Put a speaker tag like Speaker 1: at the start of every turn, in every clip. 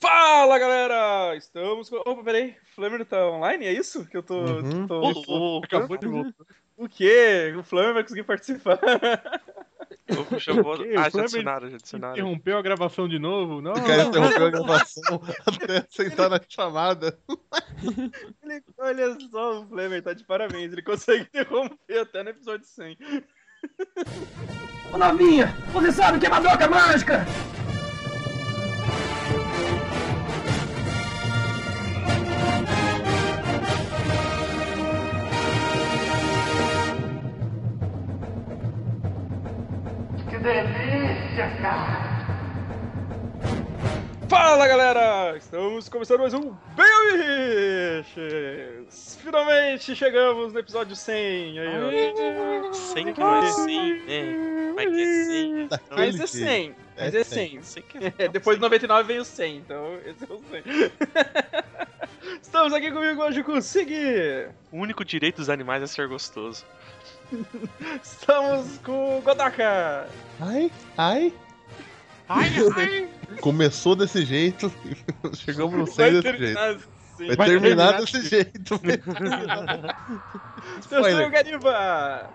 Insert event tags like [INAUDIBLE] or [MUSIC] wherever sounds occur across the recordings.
Speaker 1: Fala galera! Estamos com. Opa, peraí, o Flamer tá online? É isso que eu tô.
Speaker 2: Uhum.
Speaker 1: tô-
Speaker 3: Ô, louco.
Speaker 2: Acabou de
Speaker 4: né?
Speaker 2: voltar.
Speaker 1: O quê? O Flamer vai conseguir participar? [LAUGHS]
Speaker 3: Louco, chamou-
Speaker 2: quê?
Speaker 3: Ah,
Speaker 2: O
Speaker 3: já
Speaker 2: Flamengo
Speaker 3: adicionaram, já adicionaram.
Speaker 2: Interrompeu a gravação de novo? Não,
Speaker 4: O cara interrompeu a gravação até aceitar na chamada.
Speaker 1: Ele- Olha só, o Flamer tá de parabéns, ele consegue [LAUGHS] interromper até no episódio 100.
Speaker 5: Ô novinha, você sabe o que é madoca mágica? Que delícia, cara!
Speaker 1: Fala galera! Estamos começando mais um Beowiches! Finalmente chegamos no episódio 100. Aí, ó.
Speaker 3: Sem que não é sim, né? Vai que é sim.
Speaker 1: Mas
Speaker 4: Daquele
Speaker 1: é 100, mas é
Speaker 4: É
Speaker 1: 100.
Speaker 3: Sei que
Speaker 1: É, depois de 99 veio 100, então esse é o 100. [LAUGHS] Estamos aqui comigo hoje com o Sigui.
Speaker 3: O único direito dos animais é ser gostoso.
Speaker 1: Estamos com o Godaka.
Speaker 4: Ai, ai.
Speaker 3: Ai,
Speaker 4: Começou desse jeito, [LAUGHS] chegamos no 100 desse jeito.
Speaker 1: assim.
Speaker 4: Vai,
Speaker 2: Vai
Speaker 4: terminar,
Speaker 2: terminar
Speaker 4: desse jeito. mesmo.
Speaker 1: Terceiro
Speaker 4: spoiler.
Speaker 1: Gariba.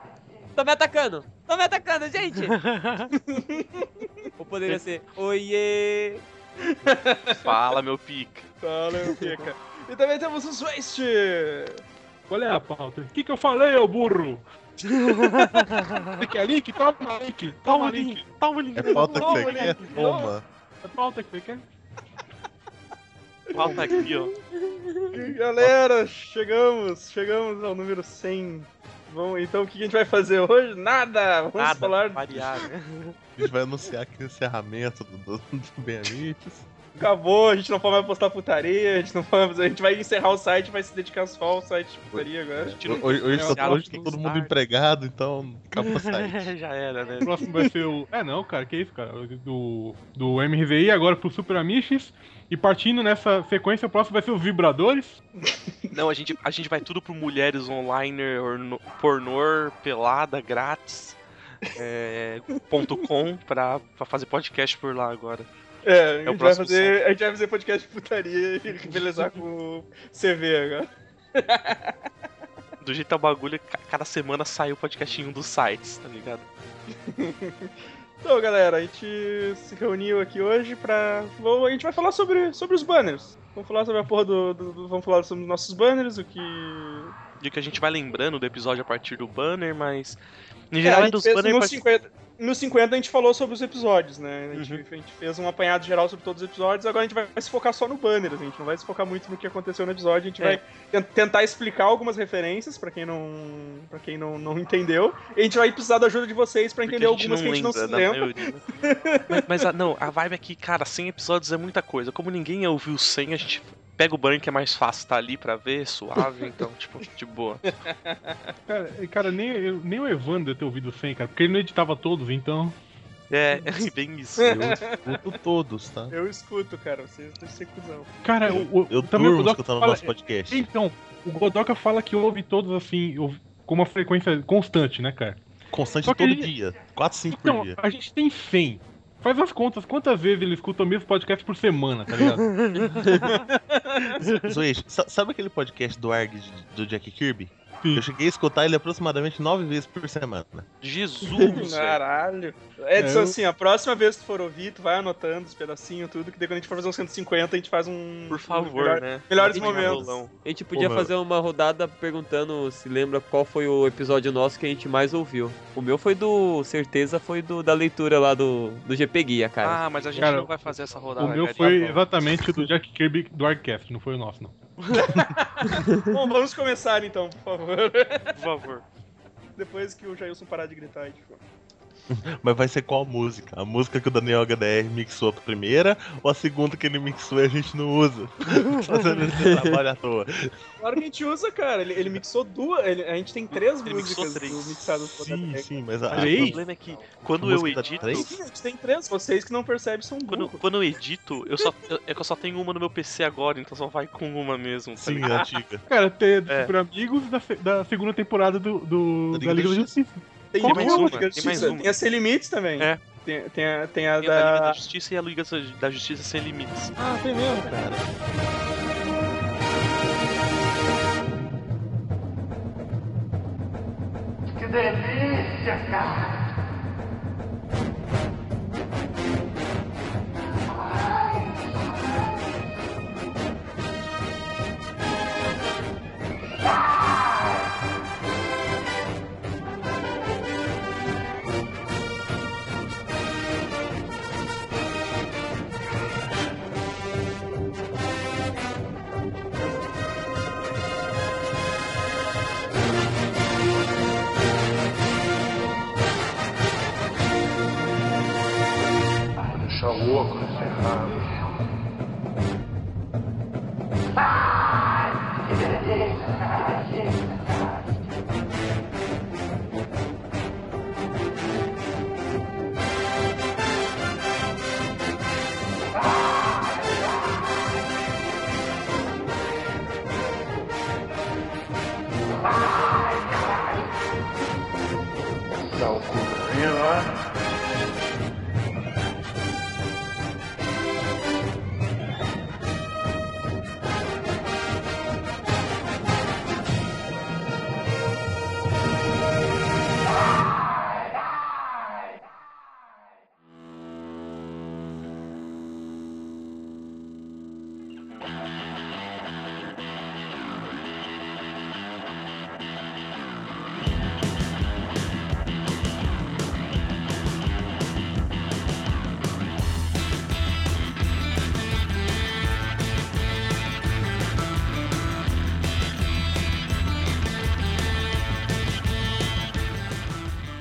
Speaker 6: Tô me atacando! Tô me atacando,
Speaker 1: [LAUGHS]
Speaker 6: gente! Ou poderia ser, oiê!
Speaker 3: Fala, meu pica.
Speaker 1: Fala, meu pica. E também temos o Swast.
Speaker 2: Qual é a pauta? O que, que eu falei, ô burro? Você quer link? Toma link! Toma link!
Speaker 3: toma link.
Speaker 4: É falta que
Speaker 1: Toma,
Speaker 4: você quer?
Speaker 1: moleque.
Speaker 4: Toma.
Speaker 2: É pauta que você quer?
Speaker 3: Falta aqui, ó.
Speaker 1: Galera, chegamos. Chegamos ao número 100. Bom, então o que a gente vai fazer hoje? Nada! Vamos
Speaker 3: Nada,
Speaker 1: falar
Speaker 3: variar, né?
Speaker 4: A gente vai anunciar aqui o encerramento do, do, do Bem Amigos.
Speaker 1: Acabou, a gente não pode mais postar putaria, a gente não pode mais- A gente vai encerrar o site, vai se dedicar só ao site de putaria agora.
Speaker 3: gente não- [LAUGHS]
Speaker 4: Hoje, hoje
Speaker 3: não,
Speaker 4: tá-
Speaker 3: já
Speaker 4: hoje tá
Speaker 3: não
Speaker 4: todo
Speaker 3: start.
Speaker 4: mundo empregado, então acabou o [LAUGHS] site.
Speaker 3: Já era, né?
Speaker 2: O próximo vai ser o. É não, cara, que isso, cara? Do, do MRVI agora pro Super Amiches. E partindo nessa sequência, o próximo vai ser o Vibradores.
Speaker 3: Não, a gente, a gente vai tudo pro mulheres online, orno- pornor, pelada, grátis. é, ponto .com pra, pra fazer podcast por lá agora.
Speaker 1: É, a gente, vai,
Speaker 3: próximo
Speaker 1: fazer, a gente vai fazer podcast de putaria e [LAUGHS] belezar com o CV agora.
Speaker 3: Do jeito que tá o bagulho, ca- cada semana sai o podcast em um dos sites, tá ligado?
Speaker 1: Então, galera, a gente se reuniu aqui hoje pra. Bom, a gente vai falar sobre, sobre os banners. Vamos falar sobre a porra do, do- do- Vamos falar sobre os nossos banners, o que.
Speaker 3: de que a gente vai lembrando do episódio a partir do banner, mas. Em
Speaker 1: É,
Speaker 3: geral,
Speaker 1: a
Speaker 3: é
Speaker 1: gente
Speaker 3: dos
Speaker 1: fez
Speaker 3: banners.
Speaker 1: nos
Speaker 3: parti-
Speaker 1: 50, nos 50 a gente falou sobre os episódios, né? A
Speaker 3: Uhum.
Speaker 1: gente, a gente fez um apanhado geral sobre todos os episódios, agora a gente vai se focar só no banner, assim, a gente não vai se focar muito no que aconteceu no episódio, a gente
Speaker 3: É.
Speaker 1: vai ten- tentar explicar algumas referências pra quem não para quem não, não entendeu, e a gente vai precisar da ajuda de vocês pra
Speaker 3: porque
Speaker 1: entender algumas que a gente não se
Speaker 3: na
Speaker 1: lembra.
Speaker 3: maioria, né? mas, mas, ah, não, a vibe é que, cara, 100 episódios é muita coisa. Como ninguém ouviu 100, a gente pega o banner que é mais fácil, tá ali pra ver, suave, então, [LAUGHS] tipo, de boa.
Speaker 2: Cara, e, cara nem, eu- nem o Evandro deve ter ouvido sem, cara, porque ele não editava todos, então.
Speaker 3: É, é [LAUGHS] bem isso.
Speaker 4: Eu escuto todos, tá?
Speaker 1: Eu escuto, cara, vocês têm que ser
Speaker 3: [LAUGHS]
Speaker 1: cuzão.
Speaker 2: Cara, o, o,
Speaker 4: Eu
Speaker 2: também o
Speaker 4: durmo
Speaker 2: Godoka
Speaker 4: escutando o
Speaker 2: fala-
Speaker 4: nosso podcast.
Speaker 2: Então, o Godoka fala que ouve todos assim, ouve- com uma frequência constante, né, cara?
Speaker 4: Constante
Speaker 2: Só que
Speaker 4: todo
Speaker 2: ele-
Speaker 4: dia. 4, 5 por
Speaker 2: Então,
Speaker 4: dia.
Speaker 2: a gente tem 100. Faz as contas, quantas vezes ele escuta o mesmo podcast por semana, tá ligado?
Speaker 4: Zueix, sa- sabe aquele podcast do ARG de- do Jack Kirby?
Speaker 2: Sim.
Speaker 4: Eu cheguei a escutar ele aproximadamente nove vezes por semana.
Speaker 3: Jesus! velho.
Speaker 1: Caralho. Edson,
Speaker 2: É, eu-
Speaker 1: assim, a próxima vez que tu for ouvir, tu vai anotando os pedacinhos, tudo, que daí quando a gente for fazer um uns 150, a gente faz um. um melhor-
Speaker 3: Por favor, né?
Speaker 1: melhores
Speaker 3: Fica de
Speaker 1: momentos.
Speaker 3: rolão.
Speaker 6: A gente podia
Speaker 4: Porra.
Speaker 6: fazer uma rodada perguntando se lembra qual foi o episódio nosso que a gente mais ouviu. O meu foi do. Certeza foi do da leitura lá do, do GP Guia, cara.
Speaker 3: Ah, mas a gente
Speaker 2: Cara,
Speaker 3: não vai fazer essa rodada.
Speaker 2: O meu
Speaker 3: cara,
Speaker 2: foi
Speaker 3: tá bom.
Speaker 2: exatamente o do Jack Kirby do Arcast, não foi o nosso, não.
Speaker 1: Bom, vamos começar então, por favor.
Speaker 3: Por favor.
Speaker 1: Depois que o Jailson parar de gritar, a gente fala.
Speaker 4: Mas vai ser qual música? A música que o Daniel HDR mixou a primeira ou a segunda que ele mixou e a gente não usa? [LAUGHS] Fazendo esse trabalho à toa.
Speaker 1: Claro que a gente usa, cara. Ele, ele mixou duas. ele- a gente tem três
Speaker 3: Ele mixou
Speaker 1: músicas
Speaker 3: três.
Speaker 1: do mixado do
Speaker 4: Sim,
Speaker 1: Podateca.
Speaker 4: sim, mas a.
Speaker 3: Mas o problema é que quando eu
Speaker 2: tá
Speaker 4: música da
Speaker 3: edito.
Speaker 4: três?
Speaker 1: Sim, a gente tem três. Vocês que não percebem são
Speaker 3: Quando,
Speaker 1: burros.
Speaker 3: quando eu edito, eu só, eu- é que eu só tenho uma no meu PC agora, então só vai com uma mesmo. Tá
Speaker 4: Sim,
Speaker 3: ligado?
Speaker 4: a antiga.
Speaker 2: Cara, ter
Speaker 3: É.
Speaker 2: Super Amigos da, se- da segunda temporada do, do-
Speaker 4: Da Liga
Speaker 2: da Liga
Speaker 4: da
Speaker 2: da Justiça.
Speaker 1: Tem
Speaker 2: Tem
Speaker 1: uma
Speaker 2: mais uma,
Speaker 1: é música,
Speaker 3: tem mais
Speaker 1: Justiça.
Speaker 3: uma.
Speaker 1: Tem a Sem Limites também.
Speaker 3: É.
Speaker 1: Tem, tem a, tem a
Speaker 3: Tem a Liga
Speaker 1: da.
Speaker 3: da Justiça e a Liga da Justiça Sem Limites.
Speaker 1: Ah, tem mesmo, cara.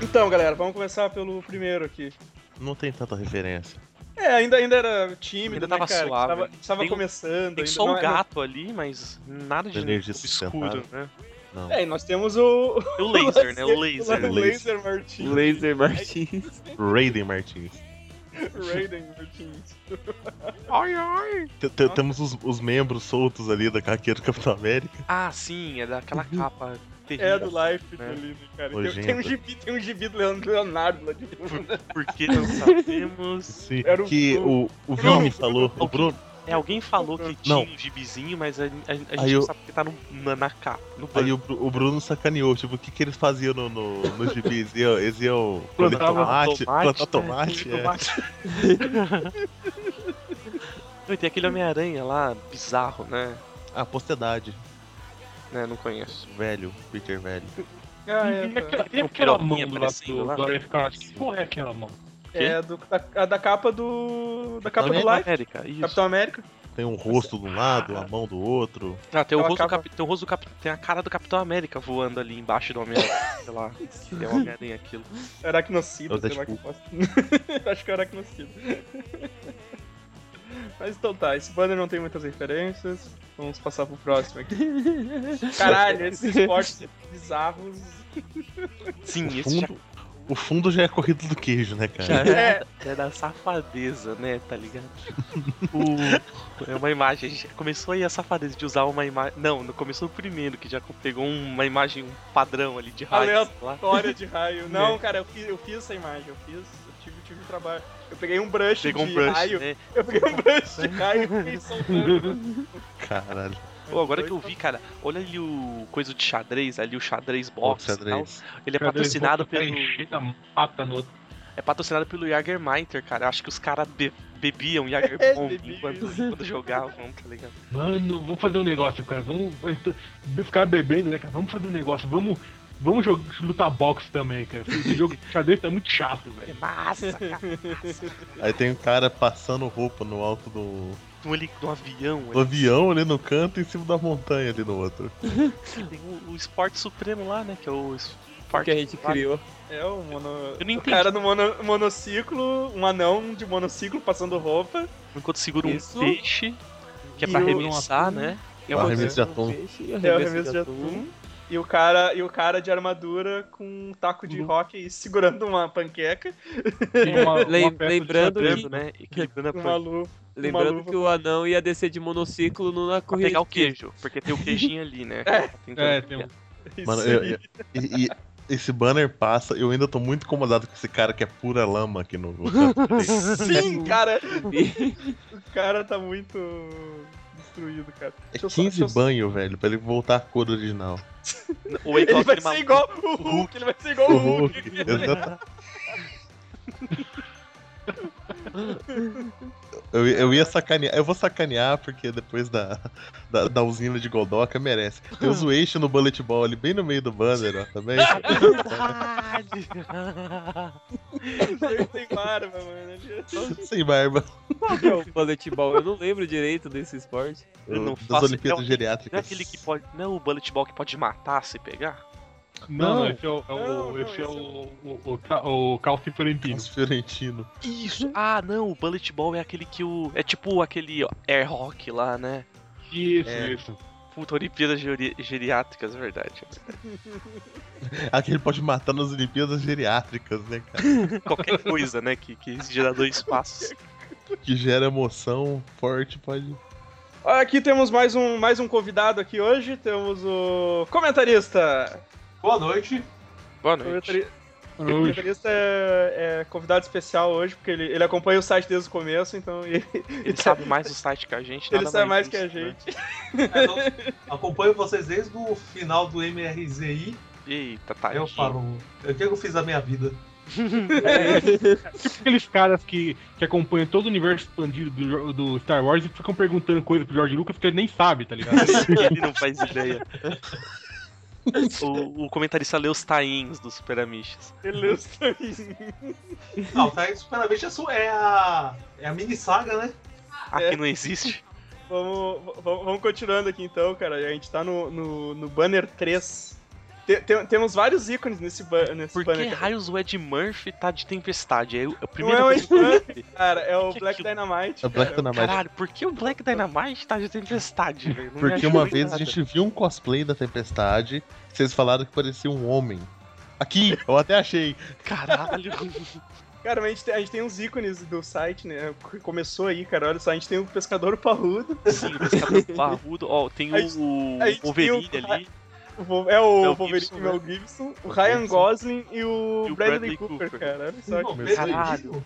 Speaker 1: Então, galera, vamos começar pelo primeiro aqui.
Speaker 4: Não tem tanta referência.
Speaker 1: É, ainda, ainda era tímido,
Speaker 3: Ainda
Speaker 1: né,
Speaker 3: tava
Speaker 1: cara? Que
Speaker 3: suave.
Speaker 1: Tava, tava
Speaker 3: Tem um-
Speaker 1: começando.
Speaker 3: Tem
Speaker 1: ainda
Speaker 3: só
Speaker 1: não
Speaker 3: o
Speaker 1: é-
Speaker 3: gato ali, mas nada de
Speaker 4: né? Energia
Speaker 3: escuro, né?
Speaker 4: Não.
Speaker 1: É, e nós temos o.
Speaker 3: E o laser,
Speaker 1: [LAUGHS]
Speaker 4: [LAUGHS]
Speaker 3: né? O laser.
Speaker 1: O Laser Martins.
Speaker 6: Laser [LAUGHS] Martins.
Speaker 4: Raiden Martins.
Speaker 1: Raiden Martins.
Speaker 3: Ai, ai.
Speaker 4: T- t- Temos os, os membros soltos ali da caqueira do Capitão América.
Speaker 3: Ah, sim, é daquela
Speaker 4: Uhum.
Speaker 3: capa terrível.
Speaker 1: É do Life
Speaker 3: É.
Speaker 1: ali, né, cara. Tem,
Speaker 4: Nojento.
Speaker 1: tem um gibi, tem um gibi do Leon- Leonardo lá de fundo.
Speaker 3: Porque não
Speaker 4: [LAUGHS]
Speaker 3: sabemos.
Speaker 4: Sim,
Speaker 1: Era o
Speaker 4: que
Speaker 1: Bruno.
Speaker 4: o, o
Speaker 1: Bruno.
Speaker 4: Vini falou. O Bruno.
Speaker 3: É, alguém falou que tinha
Speaker 4: Não.
Speaker 3: um gibizinho, mas a, a- a gente
Speaker 4: Aí
Speaker 3: não
Speaker 4: eu-
Speaker 3: sabe porque tá no, na, na capa. No banco.
Speaker 4: Aí o, Bru- o Bruno sacaneou, tipo, o que, que eles faziam no, no, no gibi? Eles iam, eles iam colher
Speaker 3: Plantava
Speaker 4: tomate, plantar
Speaker 3: né?
Speaker 4: tomate. é.
Speaker 3: é. [LAUGHS] Não, e tem aquele Homem-Aranha lá, bizarro, né?
Speaker 4: Ah, postedade.
Speaker 3: né? Não conheço.
Speaker 4: Velho, Peter velho.
Speaker 1: [LAUGHS] Ah,
Speaker 2: E
Speaker 1: é, tá.
Speaker 2: aquela, e aquela
Speaker 3: um Piroquinha né?
Speaker 2: mão do lado
Speaker 3: aparecendo
Speaker 2: do
Speaker 3: lá.
Speaker 2: Dorian Scott? Que porra é aquela mão?
Speaker 1: [LAUGHS] É do, da, a da capa do. Da capa do
Speaker 4: Capitão
Speaker 1: Life.
Speaker 3: América, isso.
Speaker 1: Capitão América.
Speaker 4: Tem um rosto de um lado, a mão do outro.
Speaker 3: Ah, tem,
Speaker 1: Aquela
Speaker 3: o rosto do
Speaker 1: capa-
Speaker 3: Cap... tem o rosto do Cap... Tem a cara do Capitão América voando ali embaixo do Homem-Aranha. [LAUGHS] sei lá. É o Homem-Aranha aquilo.
Speaker 1: Aracnocida,
Speaker 3: Então
Speaker 4: É o
Speaker 1: sei lá que
Speaker 4: Deadpool.
Speaker 1: posso. [LAUGHS] Acho que é aracnocida. Mas então tá, esse banner não tem muitas referências. Vamos passar pro próximo [LAUGHS] aqui. Caralho, esses esportes bizarros.
Speaker 3: Sim,
Speaker 4: O
Speaker 3: esse já
Speaker 4: fundo, o fundo já é corrido do queijo, né, cara?
Speaker 3: Já
Speaker 1: É.
Speaker 3: é, é da safadeza, né? Tá ligado? O- É uma imagem. A gente começou aí a safadeza de usar uma imagem. Não, não começou o primeiro, que já pegou uma imagem um padrão ali de raio. sei lá.
Speaker 1: História de raio.
Speaker 3: É.
Speaker 1: Não, cara, eu fiz, eu fiz essa imagem, eu fiz. Eu tive, tive um trabalho. Eu peguei um brush
Speaker 3: Pegou
Speaker 1: de
Speaker 3: um brush,
Speaker 1: raio.
Speaker 3: né?
Speaker 1: Eu peguei um brush de raio e fiquei soltando.
Speaker 4: Caralho.
Speaker 3: Pô, agora que eu vi, cara, olha ali o coisa de xadrez, ali o xadrez box.
Speaker 4: Nossa, tá um-
Speaker 3: e tal.
Speaker 4: xadrez.
Speaker 3: Ele [LAUGHS] é patrocinado pelo.
Speaker 2: Enchendo a mata no outro.
Speaker 3: É patrocinado pelo Jagermeister, cara. Eu Acho que os caras be-
Speaker 1: [LAUGHS]
Speaker 3: bebiam
Speaker 1: É,
Speaker 3: Jagerbomb
Speaker 1: bebiam.
Speaker 3: enquanto, enquanto jogavam,
Speaker 1: [LAUGHS]
Speaker 3: tá ligado?
Speaker 2: Mano, vamos fazer um negócio, cara. Vamos vamos ficar bebendo, né, cara? Vamos fazer um negócio. Vamos, vamos jogar, lutar boxe também, cara. [LAUGHS] Esse jogo de xadrez tá muito chato,
Speaker 3: É
Speaker 2: velho.
Speaker 3: massa, cara.
Speaker 4: Aí tem um cara passando roupa no alto do,
Speaker 3: Um, heli- um avião,
Speaker 4: do avião ali no canto e em cima da montanha ali no outro.
Speaker 3: Tem o, o esporte supremo lá, né? Que é o esporte
Speaker 6: que a gente criou.
Speaker 1: É, o mono.
Speaker 3: Eu não
Speaker 1: o
Speaker 3: entendi.
Speaker 1: cara no mono- monociclo, um anão de monociclo passando roupa.
Speaker 3: Enquanto segura
Speaker 6: Isso.
Speaker 3: um peixe, que é
Speaker 1: E
Speaker 3: pra
Speaker 1: o-
Speaker 3: arremessar, né?
Speaker 4: Eu vou arremesso de atum.
Speaker 1: É o arremesso de atum. E o cara, e o cara de armadura com um taco de
Speaker 2: Uhum.
Speaker 1: rock e segurando uma panqueca,
Speaker 2: Tem uma- uma
Speaker 6: Lem-
Speaker 2: peça de
Speaker 6: lembrando
Speaker 2: xadrez,
Speaker 6: que-
Speaker 3: Lembrando, né? Equilibrando a
Speaker 1: uma
Speaker 3: pra
Speaker 1: luva.
Speaker 6: Lembrando
Speaker 1: luva.
Speaker 6: que o anão ia descer de monociclo na corrida.
Speaker 3: pegar o
Speaker 6: de queijo.
Speaker 1: [LAUGHS] É.
Speaker 2: um-
Speaker 3: queijo, porque tem o queijinho ali, né?
Speaker 2: É, tem um...
Speaker 4: Mano, eu, eu- e, e esse banner passa, eu ainda tô muito incomodado com esse cara que é pura lama aqui no. no [LAUGHS] canto dele.
Speaker 1: Sim, cara! o cara tá muito destruído, cara.
Speaker 4: É
Speaker 1: Deixa eu só- deixa eu
Speaker 4: 15
Speaker 1: só-
Speaker 4: banho, velho, pra ele voltar à cor
Speaker 3: [LAUGHS]
Speaker 4: original.
Speaker 3: Ou é
Speaker 1: Ele vai
Speaker 3: aquele
Speaker 1: ser
Speaker 3: maluco-
Speaker 1: igual o Hulk, ele vai ser igual o Hulk.
Speaker 4: Exatamente. Eu, eu ia sacanear, eu vou sacanear porque depois da, da, da usina de Goldoka merece. Tem o Zueixo no Bullet Ball ali, bem no meio do banner, ó,
Speaker 3: [LAUGHS]
Speaker 4: também.
Speaker 1: Ele tem barba, mano. Ele-
Speaker 4: Sem barba.
Speaker 6: Qual que é [LAUGHS] o bullet ball? Eu não lembro direito desse esporte.
Speaker 3: Eu não
Speaker 4: das
Speaker 3: faço-
Speaker 4: Olimpíadas
Speaker 3: não, Não é
Speaker 4: Geriátricas.
Speaker 3: aquele que pode. Não é o bullet ball que pode matar se pegar?
Speaker 2: Não,
Speaker 4: Não.
Speaker 2: não, esse é o. é o-
Speaker 1: Não, não,
Speaker 2: esse é
Speaker 1: esse é
Speaker 2: o. O, o, Ca- o Calci Florentino.
Speaker 4: Os Fiorentino.
Speaker 3: Isso! Ah, não, o bullet ball é aquele que o. É tipo aquele ó, air rock lá, né?
Speaker 2: Isso,
Speaker 4: É.
Speaker 2: isso.
Speaker 3: Puta, Olimpíadas geri- geriátricas, é verdade. [LAUGHS]
Speaker 4: Aquele pode matar nas Olimpíadas Geriátricas, né, cara?
Speaker 3: Qualquer coisa, né? Que, que gera dois passos.
Speaker 4: Que gera emoção forte, pode.
Speaker 1: Aqui temos mais um, mais um convidado aqui hoje. Temos o comentarista.
Speaker 5: Boa noite.
Speaker 3: Boa
Speaker 1: O
Speaker 3: noite.
Speaker 1: comentari- o comentarista é, é convidado especial hoje, porque ele, ele acompanha o site desde o começo, então ele, [LAUGHS]
Speaker 3: Ele sabe mais do site que a gente.
Speaker 1: ele
Speaker 3: nada
Speaker 1: sabe mais que a
Speaker 3: justo, né?
Speaker 1: gente.
Speaker 5: É, Acompanho vocês desde o final do MRZI.
Speaker 3: Eita, tá.
Speaker 5: Eu falo, o que eu fiz da minha
Speaker 7: [LAUGHS]
Speaker 5: vida?
Speaker 2: Tipo aqueles caras que, que acompanham todo o universo expandido do, jo- do Star Wars e ficam perguntando coisa pro George Lucas que ele nem sabe, tá [LAUGHS] ligado?
Speaker 3: Ele não faz ideia. O, o comentarista lê os tains do Super Amiches.
Speaker 1: Ele leu os tains.
Speaker 7: Ah,
Speaker 5: Não, tá aí, superamente, é su- é a, é a mini saga, né?
Speaker 1: É.
Speaker 3: Aqui não existe.
Speaker 1: Vamos, v- vamos, vamos continuando aqui então, cara. A gente tá no, no, no banner 3. Te- te- temos vários ícones nesse, ba nesse
Speaker 3: Por que
Speaker 1: banner. cara.
Speaker 3: raios o Ed Murphy tá de tempestade? É o- é o
Speaker 1: Não é
Speaker 3: primeiro.
Speaker 1: o Ed cara, é o
Speaker 3: Que
Speaker 1: Black
Speaker 3: aquilo?
Speaker 1: Dynamite.
Speaker 4: É Black
Speaker 1: cara.
Speaker 4: Dynamite.
Speaker 3: Caralho, por que o Black Dynamite tá de tempestade, velho? Não me
Speaker 4: Porque
Speaker 3: ajuda
Speaker 4: uma
Speaker 3: em
Speaker 4: vez a
Speaker 3: nada.
Speaker 4: gente viu um cosplay da Tempestade, vocês falaram que parecia um homem. Aqui, eu até achei.
Speaker 3: Caralho.
Speaker 1: Cara, mas a gente, tem, a gente tem uns ícones do site, né? que Começou aí, cara. Olha só, a gente tem o Pescador Parrudo.
Speaker 3: [LAUGHS] Sim, o pescador barrudo. Ó, tem
Speaker 1: A gente-
Speaker 3: o
Speaker 1: a gente
Speaker 3: Wolverine
Speaker 1: tem um- o-
Speaker 3: ali.
Speaker 1: o Vol- É o
Speaker 3: É o
Speaker 1: Wolverine
Speaker 3: Gibson,
Speaker 1: e o
Speaker 3: né?
Speaker 1: Mel Gibson. O Ryan Gosling e o,
Speaker 3: E o
Speaker 1: Bradley,
Speaker 3: Bradley
Speaker 1: Cooper,
Speaker 3: Cooper.
Speaker 1: cara. Olha só que
Speaker 5: Não,
Speaker 4: mesmo.
Speaker 5: Pedrinho.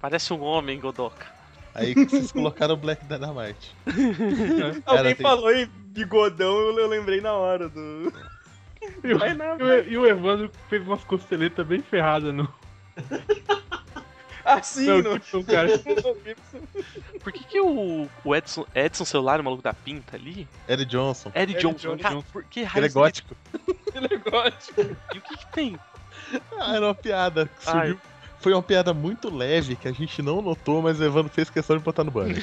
Speaker 3: Parece um homem, Godoka.
Speaker 4: Aí que vocês colocaram o Black Dynamite. Cara,
Speaker 1: Alguém
Speaker 4: tem-
Speaker 1: falou em bigodão, eu eu lembrei na hora do. [LAUGHS]
Speaker 2: E o-
Speaker 1: Vai não,
Speaker 2: e o- E o Evandro fez umas costeletas bem ferradas no.
Speaker 1: Assim,
Speaker 2: no,
Speaker 1: [LAUGHS] no.
Speaker 2: tipo, cara.
Speaker 3: Por que, que o, o Edson, Edson celular, o maluco da pinta ali?
Speaker 4: Eric Johnson.
Speaker 3: Ed
Speaker 1: Eric
Speaker 3: Johnson.
Speaker 1: Johnson.
Speaker 3: Cara, por que
Speaker 4: Ele é
Speaker 3: raios ele-
Speaker 4: gótico.
Speaker 1: Ele é gótico.
Speaker 3: E o que, que tem?
Speaker 4: Ah, era uma piada. que surgiu. Foi uma piada muito leve que a gente não notou, mas o Evandro fez questão de botar no banner.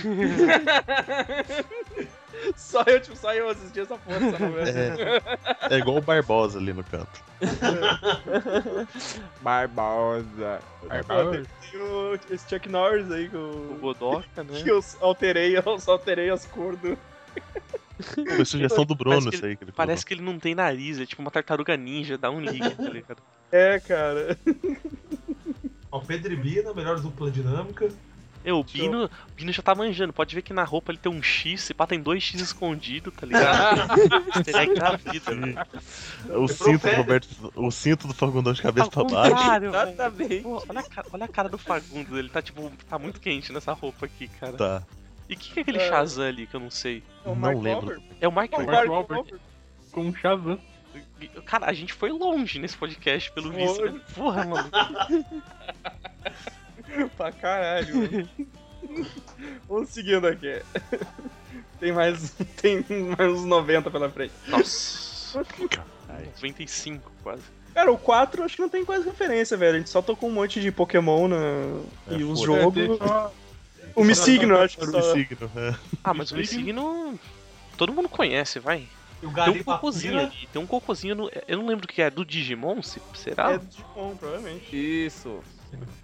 Speaker 1: Só eu, tipo, só eu assisti essa porra dessa novela.
Speaker 4: É, é igual o Barbosa ali no canto. É.
Speaker 6: Barbosa.
Speaker 1: Tem o esse Chuck Norris aí que
Speaker 3: O
Speaker 1: eu, é?
Speaker 3: Godoka, né?
Speaker 1: que eu alterei, [LAUGHS] eu só alterei as cores do.
Speaker 4: Foi sugestão do Bruno
Speaker 3: que
Speaker 4: isso aí. Que ele
Speaker 3: Parece que ele não tem nariz, é tipo uma tartaruga ninja, dá um liga, tá ligado?
Speaker 1: É, cara.
Speaker 5: Ó, Pedro e Bina, melhores dupla dinâmica.
Speaker 3: É, o Bino, o Bino já tá manjando, pode ver que na roupa ele tem um X, se pá, tem dois X escondido,
Speaker 1: [LAUGHS]
Speaker 3: tá ligado? Easter egg da vida, né?
Speaker 4: colocou. o
Speaker 3: é
Speaker 4: cinto do Roberto, o cinto do Fagundão de cabeça tá
Speaker 3: Ao
Speaker 4: pra baixo.
Speaker 3: contrário, velho.
Speaker 6: Exatamente.
Speaker 3: Pô, olha, a cara, olha a cara do Fagundes, ele tá tipo, tá muito quente nessa roupa aqui, cara.
Speaker 4: Tá.
Speaker 3: E o que, que é aquele Shazam ali que eu não sei?
Speaker 1: É o
Speaker 4: Não
Speaker 1: Mark
Speaker 4: lembro.
Speaker 1: Wahlberg.
Speaker 3: É o Mark
Speaker 1: É o
Speaker 2: Mark
Speaker 3: Wahlberg.
Speaker 1: Mark
Speaker 2: Wahlberg.
Speaker 1: Wahlberg.
Speaker 2: Com um Shazam.
Speaker 3: Cara, a gente foi longe nesse podcast, pelo visto. né? Porra, mano.
Speaker 1: pra caralho.
Speaker 2: [LAUGHS]
Speaker 1: mano. Vamos seguindo aqui. Tem mais, tem mais uns 90 pela frente.
Speaker 3: Nossa. 95 quase.
Speaker 1: Cara, o 4 acho que não tem quase referência, velho. A gente só tocou um monte de Pokémon na...
Speaker 4: É,
Speaker 1: e uns
Speaker 4: foda.
Speaker 1: jogos.
Speaker 2: É
Speaker 1: O Missigno, acho que
Speaker 3: Tá.
Speaker 4: Era o
Speaker 1: só.
Speaker 4: signo, né?
Speaker 3: Ah, mas o signo todo mundo conhece, vai.
Speaker 5: E o
Speaker 3: Tem
Speaker 5: Garim
Speaker 3: um cocôzinho ali, tem um cocôzinho no... Eu não lembro o que é, do Digimon, se- será?
Speaker 1: É Digimon, provavelmente.
Speaker 6: Isso.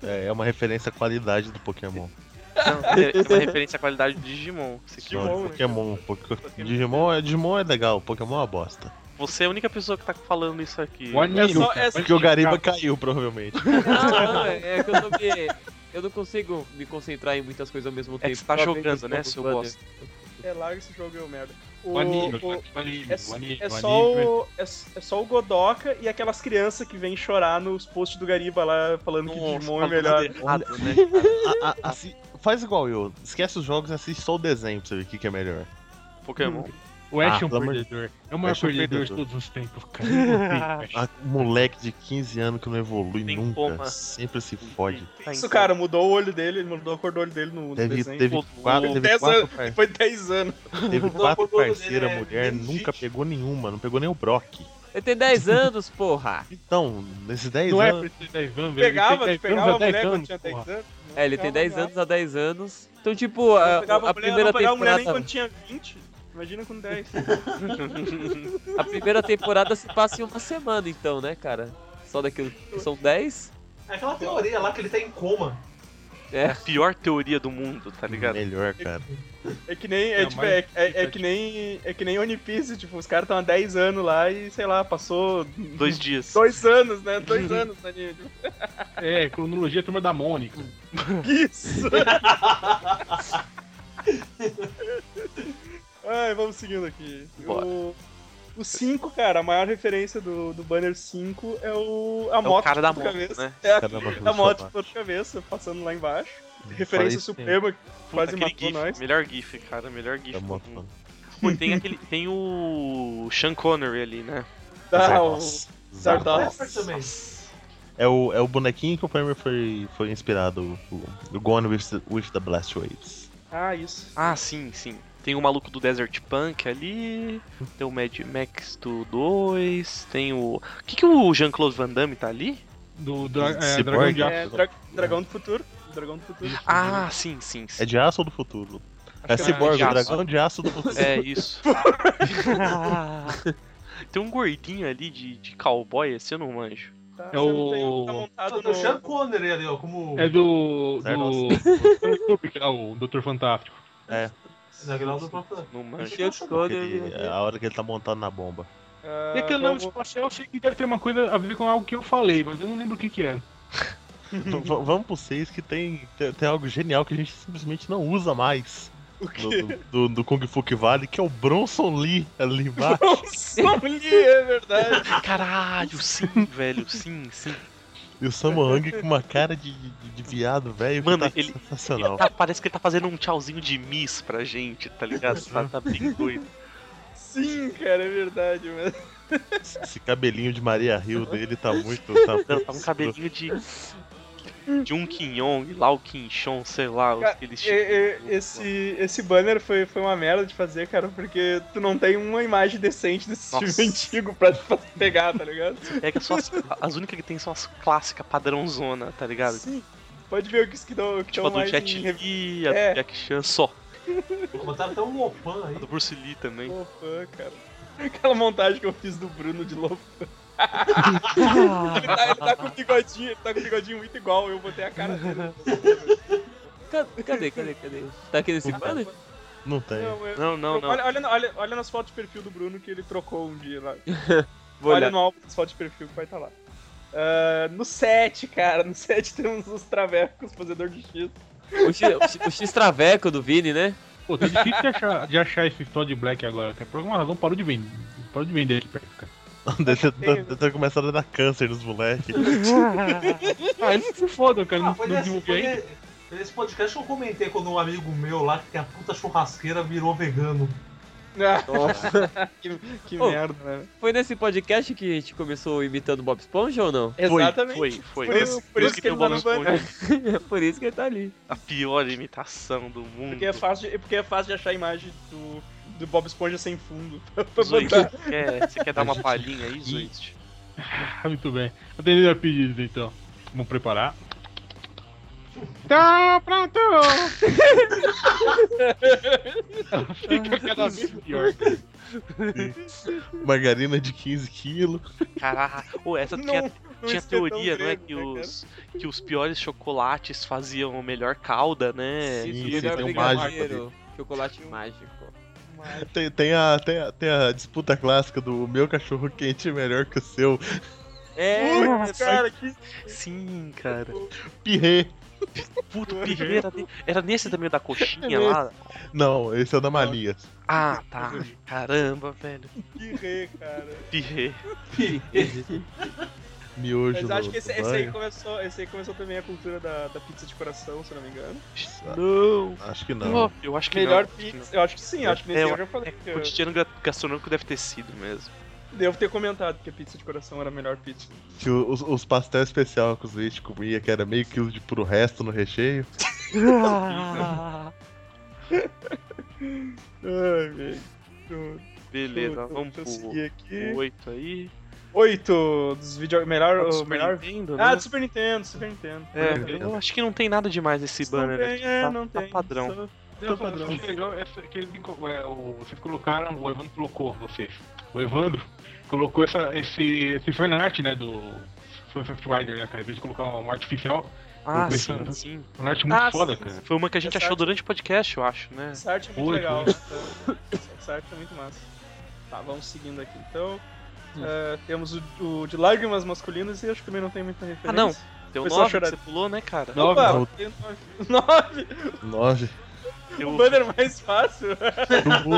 Speaker 4: É, é uma referência à qualidade do Pokémon.
Speaker 3: Não, é é uma referência à qualidade do Digimon. Isso aqui-
Speaker 1: Digimon,
Speaker 4: Não,
Speaker 1: né?
Speaker 4: de Pokémon. Poké- Digimon, é, Digimon é legal, Pokémon é uma bosta.
Speaker 3: Você é a única pessoa que tá falando isso aqui.
Speaker 2: O anil,
Speaker 1: É só-
Speaker 2: cara.
Speaker 1: é
Speaker 2: Mas
Speaker 1: só-
Speaker 4: Porque o Gariba caiu, provavelmente.
Speaker 6: Não, não, é, é que eu tô me... Eu não consigo me concentrar em muitas coisas ao mesmo
Speaker 3: É
Speaker 6: tempo.
Speaker 3: que você tá
Speaker 6: Só vejo
Speaker 3: jogando,
Speaker 6: os
Speaker 3: né,
Speaker 6: novos
Speaker 3: seu
Speaker 6: banner.
Speaker 3: bosta.
Speaker 1: É, larga esse jogo, eu merda. O,
Speaker 2: O anime,
Speaker 1: o-
Speaker 2: o anime,
Speaker 1: é,
Speaker 2: o anime,
Speaker 1: é
Speaker 2: o
Speaker 1: só
Speaker 2: anime. né?
Speaker 1: o, é, é só o Godoka e aquelas crianças que vêm chorar nos posts do Gariba lá falando que Digimon é melhor.
Speaker 3: tá Errado, né?
Speaker 4: [LAUGHS] A- a- assi- Faz igual eu. Esquece os jogos e assiste só o desenho pra você ver o que, que é melhor.
Speaker 3: Pokémon.
Speaker 2: O
Speaker 4: Ah,
Speaker 2: Ash é um
Speaker 4: pelo amor de-
Speaker 2: perdedor. É o maior
Speaker 4: Ash é um
Speaker 2: perdedor de
Speaker 4: perdedor.
Speaker 2: todos os
Speaker 4: [LAUGHS]
Speaker 2: tempos, cara. Eu odeio o Ash.
Speaker 4: Ah, moleque de 15 anos que não evolui
Speaker 3: Tem
Speaker 4: nunca.
Speaker 3: coma.
Speaker 4: Sempre se fode.
Speaker 3: Tá em
Speaker 1: Isso, cara, mudou o olho dele, ele mudou a cor do olho dele no, no
Speaker 4: Teve,
Speaker 1: desenho.
Speaker 4: teve,
Speaker 3: Pô,
Speaker 4: quatro,
Speaker 1: com
Speaker 4: teve,
Speaker 1: 10
Speaker 4: quatro,
Speaker 1: anos-
Speaker 4: par-
Speaker 1: Foi 10 anos.
Speaker 4: teve quatro
Speaker 7: quando ele
Speaker 4: parceiras
Speaker 7: é
Speaker 4: mulher,
Speaker 7: mendigante.
Speaker 4: nunca pegou nenhuma, não pegou nem o Brock.
Speaker 6: Ele tem 10 anos, porra.
Speaker 4: Então, nesses 10
Speaker 2: Não é
Speaker 4: anos.
Speaker 2: preciso 10 anos, velho.
Speaker 1: Pegava,
Speaker 2: Ele tem 10
Speaker 1: pegava a
Speaker 2: anos, dá 10
Speaker 1: mulher quando
Speaker 2: anos,
Speaker 1: tinha 10
Speaker 2: porra.
Speaker 1: anos. né?
Speaker 6: É, ele tem
Speaker 1: Pegava
Speaker 6: 10 anos a 10 anos. Então, tipo, a,
Speaker 1: Eu pegava
Speaker 6: a
Speaker 1: a mulher, eu
Speaker 6: primeira
Speaker 1: não pegava a mulher nem
Speaker 6: temporada.
Speaker 1: quando tinha 20. Imagina com 10.
Speaker 6: A primeira temporada se passa em uma semana, então, né, cara? Só daquilo. São
Speaker 3: [LAUGHS]
Speaker 6: 10?
Speaker 7: É aquela teoria lá que ele tá em coma.
Speaker 6: É.
Speaker 3: [LAUGHS] Pior teoria do mundo, tá ligado?
Speaker 4: Melhor, cara.
Speaker 1: [LAUGHS] É que nem. É,
Speaker 2: É,
Speaker 1: tipo,
Speaker 2: mas-
Speaker 1: é, é- é que nem. É que nem One Piece, tipo, os caras estão há 10 anos lá e, sei lá, passou
Speaker 4: Né.
Speaker 3: Dois dias.
Speaker 1: dois anos, né? Dois
Speaker 2: [LAUGHS]
Speaker 1: anos na linha. de-
Speaker 2: É, cronologia turma da Mônica. [LAUGHS]
Speaker 1: Isso! Ai, vamos seguindo aqui.
Speaker 3: Bora.
Speaker 1: O. O 5, cara, a maior referência do, do banner 5 é o. A
Speaker 3: É o
Speaker 1: moto
Speaker 3: cara da
Speaker 1: de
Speaker 3: moto,
Speaker 1: cabeça.
Speaker 3: né?
Speaker 1: É a,
Speaker 4: Caramba, vamos
Speaker 1: a moto
Speaker 4: falar.
Speaker 1: de ponta cabeça, passando lá embaixo.
Speaker 4: Falei
Speaker 1: Referência
Speaker 4: isso
Speaker 1: suprema que quase
Speaker 3: Aquele
Speaker 1: matou
Speaker 3: gif,
Speaker 1: nós.
Speaker 3: melhor gif, cara, melhor
Speaker 4: sempre,
Speaker 3: gif.
Speaker 4: da é moto, mano.
Speaker 3: Pô, tem aquele, tem o Sean Connery ali, né?
Speaker 1: Tá, o
Speaker 4: Zardos.
Speaker 1: Zardos.
Speaker 7: Pepper também.
Speaker 4: um É o, é o bonequinho que o Primer foi, foi inspirado, o, o Gone with the, with the Blast Waves.
Speaker 1: Ah, isso.
Speaker 3: Ah, sim, sim. Tem o maluco do Desert Punk ali, tem o Mad Max do 2, tem o... O que que o Jean-Claude Van Damme tá ali?
Speaker 2: Do, do é,
Speaker 4: Cyborg.
Speaker 2: Dragão de Aço.
Speaker 1: É, dra- Dragão do Futuro. Dragão do Futuro.
Speaker 3: Ah, sim, sim,
Speaker 4: É
Speaker 3: sim.
Speaker 4: de aço ou do futuro? É
Speaker 3: que é
Speaker 4: Cyborg,
Speaker 3: de aço.
Speaker 4: dragão de aço do futuro. [LAUGHS]
Speaker 3: É, isso. tem um gordinho ali de, de cowboy, assim, eu não manjo.
Speaker 1: Tá,
Speaker 2: É
Speaker 1: eu não tenho-
Speaker 2: o-
Speaker 1: Tá montado
Speaker 7: Tá o Sean
Speaker 1: no...
Speaker 7: Connery ali, ó, como...
Speaker 2: É do.
Speaker 4: É,
Speaker 2: do. é o Doutor Fantástico.
Speaker 7: Zagnaldo é próprio...
Speaker 3: Não manjo.
Speaker 6: Sean Connery.
Speaker 4: Ele- é a hora que ele tá montado na bomba.
Speaker 1: Ah,
Speaker 2: e aquele nome
Speaker 1: vamos-
Speaker 2: espacial, É eu sei que deve ter uma coisa a ver com algo que eu falei, mas eu não lembro o que que é.
Speaker 4: V- Então, v- Vamos pro 6 que tem, tem, tem algo genial que a gente simplesmente não usa mais. Do, do, do Kung Fu que vale, que é o Bronson Lee ali embaixo.
Speaker 1: Sommelier, é verdade.
Speaker 3: Caralho,
Speaker 1: [LAUGHS]
Speaker 3: sim, velho, sim, sim.
Speaker 4: e o Samuel Hung com uma cara de, de, de viado, velho. que
Speaker 3: Mano,
Speaker 4: tá
Speaker 3: ele-
Speaker 7: Então,
Speaker 4: sensacional.
Speaker 3: Tá, parece que ele tá fazendo um tchauzinho de miss pra gente, tá ligado? Tá, tá bem doido.
Speaker 1: Sim, cara, é verdade, mano.
Speaker 4: Esse cabelinho de Maria Hill dele tá muito. Tá,
Speaker 3: Não, tá um cabelinho de. De um Quinyong, lá o Quinchon, sei lá,
Speaker 1: Cara,
Speaker 3: aquele
Speaker 1: E- e- Esse, esse banner foi, foi uma merda de fazer, cara, porque tu não tem uma imagem decente desse
Speaker 3: Nossa.
Speaker 1: time antigo pra, pra pegar, tá ligado?
Speaker 3: É que só as, as únicas que tem são as clássicas padrãozona, tá ligado?
Speaker 1: Sim. Pode ver o que, que dão, o que
Speaker 3: Tipo a
Speaker 1: dão
Speaker 3: do
Speaker 1: mais
Speaker 3: Jet
Speaker 1: em rev-
Speaker 3: Li, a
Speaker 1: É.
Speaker 3: do Jack Chan só.
Speaker 7: Botaram até um Lopan aí.
Speaker 3: A do Bruce Lee também.
Speaker 1: Pô, fã, cara. Aquela montagem que eu fiz do Bruno de Lopan. ele, tá, ele tá com o bigodinho, ele tá com o bigodinho muito igual, eu botei a cara [LAUGHS] dele.
Speaker 6: Ca- Cadê, cadê, cadê? Tá aqui nesse bando?
Speaker 4: não tem. [LAUGHS]
Speaker 1: Não, eu-
Speaker 3: Não, não, não.
Speaker 1: Olha, olha, olha, olha nas fotos de perfil do Bruno que ele trocou um dia lá.
Speaker 6: Vou
Speaker 1: Olha
Speaker 6: olhar.
Speaker 1: no álbum das fotos de perfil que vai estar lá. Ah, no 7, cara, no 7 temos os travecos, fazedor de X.
Speaker 6: O X- o X- o X-Traveco do Vini, né?
Speaker 2: Pô, tá difícil de achar, de achar esse Todd Black agora, cara. Por alguma razão parou de vender. Parou de vender aqui perto, cara.
Speaker 4: Deve ter- ter começado a dar câncer nos moleques.
Speaker 2: Ah, eles se fodam, cara.
Speaker 7: Ah,
Speaker 2: Não,
Speaker 7: foi
Speaker 2: não
Speaker 7: nesse,
Speaker 2: divulguei
Speaker 7: foi
Speaker 2: ainda.
Speaker 7: ne- foi nesse podcast que eu comentei quando um amigo meu lá, que tem a puta churrasqueira, virou vegano.
Speaker 1: [LAUGHS] que que
Speaker 6: Oh.
Speaker 1: merda, né?
Speaker 6: Foi nesse podcast que a gente começou imitando Bob Esponja ou não?
Speaker 1: Exatamente.
Speaker 3: Foi, foi.
Speaker 1: Por isso, por isso que
Speaker 3: tem
Speaker 1: ele tá no
Speaker 3: o Bob
Speaker 1: banner.
Speaker 3: Esponja,
Speaker 6: [LAUGHS] É por isso que ele tá ali.
Speaker 3: A pior imitação do mundo.
Speaker 1: Porque é, fácil de, porque é fácil de achar a imagem do, do Bob Esponja sem fundo. pra
Speaker 3: Zoe,
Speaker 1: botar.
Speaker 3: você quer, você quer dar uma palhinha aí, Zoe?
Speaker 2: Ah, Muito bem. Atendendo a pedidos, então. Vamos preparar. Tá pronto! [LAUGHS] Fica cada vez pior.
Speaker 4: Margarina de 15 quilos.
Speaker 3: Caraca, Ô, essa
Speaker 1: Não,
Speaker 3: tinha,
Speaker 1: não
Speaker 3: tinha
Speaker 1: espetou
Speaker 3: teoria,
Speaker 1: um
Speaker 3: não é?
Speaker 1: dedo,
Speaker 3: Que
Speaker 1: né, cara?
Speaker 3: os, que os piores chocolates faziam a melhor calda, né?
Speaker 4: Sim,
Speaker 6: É, Isso,
Speaker 4: sim,
Speaker 6: melhor
Speaker 4: tem um
Speaker 6: brigadeiro, Chocolate mágico.
Speaker 4: Tem, tem a, tem, a, tem a disputa clássica do meu cachorro quente é melhor que o seu.
Speaker 6: É,
Speaker 1: Putz, cara, que
Speaker 3: Sim, cara.
Speaker 4: Pirrê.
Speaker 3: Puta,
Speaker 1: Uhum.
Speaker 3: o pivê era, ne- era nesse também da coxinha
Speaker 4: É nesse.
Speaker 3: lá?
Speaker 4: Não, esse é o da Malias.
Speaker 3: Ah, tá. Caramba, velho.
Speaker 1: Que rei, cara.
Speaker 3: Pivê.
Speaker 4: Miojo.
Speaker 1: Mas acho
Speaker 4: no-
Speaker 1: que esse,
Speaker 4: no
Speaker 1: esse aí
Speaker 4: banho.
Speaker 1: começou, esse aí começou também a cultura da, da pizza de coração, se não me engano.
Speaker 3: Não.
Speaker 4: Acho que não.
Speaker 3: Eu acho que
Speaker 1: Melhor
Speaker 3: não, acho que não.
Speaker 1: pizza. Eu acho que sim, acho que nesse
Speaker 3: É,
Speaker 1: aí
Speaker 3: eu-
Speaker 1: eu já falei. que
Speaker 3: É,
Speaker 1: eu
Speaker 3: cotidiano gra- gastronômico deve ter sido mesmo.
Speaker 1: devo ter comentado que a pizza de coração era a melhor pizza.
Speaker 4: Que os, os pastéis especial que os leite comia, que era meio quilo de puro resto no recheio.
Speaker 1: Ai, velho. Eu-
Speaker 3: Beleza,
Speaker 1: eu-
Speaker 3: vamos
Speaker 1: eu
Speaker 3: pro
Speaker 1: seguir aqui.
Speaker 3: 8 aí.
Speaker 1: Oito dos vídeos. Melhor.
Speaker 3: Do
Speaker 1: o
Speaker 3: Super
Speaker 1: melhor...
Speaker 3: Nintendo, né?
Speaker 1: Ah, do Super Nintendo, Super Nintendo.
Speaker 3: É,
Speaker 4: Super
Speaker 3: eu
Speaker 4: Nintendo.
Speaker 3: acho que não tem nada demais nesse
Speaker 1: Não
Speaker 3: banner
Speaker 1: tem,
Speaker 3: aqui.
Speaker 1: é,
Speaker 3: tá,
Speaker 1: não
Speaker 3: tá
Speaker 1: tem.
Speaker 3: padrão.
Speaker 1: Só-
Speaker 2: Eu
Speaker 1: Então, padrão.
Speaker 2: acho legal essa- que ele co- é, o- vocês colocaram, o Evandro colocou, vocês. O Evandro colocou essa, esse, esse fanart, né, do Sunset Rider, né, cara? Em vez de colocar um artificial,
Speaker 3: Ah, sim,
Speaker 2: Eu pensando.
Speaker 3: sim.
Speaker 2: fanart muito
Speaker 1: Ah,
Speaker 2: foda,
Speaker 1: sim,
Speaker 2: cara.
Speaker 3: Foi uma que a gente
Speaker 1: Essa
Speaker 3: achou
Speaker 1: arte-
Speaker 3: durante o podcast, eu acho, né?
Speaker 1: Essa arte é muito
Speaker 2: Oito,
Speaker 1: legal.
Speaker 2: né?
Speaker 1: tá? Essa arte é muito massa. Tá, vamos seguindo aqui então. Ah, temos o, o de lágrimas masculinas e acho que também não tem muita referência.
Speaker 3: não. Deu
Speaker 1: Foi só
Speaker 3: 9 que
Speaker 1: chorar.
Speaker 3: você pulou, né, cara?
Speaker 2: Nove,
Speaker 1: Opa, tem nove. [LAUGHS] Nove!
Speaker 4: [LAUGHS] Nove.
Speaker 3: Deu-
Speaker 1: O banner mais fácil.
Speaker 4: um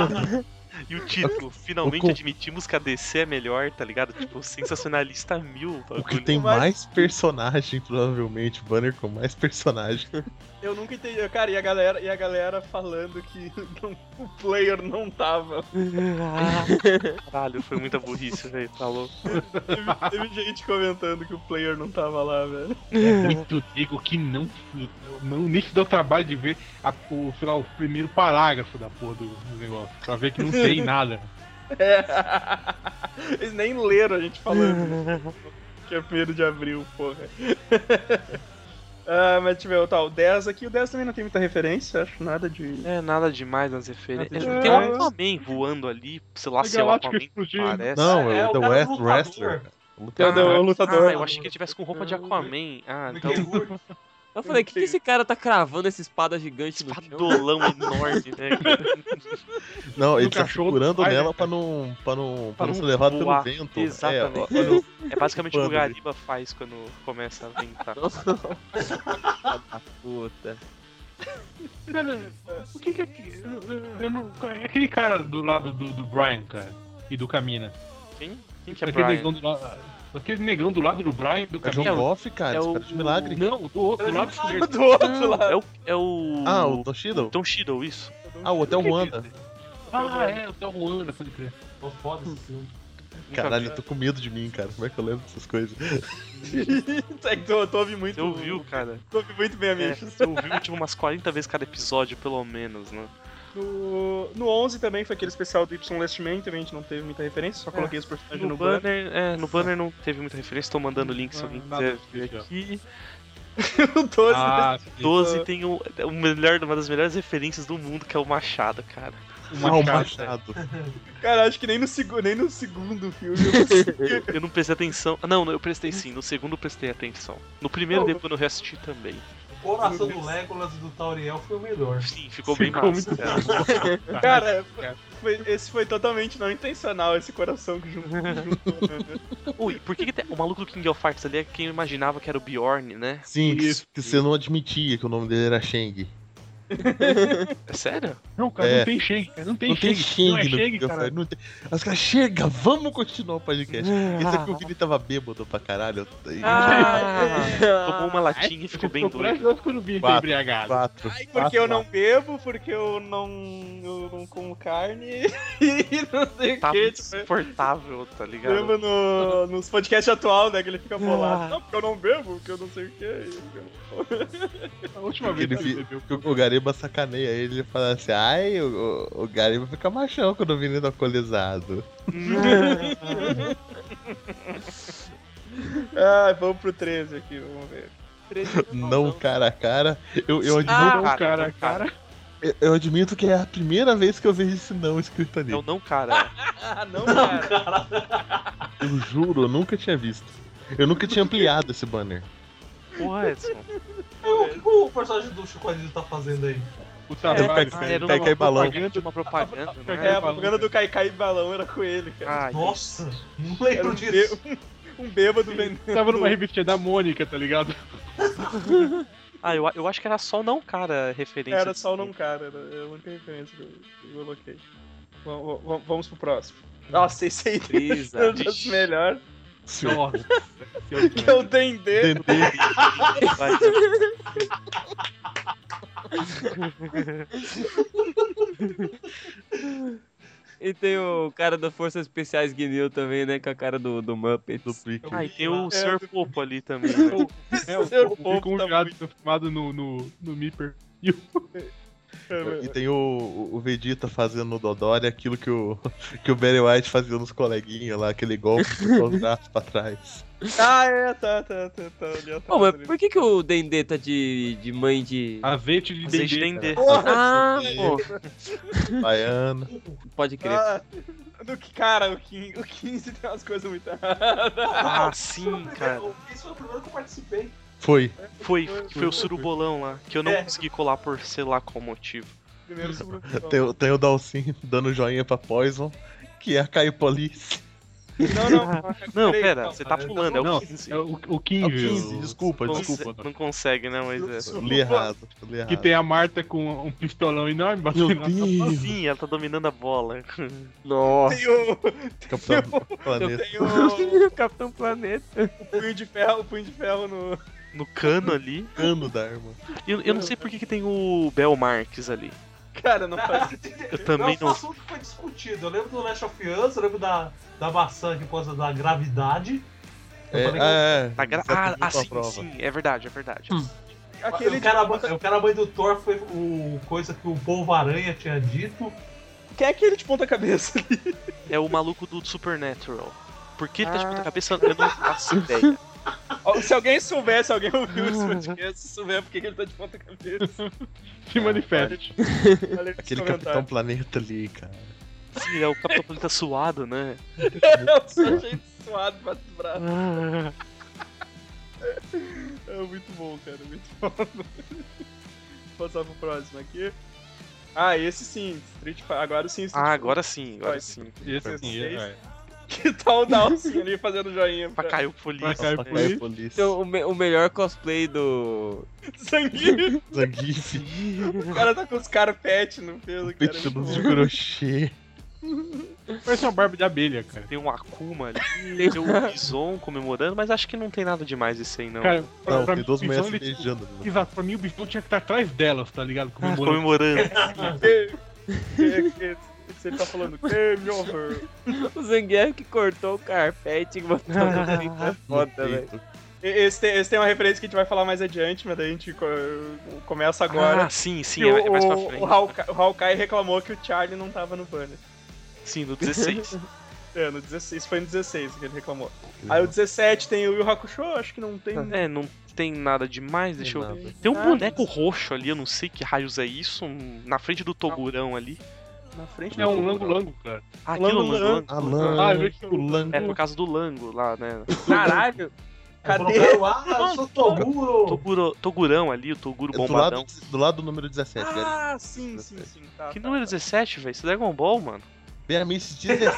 Speaker 3: E
Speaker 1: [LAUGHS]
Speaker 3: o título, finalmente
Speaker 4: o co-
Speaker 3: admitimos que a DC é melhor, tá ligado? Tipo, sensacionalista mil. o
Speaker 4: O que
Speaker 3: bagulho.
Speaker 4: tem
Speaker 1: Mas-
Speaker 4: mais personagem, provavelmente. o Banner com mais personagem.
Speaker 1: Eu nunca entendi. Cara, e a galera, e a galera falando que [LAUGHS] não- o player não tava.
Speaker 3: Caralho, foi muita burrice, velho. Tá louco.
Speaker 1: Teve, teve gente comentando que o player não tava lá, velho.
Speaker 2: É Muito digo que não, não nem se deu trabalho de ver a, o, sei lá, o primeiro parágrafo da porra do, do negócio. Pra ver que não tem nada.
Speaker 1: É. [LAUGHS] Eles nem leram a gente falando. que é 1 de abril, porra. [LAUGHS] Ah, mas tiver o tal, o 10 aqui, o 10 também não tem muita referência, acho nada de.
Speaker 3: É nada demais nas referências.
Speaker 1: Nada
Speaker 3: tem um
Speaker 1: demais.
Speaker 3: Aquaman voando ali, sei lá
Speaker 2: A
Speaker 3: se é o
Speaker 2: Galáctica
Speaker 3: Aquaman que
Speaker 2: explodindo.
Speaker 3: parece.
Speaker 4: Não,
Speaker 7: é
Speaker 4: é, The
Speaker 7: o cara do
Speaker 4: West
Speaker 7: lutador.
Speaker 4: Wrestler.
Speaker 1: É o
Speaker 4: Lutador.
Speaker 1: do- o lutador.
Speaker 3: Ah, eu achei que ele tivesse com roupa de Aquaman. Ah, então [LAUGHS]
Speaker 7: Mickey Rourke.
Speaker 6: Eu falei, o que, que esse cara tá cravando essa espada gigante no chão?
Speaker 3: espadolão enorme, né? cara?
Speaker 1: [LAUGHS]
Speaker 4: Não, ele tá
Speaker 2: cachorro
Speaker 4: segurando
Speaker 2: do pai,
Speaker 4: nela
Speaker 2: né?
Speaker 4: pra não, pra não, pra
Speaker 3: Pra
Speaker 4: não
Speaker 3: não
Speaker 4: ser levado
Speaker 3: voar.
Speaker 4: pelo vento.
Speaker 3: Exatamente.
Speaker 4: É, olha,
Speaker 3: [LAUGHS] É basicamente o que o
Speaker 4: Quando, gente?
Speaker 3: Gariba faz quando começa a ventar.
Speaker 6: Ah, Puta.
Speaker 2: Cara, o que que é que- eu- eu- eu não- é aquele cara do lado do, do Brian, cara, e do Camina.
Speaker 3: Quem, quem que é
Speaker 2: aquele,
Speaker 3: Brian?
Speaker 2: negão do la- aquele negão do lado do Brian e do
Speaker 4: é João
Speaker 2: Camina.
Speaker 4: Goff, cara.
Speaker 3: é
Speaker 4: Esse
Speaker 3: o-
Speaker 4: cara de milagre.
Speaker 2: Não, do outro do lado esquerdo.
Speaker 1: Do outro
Speaker 3: Não,
Speaker 1: lado.
Speaker 3: é o. É o...
Speaker 4: Ah, o Toshido?
Speaker 3: Tom Shido, isso.
Speaker 4: Ah, o Hotel Wanda.
Speaker 2: Ah, é, o Del Ruanda, pode crer.
Speaker 7: Pô, foda esse filme.
Speaker 3: Nunca
Speaker 4: Caralho,
Speaker 3: vi.
Speaker 4: eu tô com medo de mim, cara. Como é que eu lembro dessas coisas?
Speaker 1: [LAUGHS] é que tu, tu ouve muito.
Speaker 3: Você ouviu, cara?
Speaker 1: Tu ouve muito bem a
Speaker 3: É,
Speaker 1: minha.
Speaker 3: você ouviu tipo umas 40 vezes cada episódio, pelo menos, né?
Speaker 1: No, no 11 também foi aquele especial do Y Last Man, também a gente não teve muita referência, só coloquei os personagens
Speaker 3: No,
Speaker 1: Tá no banner.
Speaker 3: banner, é, no banner não teve muita referência, tô mandando o link se alguém
Speaker 2: Nada
Speaker 3: quiser ver
Speaker 2: especial.
Speaker 3: aqui.
Speaker 1: [LAUGHS] No 12,
Speaker 2: Ah,
Speaker 3: 12 tem o, é o melhor, uma das melhores referências do mundo, que é o Machado, cara.
Speaker 4: Ah, o Machado.
Speaker 1: cara, acho que nem no, segu, nem no segundo filme eu consegui.
Speaker 3: Eu não prestei atenção. Ah, Não, eu prestei sim, no segundo eu prestei atenção. No primeiro, depois eu reassisti também.
Speaker 7: O coração do Legolas e do Tauriel foi o melhor.
Speaker 3: Sim, ficou bem
Speaker 2: Ficou
Speaker 3: massa. é.
Speaker 2: muito
Speaker 3: cara.
Speaker 1: Cara, foi- esse foi totalmente não intencional, esse coração que juntou. juntou, né?
Speaker 3: Ui, por que, que tem- o maluco do King of Hearts ali é quem eu imaginava que era o Bjorn, né?
Speaker 4: Sim, que, que você não admitia que o nome dele era Shang.
Speaker 3: É sério?
Speaker 2: Não, cara,
Speaker 4: É.
Speaker 2: não tem Shang, cara, não tem
Speaker 4: Não tem
Speaker 2: Shang. Não é
Speaker 4: Shang no
Speaker 2: Shang,
Speaker 4: Big
Speaker 2: cara.
Speaker 4: Fire. Não tem... As caras, chega, vamos continuar o podcast. Esse
Speaker 6: Ah.
Speaker 4: aqui o Vini tava bêbado pra caralho. E-
Speaker 3: Ah, tomou uma
Speaker 2: é?
Speaker 3: latinha e ficou bem
Speaker 2: Parece
Speaker 3: doido.
Speaker 2: dois quando vi tá
Speaker 4: Quatro.
Speaker 2: embriagado.
Speaker 4: Quatro.
Speaker 1: Ai, [LAUGHS] porque
Speaker 4: quatro
Speaker 1: eu não bebo, porque eu não, eu não como carne [LAUGHS] e não sei o
Speaker 3: Tá
Speaker 1: que.
Speaker 3: muito
Speaker 1: Tipo,
Speaker 3: insuportável, tá ligado?
Speaker 1: lembro no, nos podcasts atual, né, que ele fica bolado.
Speaker 3: Ah.
Speaker 1: Não, porque eu não bebo, porque eu não sei o que.
Speaker 2: A última
Speaker 4: Porque
Speaker 2: vez que
Speaker 4: ele
Speaker 2: ele
Speaker 4: vi-
Speaker 2: bebeu.
Speaker 4: que O Gariba sacaneia ele e fala assim: ai, o, o- o Gariba fica machão quando o Vini tá alcoolizado.
Speaker 1: Ah, vamos pro 13 aqui, vamos ver. 13
Speaker 4: Não cara a cara. Eu, eu, admito,
Speaker 2: Ah,
Speaker 3: cara,
Speaker 2: cara,
Speaker 3: não, cara.
Speaker 2: cara.
Speaker 4: eu- eu admito que é a primeira vez que eu vejo esse não escrito ali.
Speaker 3: Eu não, cara.
Speaker 1: Ah, não, cara.
Speaker 4: Eu juro, eu nunca tinha visto. Eu nunca tinha ampliado esse banner.
Speaker 3: Porra, Edson.
Speaker 7: É, o que o personagem do Chico Anísio tá fazendo aí?
Speaker 2: O trabalho,
Speaker 4: Ah,
Speaker 3: Ah,
Speaker 2: cara.
Speaker 3: era
Speaker 4: Cai,
Speaker 3: uma
Speaker 4: cai, balão.
Speaker 3: propaganda de uma propaganda, não
Speaker 1: É,
Speaker 3: era?
Speaker 1: a propaganda do Kaikai e Balão era com ele, cara.
Speaker 3: Ai,
Speaker 7: Nossa, não
Speaker 1: Era um,
Speaker 7: lembro disso.
Speaker 1: bê- um bêbado vendendo.
Speaker 4: [LAUGHS]
Speaker 2: Tava numa revistinha da Mônica, tá ligado?
Speaker 3: Ah, eu, eu acho que era só o não cara a referência.
Speaker 1: Era só o não cara, era era a única referência que eu, que eu coloquei. Vam- vam- Vamos pro próximo. Nossa, esse aí tem
Speaker 6: Frieza.
Speaker 1: um dos melhores.
Speaker 2: Nossa,
Speaker 1: Que é o Dendê.
Speaker 3: Vai.
Speaker 6: [LAUGHS] E tem o cara das Forças Especiais Guineu também, né? Com a cara do, do Muppets.
Speaker 4: do Prick.
Speaker 3: Ah, e tem o
Speaker 1: É,
Speaker 3: Sr. Popo ali também. né?
Speaker 2: é, o
Speaker 1: Seu
Speaker 2: povo
Speaker 1: povo
Speaker 2: fica um
Speaker 1: tá
Speaker 2: viado filmado no, no, no Miper.
Speaker 4: E tem o, o Vegeta fazendo no Dodori aquilo que o, que o Barry White fazia nos coleguinhas lá, aquele golpe com os braços pra trás.
Speaker 1: Ah, é, tá, tá, tá, tá. ali atrás,
Speaker 6: Pô, mas
Speaker 1: ali.
Speaker 6: por que, que o Dendê tá de, de mãe de.
Speaker 2: Azeite de
Speaker 3: Vocês
Speaker 2: dendê.
Speaker 3: entender.
Speaker 6: Ah, pô.
Speaker 4: Baiana.
Speaker 6: Pode crer.
Speaker 1: Ah, do que, cara, o 15, o 15 tem umas coisas muito erradas.
Speaker 3: Ah, sim, cara.
Speaker 7: Esse foi o primeiro que eu participei.
Speaker 4: Foi.
Speaker 3: Foi, foi o surubolão lá, que eu não consegui colar por sei lá qual motivo.
Speaker 1: Primeiro sobre o
Speaker 4: Tem, o- tem o Dalsin dando joinha pra Poison, que é a Caio Police.
Speaker 1: Não, não,
Speaker 3: Não,
Speaker 1: Peraí,
Speaker 3: pera,
Speaker 1: não,
Speaker 3: você tá
Speaker 7: cara,
Speaker 3: pulando, é o
Speaker 2: não,
Speaker 3: 15.
Speaker 2: É o, o
Speaker 4: É o
Speaker 2: 15.
Speaker 4: 15,
Speaker 2: o-
Speaker 4: desculpa,
Speaker 3: Não
Speaker 4: desculpa.
Speaker 3: se- Não consegue, né, mas é.
Speaker 4: Eu Li errado, eu li
Speaker 2: Que
Speaker 4: errado.
Speaker 2: tem a Marta com um pistolão enorme batendo
Speaker 4: Meu
Speaker 2: na
Speaker 4: Deus.
Speaker 3: Sim, ela tá dominando a bola.
Speaker 6: Nossa.
Speaker 1: tem o,
Speaker 4: Capitão Planeta.
Speaker 1: tem
Speaker 6: [LAUGHS]
Speaker 1: o,
Speaker 6: Capitão Planeta.
Speaker 1: o punho de ferro, o punho de ferro no...
Speaker 3: No cano ali.
Speaker 4: Cano da arma.
Speaker 3: E Eu, eu não sei por que, que tem o Bel Marques ali.
Speaker 1: Cara, não faz
Speaker 3: Eu também
Speaker 7: é um
Speaker 3: não.
Speaker 7: assunto que foi discutido. Eu lembro do Last of Us, eu lembro da, da maçã que pode da gravidade. Eu
Speaker 4: É,
Speaker 7: falei que-
Speaker 4: é,
Speaker 3: Tá gra...
Speaker 4: você
Speaker 3: Ah,
Speaker 4: acertou
Speaker 3: ah,
Speaker 4: a
Speaker 3: sim,
Speaker 4: prova.
Speaker 3: sim, é verdade, é verdade.
Speaker 1: Aquele
Speaker 7: o, cara, o cara mãe do Thor foi o coisa que o povo aranha tinha dito.
Speaker 1: de... Quem é aquele de ponta cabeça?
Speaker 3: É o maluco do Supernatural. Por que ele tá de
Speaker 1: Ah.
Speaker 3: ponta cabeça? Eu não faço ideia.
Speaker 1: Ó, Se alguém soubesse, alguém ouviu
Speaker 6: Hum.
Speaker 1: esse podcast, se souber por que que ele tá de ponta cabeça.
Speaker 2: Se manifeste.
Speaker 1: Olha esse
Speaker 4: Aquele Capitão
Speaker 1: comentário.
Speaker 4: Planeta ali, cara.
Speaker 3: Sim, é o Capitão Planeta suado, né?
Speaker 1: [LAUGHS] Eu sou gente suado, bate o braço. É muito bom, cara, muito [LAUGHS] bom. Vou passar pro próximo aqui. Ah, esse sim, Street Fighter. Agora sim, Street
Speaker 3: Ah, agora sim, agora sim.
Speaker 2: Esse assim, é,
Speaker 1: 16.
Speaker 2: é.
Speaker 1: Que tal o Dalsin ali fazendo joinha
Speaker 3: Pra
Speaker 1: pra
Speaker 3: cair o polícia.
Speaker 2: Pra cair o
Speaker 3: né?
Speaker 2: polícia.
Speaker 4: Caio Police.
Speaker 6: Então, o, me- o melhor cosplay do.
Speaker 1: [LAUGHS] sangue?
Speaker 4: Zangief.
Speaker 1: O cara tá com os caras pet no pelo, cara. é muito
Speaker 4: Petilos de
Speaker 1: bom.
Speaker 4: crochê.
Speaker 2: Parece uma barba de abelha, cara.
Speaker 3: Tem um Akuma
Speaker 4: [LAUGHS]
Speaker 3: ali, tem um Bison comemorando, mas acho que não tem nada demais isso aí, não.
Speaker 2: Cara,
Speaker 4: Não,
Speaker 2: pra
Speaker 4: tem
Speaker 2: mim,
Speaker 4: duas
Speaker 2: o
Speaker 4: mulheres
Speaker 2: Bison,
Speaker 4: se
Speaker 2: ele-
Speaker 4: beijando.
Speaker 2: Exato, pra mim o Bison tinha que estar atrás delas, tá ligado?
Speaker 1: é
Speaker 2: Comemorando.
Speaker 3: comemorando.
Speaker 1: Que- que- que- que- que Ele tá falando Game Over.
Speaker 6: O Zangief que cortou o carpete e botou
Speaker 2: [LAUGHS]
Speaker 6: no peito. É
Speaker 4: no
Speaker 6: foda, velho.
Speaker 4: peito.
Speaker 1: E- Esse tem, esse tem uma referência que a gente vai falar mais adiante, mas daí a gente co- começa agora.
Speaker 3: Ah, sim, sim,
Speaker 1: Que o,
Speaker 3: é mais pra
Speaker 1: o,
Speaker 3: frente.
Speaker 1: o, Hawkeye, o Hawkeye reclamou que o Charlie não tava no banner.
Speaker 3: Sim, no 16.
Speaker 1: É, no 16, isso foi no 16 que ele reclamou. Aí o 17 tem o Yu Hakusho, acho que não [LAUGHS] tem. né?
Speaker 3: [LAUGHS] é, não tem nada demais, deixa eu...
Speaker 4: Nada.
Speaker 3: Tem um
Speaker 1: Ah,
Speaker 3: boneco roxo ali, eu não sei que raios é isso, um- na frente do Togurão ali.
Speaker 1: Na frente
Speaker 2: É um lango-lango, cara.
Speaker 3: Ah, aquilo
Speaker 1: Lango,
Speaker 3: lango,
Speaker 4: Ah,
Speaker 3: lango.
Speaker 2: Ah, eu
Speaker 4: Lango,
Speaker 2: vejo que o-
Speaker 4: Lango.
Speaker 3: É, por causa do lango lá, né?
Speaker 1: Caralho! Cadê?
Speaker 7: Colocaram, ah, eu sou
Speaker 1: Oh.
Speaker 7: Toguro!
Speaker 3: Toguro, Togurão ali, o Toguro
Speaker 4: É do, lado,
Speaker 3: bombadão.
Speaker 4: do lado do número 17, velho.
Speaker 1: Ah, sim, sim, sim. Tá,
Speaker 3: Que
Speaker 1: tá,
Speaker 3: número
Speaker 1: tá.
Speaker 3: 17, velho? Isso é Dragon Ball, mano.
Speaker 4: Beramice 17.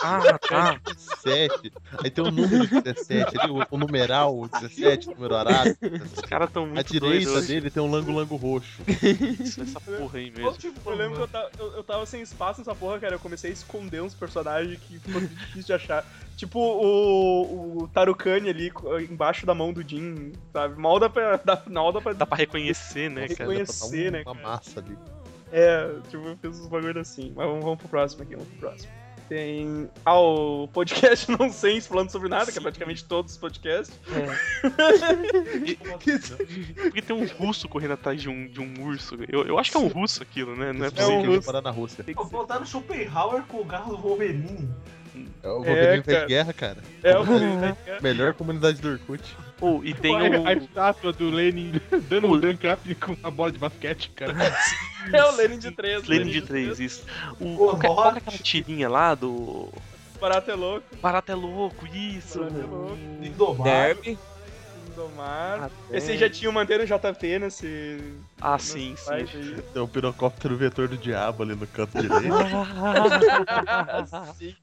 Speaker 3: Ah, tá.
Speaker 4: 17. Aí tem o número 17 ali, o, o numeral o 17, o número arado.
Speaker 3: Os caras tão
Speaker 4: A
Speaker 3: muito doidos
Speaker 4: direita
Speaker 3: hoje.
Speaker 4: dele tem um lango-lango roxo.
Speaker 3: Essa porra aí
Speaker 1: Eu,
Speaker 3: mesmo.
Speaker 1: tipo, eu lembro que eu tava, eu, eu tava sem espaço nessa porra, cara. Eu comecei a esconder uns personagens que ficou
Speaker 3: [LAUGHS]
Speaker 1: difícil de achar. Tipo o, o Tarukani ali co- embaixo da mão do Jin, sabe? Mal dá pra. dá- mal dá pra.
Speaker 3: Dá pra reconhecer, né,
Speaker 4: Nossa,
Speaker 3: cara?
Speaker 4: dá pra botar
Speaker 1: Reconhecer, né,
Speaker 4: Uma
Speaker 1: cara?
Speaker 4: massa ali.
Speaker 1: É, tipo, eu fiz uns bagulho assim. Mas vamos, vamos pro próximo aqui, vamos pro próximo. Tem. Ah, o podcast [LAUGHS] Nonsense falando sobre nada, que é praticamente todos os podcasts.
Speaker 3: Porque tem um russo correndo atrás de um, de um urso. Eu, eu acho que é um russo aquilo, né? Não é
Speaker 4: Não sei
Speaker 1: um
Speaker 4: que ele vai
Speaker 1: russo.
Speaker 4: parar na Rússia.
Speaker 7: Pô, Botaram o Schopenhauer com o garro do Wolverine.
Speaker 4: É, O governo fez
Speaker 1: cara.
Speaker 4: guerra, cara.
Speaker 1: É,
Speaker 3: [LAUGHS]
Speaker 1: eu falei, né, que é-
Speaker 4: Melhor comunidade do Orkut.
Speaker 3: Pô, e tem um
Speaker 2: Olha A
Speaker 3: o.
Speaker 2: estátua do Lenin [LAUGHS] dando um dunk rápido com uma bola de basquete, cara.
Speaker 1: é o Lenin de 3.
Speaker 3: Lenin de 3, isso. O,
Speaker 7: Pô,
Speaker 3: qual que é- qual é aquela
Speaker 7: Hot.
Speaker 3: tirinha lá do.
Speaker 1: O barato é louco,
Speaker 3: Barata é louco, isso.
Speaker 1: Barata é louco.
Speaker 7: Lindomar.
Speaker 6: Derby.
Speaker 1: Indomar.
Speaker 3: Ah,
Speaker 1: Esse aí
Speaker 4: é.
Speaker 3: tem.
Speaker 1: já tinha o Manter o JP nesse.
Speaker 3: Ah, sim, sim.
Speaker 1: site aí.
Speaker 4: Tem um pirocóptero vetor do diabo ali no canto direito.
Speaker 3: Ah,
Speaker 1: [LAUGHS] Ah,
Speaker 4: [LAUGHS]
Speaker 1: Sim.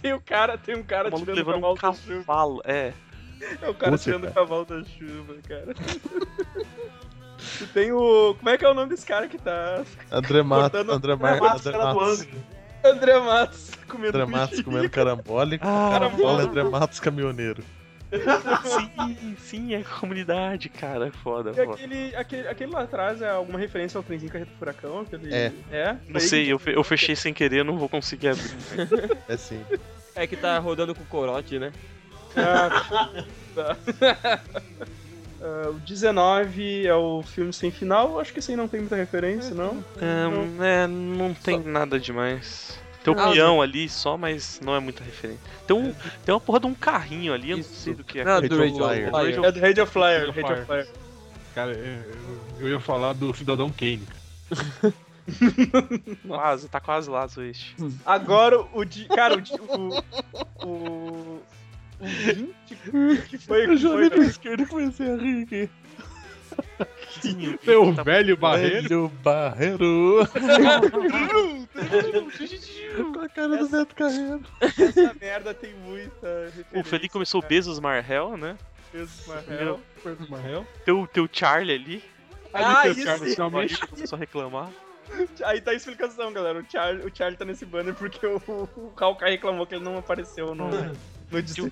Speaker 1: Tem o cara, tem um cara
Speaker 3: O maluco
Speaker 1: tirando o
Speaker 3: levando
Speaker 1: cavalo
Speaker 3: um
Speaker 1: da chuva.
Speaker 3: cavalo. É.
Speaker 1: É o cara
Speaker 4: Puta,
Speaker 1: tirando o
Speaker 4: cara.
Speaker 1: cavalo da chuva, cara. [LAUGHS] E tem o. Como é que é o nome desse cara que tá.
Speaker 4: [LAUGHS]
Speaker 1: [LAUGHS]
Speaker 4: André Matos,
Speaker 1: Cortando-
Speaker 4: André
Speaker 7: É a
Speaker 4: Matos, André
Speaker 7: máscara do
Speaker 4: Matos.
Speaker 7: Angra.
Speaker 1: André Matos comendo.
Speaker 4: André Matos
Speaker 1: bicho.
Speaker 4: comendo carambole.
Speaker 1: Carambola.
Speaker 4: Carambola, Ah, André Matos caminhoneiro.
Speaker 3: Sim, sim, é comunidade, cara. É foda,
Speaker 1: E
Speaker 3: foda.
Speaker 1: aquele, aquele, aquele lá atrás é alguma referência ao trenzinho carreta do furacão? Aquele...
Speaker 4: É.
Speaker 1: É?
Speaker 3: Não sei, eu, fe- eu fechei sem querer, não vou conseguir abrir.
Speaker 4: É sim.
Speaker 6: É que tá rodando com corote, né?
Speaker 1: Ah, tá. [LAUGHS] Ah, o 19 é o filme sem final, acho que esse aí não tem muita referência, não?
Speaker 3: Ahn, é, não tem nada demais. Tem o
Speaker 6: Ah,
Speaker 3: peão ali só, mas não é muita referência. Tem, um, tem uma porra de um carrinho ali, eu não
Speaker 6: Isso. Ah,
Speaker 3: sei do que é.
Speaker 6: Não,
Speaker 4: Rage
Speaker 6: do
Speaker 4: of
Speaker 6: Rage of
Speaker 4: Fire.
Speaker 6: Fire.
Speaker 1: É do Radio Flyer,
Speaker 2: Rage
Speaker 1: Rage
Speaker 2: of
Speaker 1: of Flyer.
Speaker 2: Cara, eu, eu ia falar do Cidadão Kane.
Speaker 3: Quase, tá quase lá, Zwist.
Speaker 1: Agora o de. Cara, o. de- o, o... O 20 que foi.
Speaker 4: Eu
Speaker 1: Que
Speaker 4: já olhei
Speaker 1: foi
Speaker 4: pra esquerda e comecei a rir aqui.
Speaker 2: Meu
Speaker 3: Tá
Speaker 2: velho barreiro.
Speaker 4: Barreiro, barreiro. Com a cara do Beto Carreiro.
Speaker 1: essa merda tem muita referência.
Speaker 3: O Feli começou o Bezos Marhel, né?
Speaker 1: Bezos Marrel.
Speaker 3: Primeiro- Tem o, tem o Charlie ali.
Speaker 1: Ah,
Speaker 2: Ele tem o Charles
Speaker 1: isso!
Speaker 3: Aí
Speaker 2: Finalmente.
Speaker 3: ele começou a reclamar.
Speaker 1: Aí tá a explicação, galera. O Charlie, o Charlie tá nesse banner porque o, o Hawkeye reclamou que ele não apareceu no, no Disney.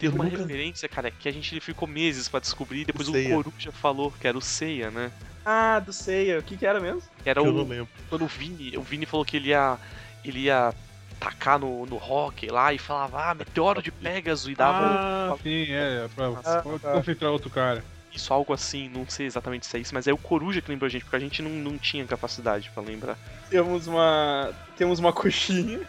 Speaker 3: Teve uma
Speaker 4: nunca-
Speaker 3: referência, cara, que a gente ficou meses pra descobrir. Depois o
Speaker 4: Seiya.
Speaker 3: Coruja falou que era o Seiya, né?
Speaker 1: Ah, do Seiya. O que que era mesmo?
Speaker 3: Que era
Speaker 4: Eu
Speaker 3: o,
Speaker 4: não lembro.
Speaker 3: quando o Vini, o Vini falou que ele ia, ele ia tacar no, no hockey lá e falava, ah, meteoro de Pegasus e dava
Speaker 2: Ah, sim, é. Pra,
Speaker 1: Ah,
Speaker 2: pra
Speaker 1: tá.
Speaker 2: concentrar outro cara.
Speaker 3: isso, algo assim, não sei exatamente se é isso, mas é o Coruja que lembrou a gente, porque a gente não, não tinha capacidade pra lembrar.
Speaker 1: Temos uma. Temos uma
Speaker 2: [LAUGHS]
Speaker 1: coxinha.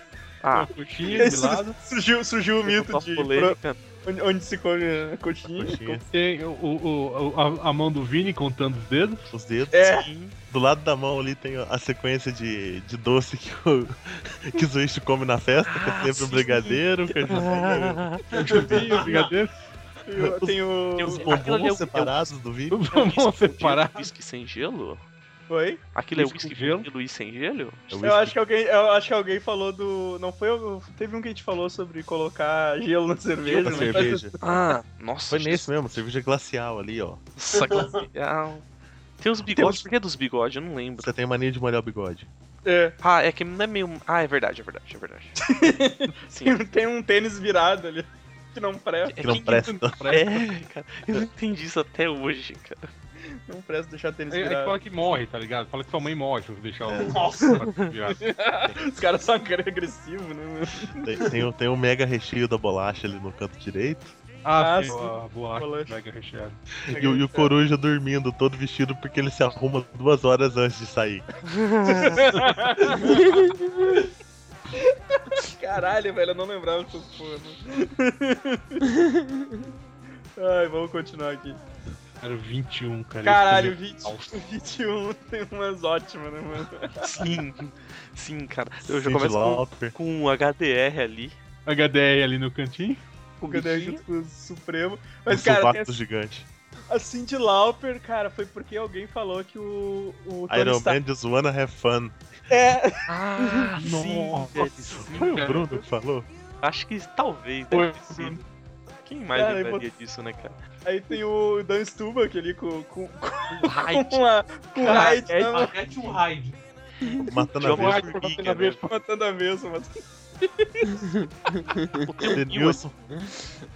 Speaker 3: Ah,
Speaker 2: Uma coxinha de
Speaker 1: Esse-
Speaker 2: lado.
Speaker 1: Surgiu, surgiu o mito
Speaker 3: uma
Speaker 1: de pro-
Speaker 3: polêmica.
Speaker 1: onde, onde se come a coxinha.
Speaker 4: Coxinha,
Speaker 2: Tem o, o- o- a, a mão do Vini contando os dedos.
Speaker 4: os dedos.
Speaker 1: É.
Speaker 2: [LAUGHS]
Speaker 3: Sim.
Speaker 4: Do lado da mão ali tem a sequência de, de doce que o, que o [LAUGHS] Zuichi come na festa, que é
Speaker 3: Ah,
Speaker 4: sempre um
Speaker 3: sim.
Speaker 4: brigadeiro, que é
Speaker 3: Ah,
Speaker 2: Tudinho, [LAUGHS] brigadeiro.
Speaker 1: Tem o- Tem
Speaker 3: Tem
Speaker 1: o.
Speaker 3: os-
Speaker 4: os
Speaker 3: Aquilo ali é o-
Speaker 4: bombons separados do vídeo.
Speaker 3: é o
Speaker 2: Vamos
Speaker 3: whisky sem
Speaker 2: separar.
Speaker 3: gelo? Whisky sem gelo?
Speaker 1: Oi?
Speaker 3: Aquilo é
Speaker 2: Whisky
Speaker 3: whisky
Speaker 2: com
Speaker 3: com
Speaker 2: gelo?
Speaker 3: gelo e sem gelo?
Speaker 1: Eu acho que alguém. Eu acho que alguém falou do. Não foi. eu- Teve um que a gente falou sobre colocar gelo na cerveja,
Speaker 4: Pra
Speaker 1: né?
Speaker 4: cerveja.
Speaker 3: Ah, nossa.
Speaker 4: É Foi nesse mesmo, cerveja glacial ali, ó.
Speaker 3: Nossa, [LAUGHS] glacial. Ah, Tem os bigodes, por que é dos bigodes? Eu não lembro.
Speaker 4: Você tem mania de molhar o bigode.
Speaker 1: É.
Speaker 3: Ah, é que não é meio. Ah, é verdade, é verdade, é
Speaker 2: [LAUGHS]
Speaker 3: verdade. Sim.
Speaker 1: Tem, tem um tênis virado ali. Que não presta,
Speaker 3: É
Speaker 4: Que não
Speaker 3: que-
Speaker 4: presta.
Speaker 3: É, cara. Eu não entendi isso até hoje, cara.
Speaker 1: não presta deixar tênis
Speaker 2: É, é que
Speaker 1: virado.
Speaker 2: fala que morre, tá ligado? Fala que sua mãe morre se você deixar o.
Speaker 7: Nossa,
Speaker 1: Os caras são agressivos, né?
Speaker 4: [LAUGHS] Tem, tem, o- tem um mega recheio da bolacha ali no canto direito.
Speaker 2: Ah,
Speaker 1: Ah,
Speaker 2: sim.
Speaker 1: sim.
Speaker 2: Boa, boa.
Speaker 1: Bolacha.
Speaker 2: Mega recheado.
Speaker 3: É
Speaker 4: E, o- e o coruja dormindo, todo vestido, porque ele se arruma duas horas antes de sair.
Speaker 1: Caralho, velho, eu não lembrava dessas porra. mano. [LAUGHS] Ai, vamos continuar aqui.
Speaker 2: Era o 21, cara.
Speaker 1: Caralho, um, o
Speaker 3: [LAUGHS]
Speaker 2: Esse
Speaker 1: 20, o 21 tem umas ótimas, né, mano?
Speaker 3: Sim, sim, cara. Eu já
Speaker 4: Cyndi
Speaker 3: começo com,
Speaker 4: Lauper.
Speaker 3: com um HDR ali.
Speaker 2: HDR ali no cantinho.
Speaker 1: O Cadê é junto com o Supremo.
Speaker 4: O
Speaker 1: Mas, cara,
Speaker 4: sovaco do
Speaker 1: tem
Speaker 4: um gigante.
Speaker 1: a, a Cindy Lauper, cara, foi porque alguém falou que o, o Tony
Speaker 4: Iron
Speaker 1: Stark...
Speaker 4: Man just wanna have fun.
Speaker 1: É,
Speaker 3: Ah, sim,
Speaker 2: nossa.
Speaker 3: velho, sim.
Speaker 4: Foi o
Speaker 2: cara.
Speaker 4: Bruno que falou?
Speaker 3: Acho que talvez
Speaker 2: Foi.
Speaker 3: deve ter sido. Quem mais
Speaker 1: Cara,
Speaker 3: lembraria disso, né, cara?
Speaker 1: aí tem o Dan Stubach ali com, com, com,
Speaker 3: O
Speaker 1: [LAUGHS]
Speaker 3: Hyde.
Speaker 1: a, com o
Speaker 7: Caralho,
Speaker 3: é
Speaker 1: Hyde, né, mano?
Speaker 7: Mete um raid.
Speaker 4: Matando a
Speaker 3: João
Speaker 4: vez.
Speaker 3: Arthur
Speaker 2: Pra bater
Speaker 3: Giga,
Speaker 2: na né?
Speaker 3: velho.
Speaker 2: vez.
Speaker 1: matando a mesa, mano.
Speaker 4: Denilson.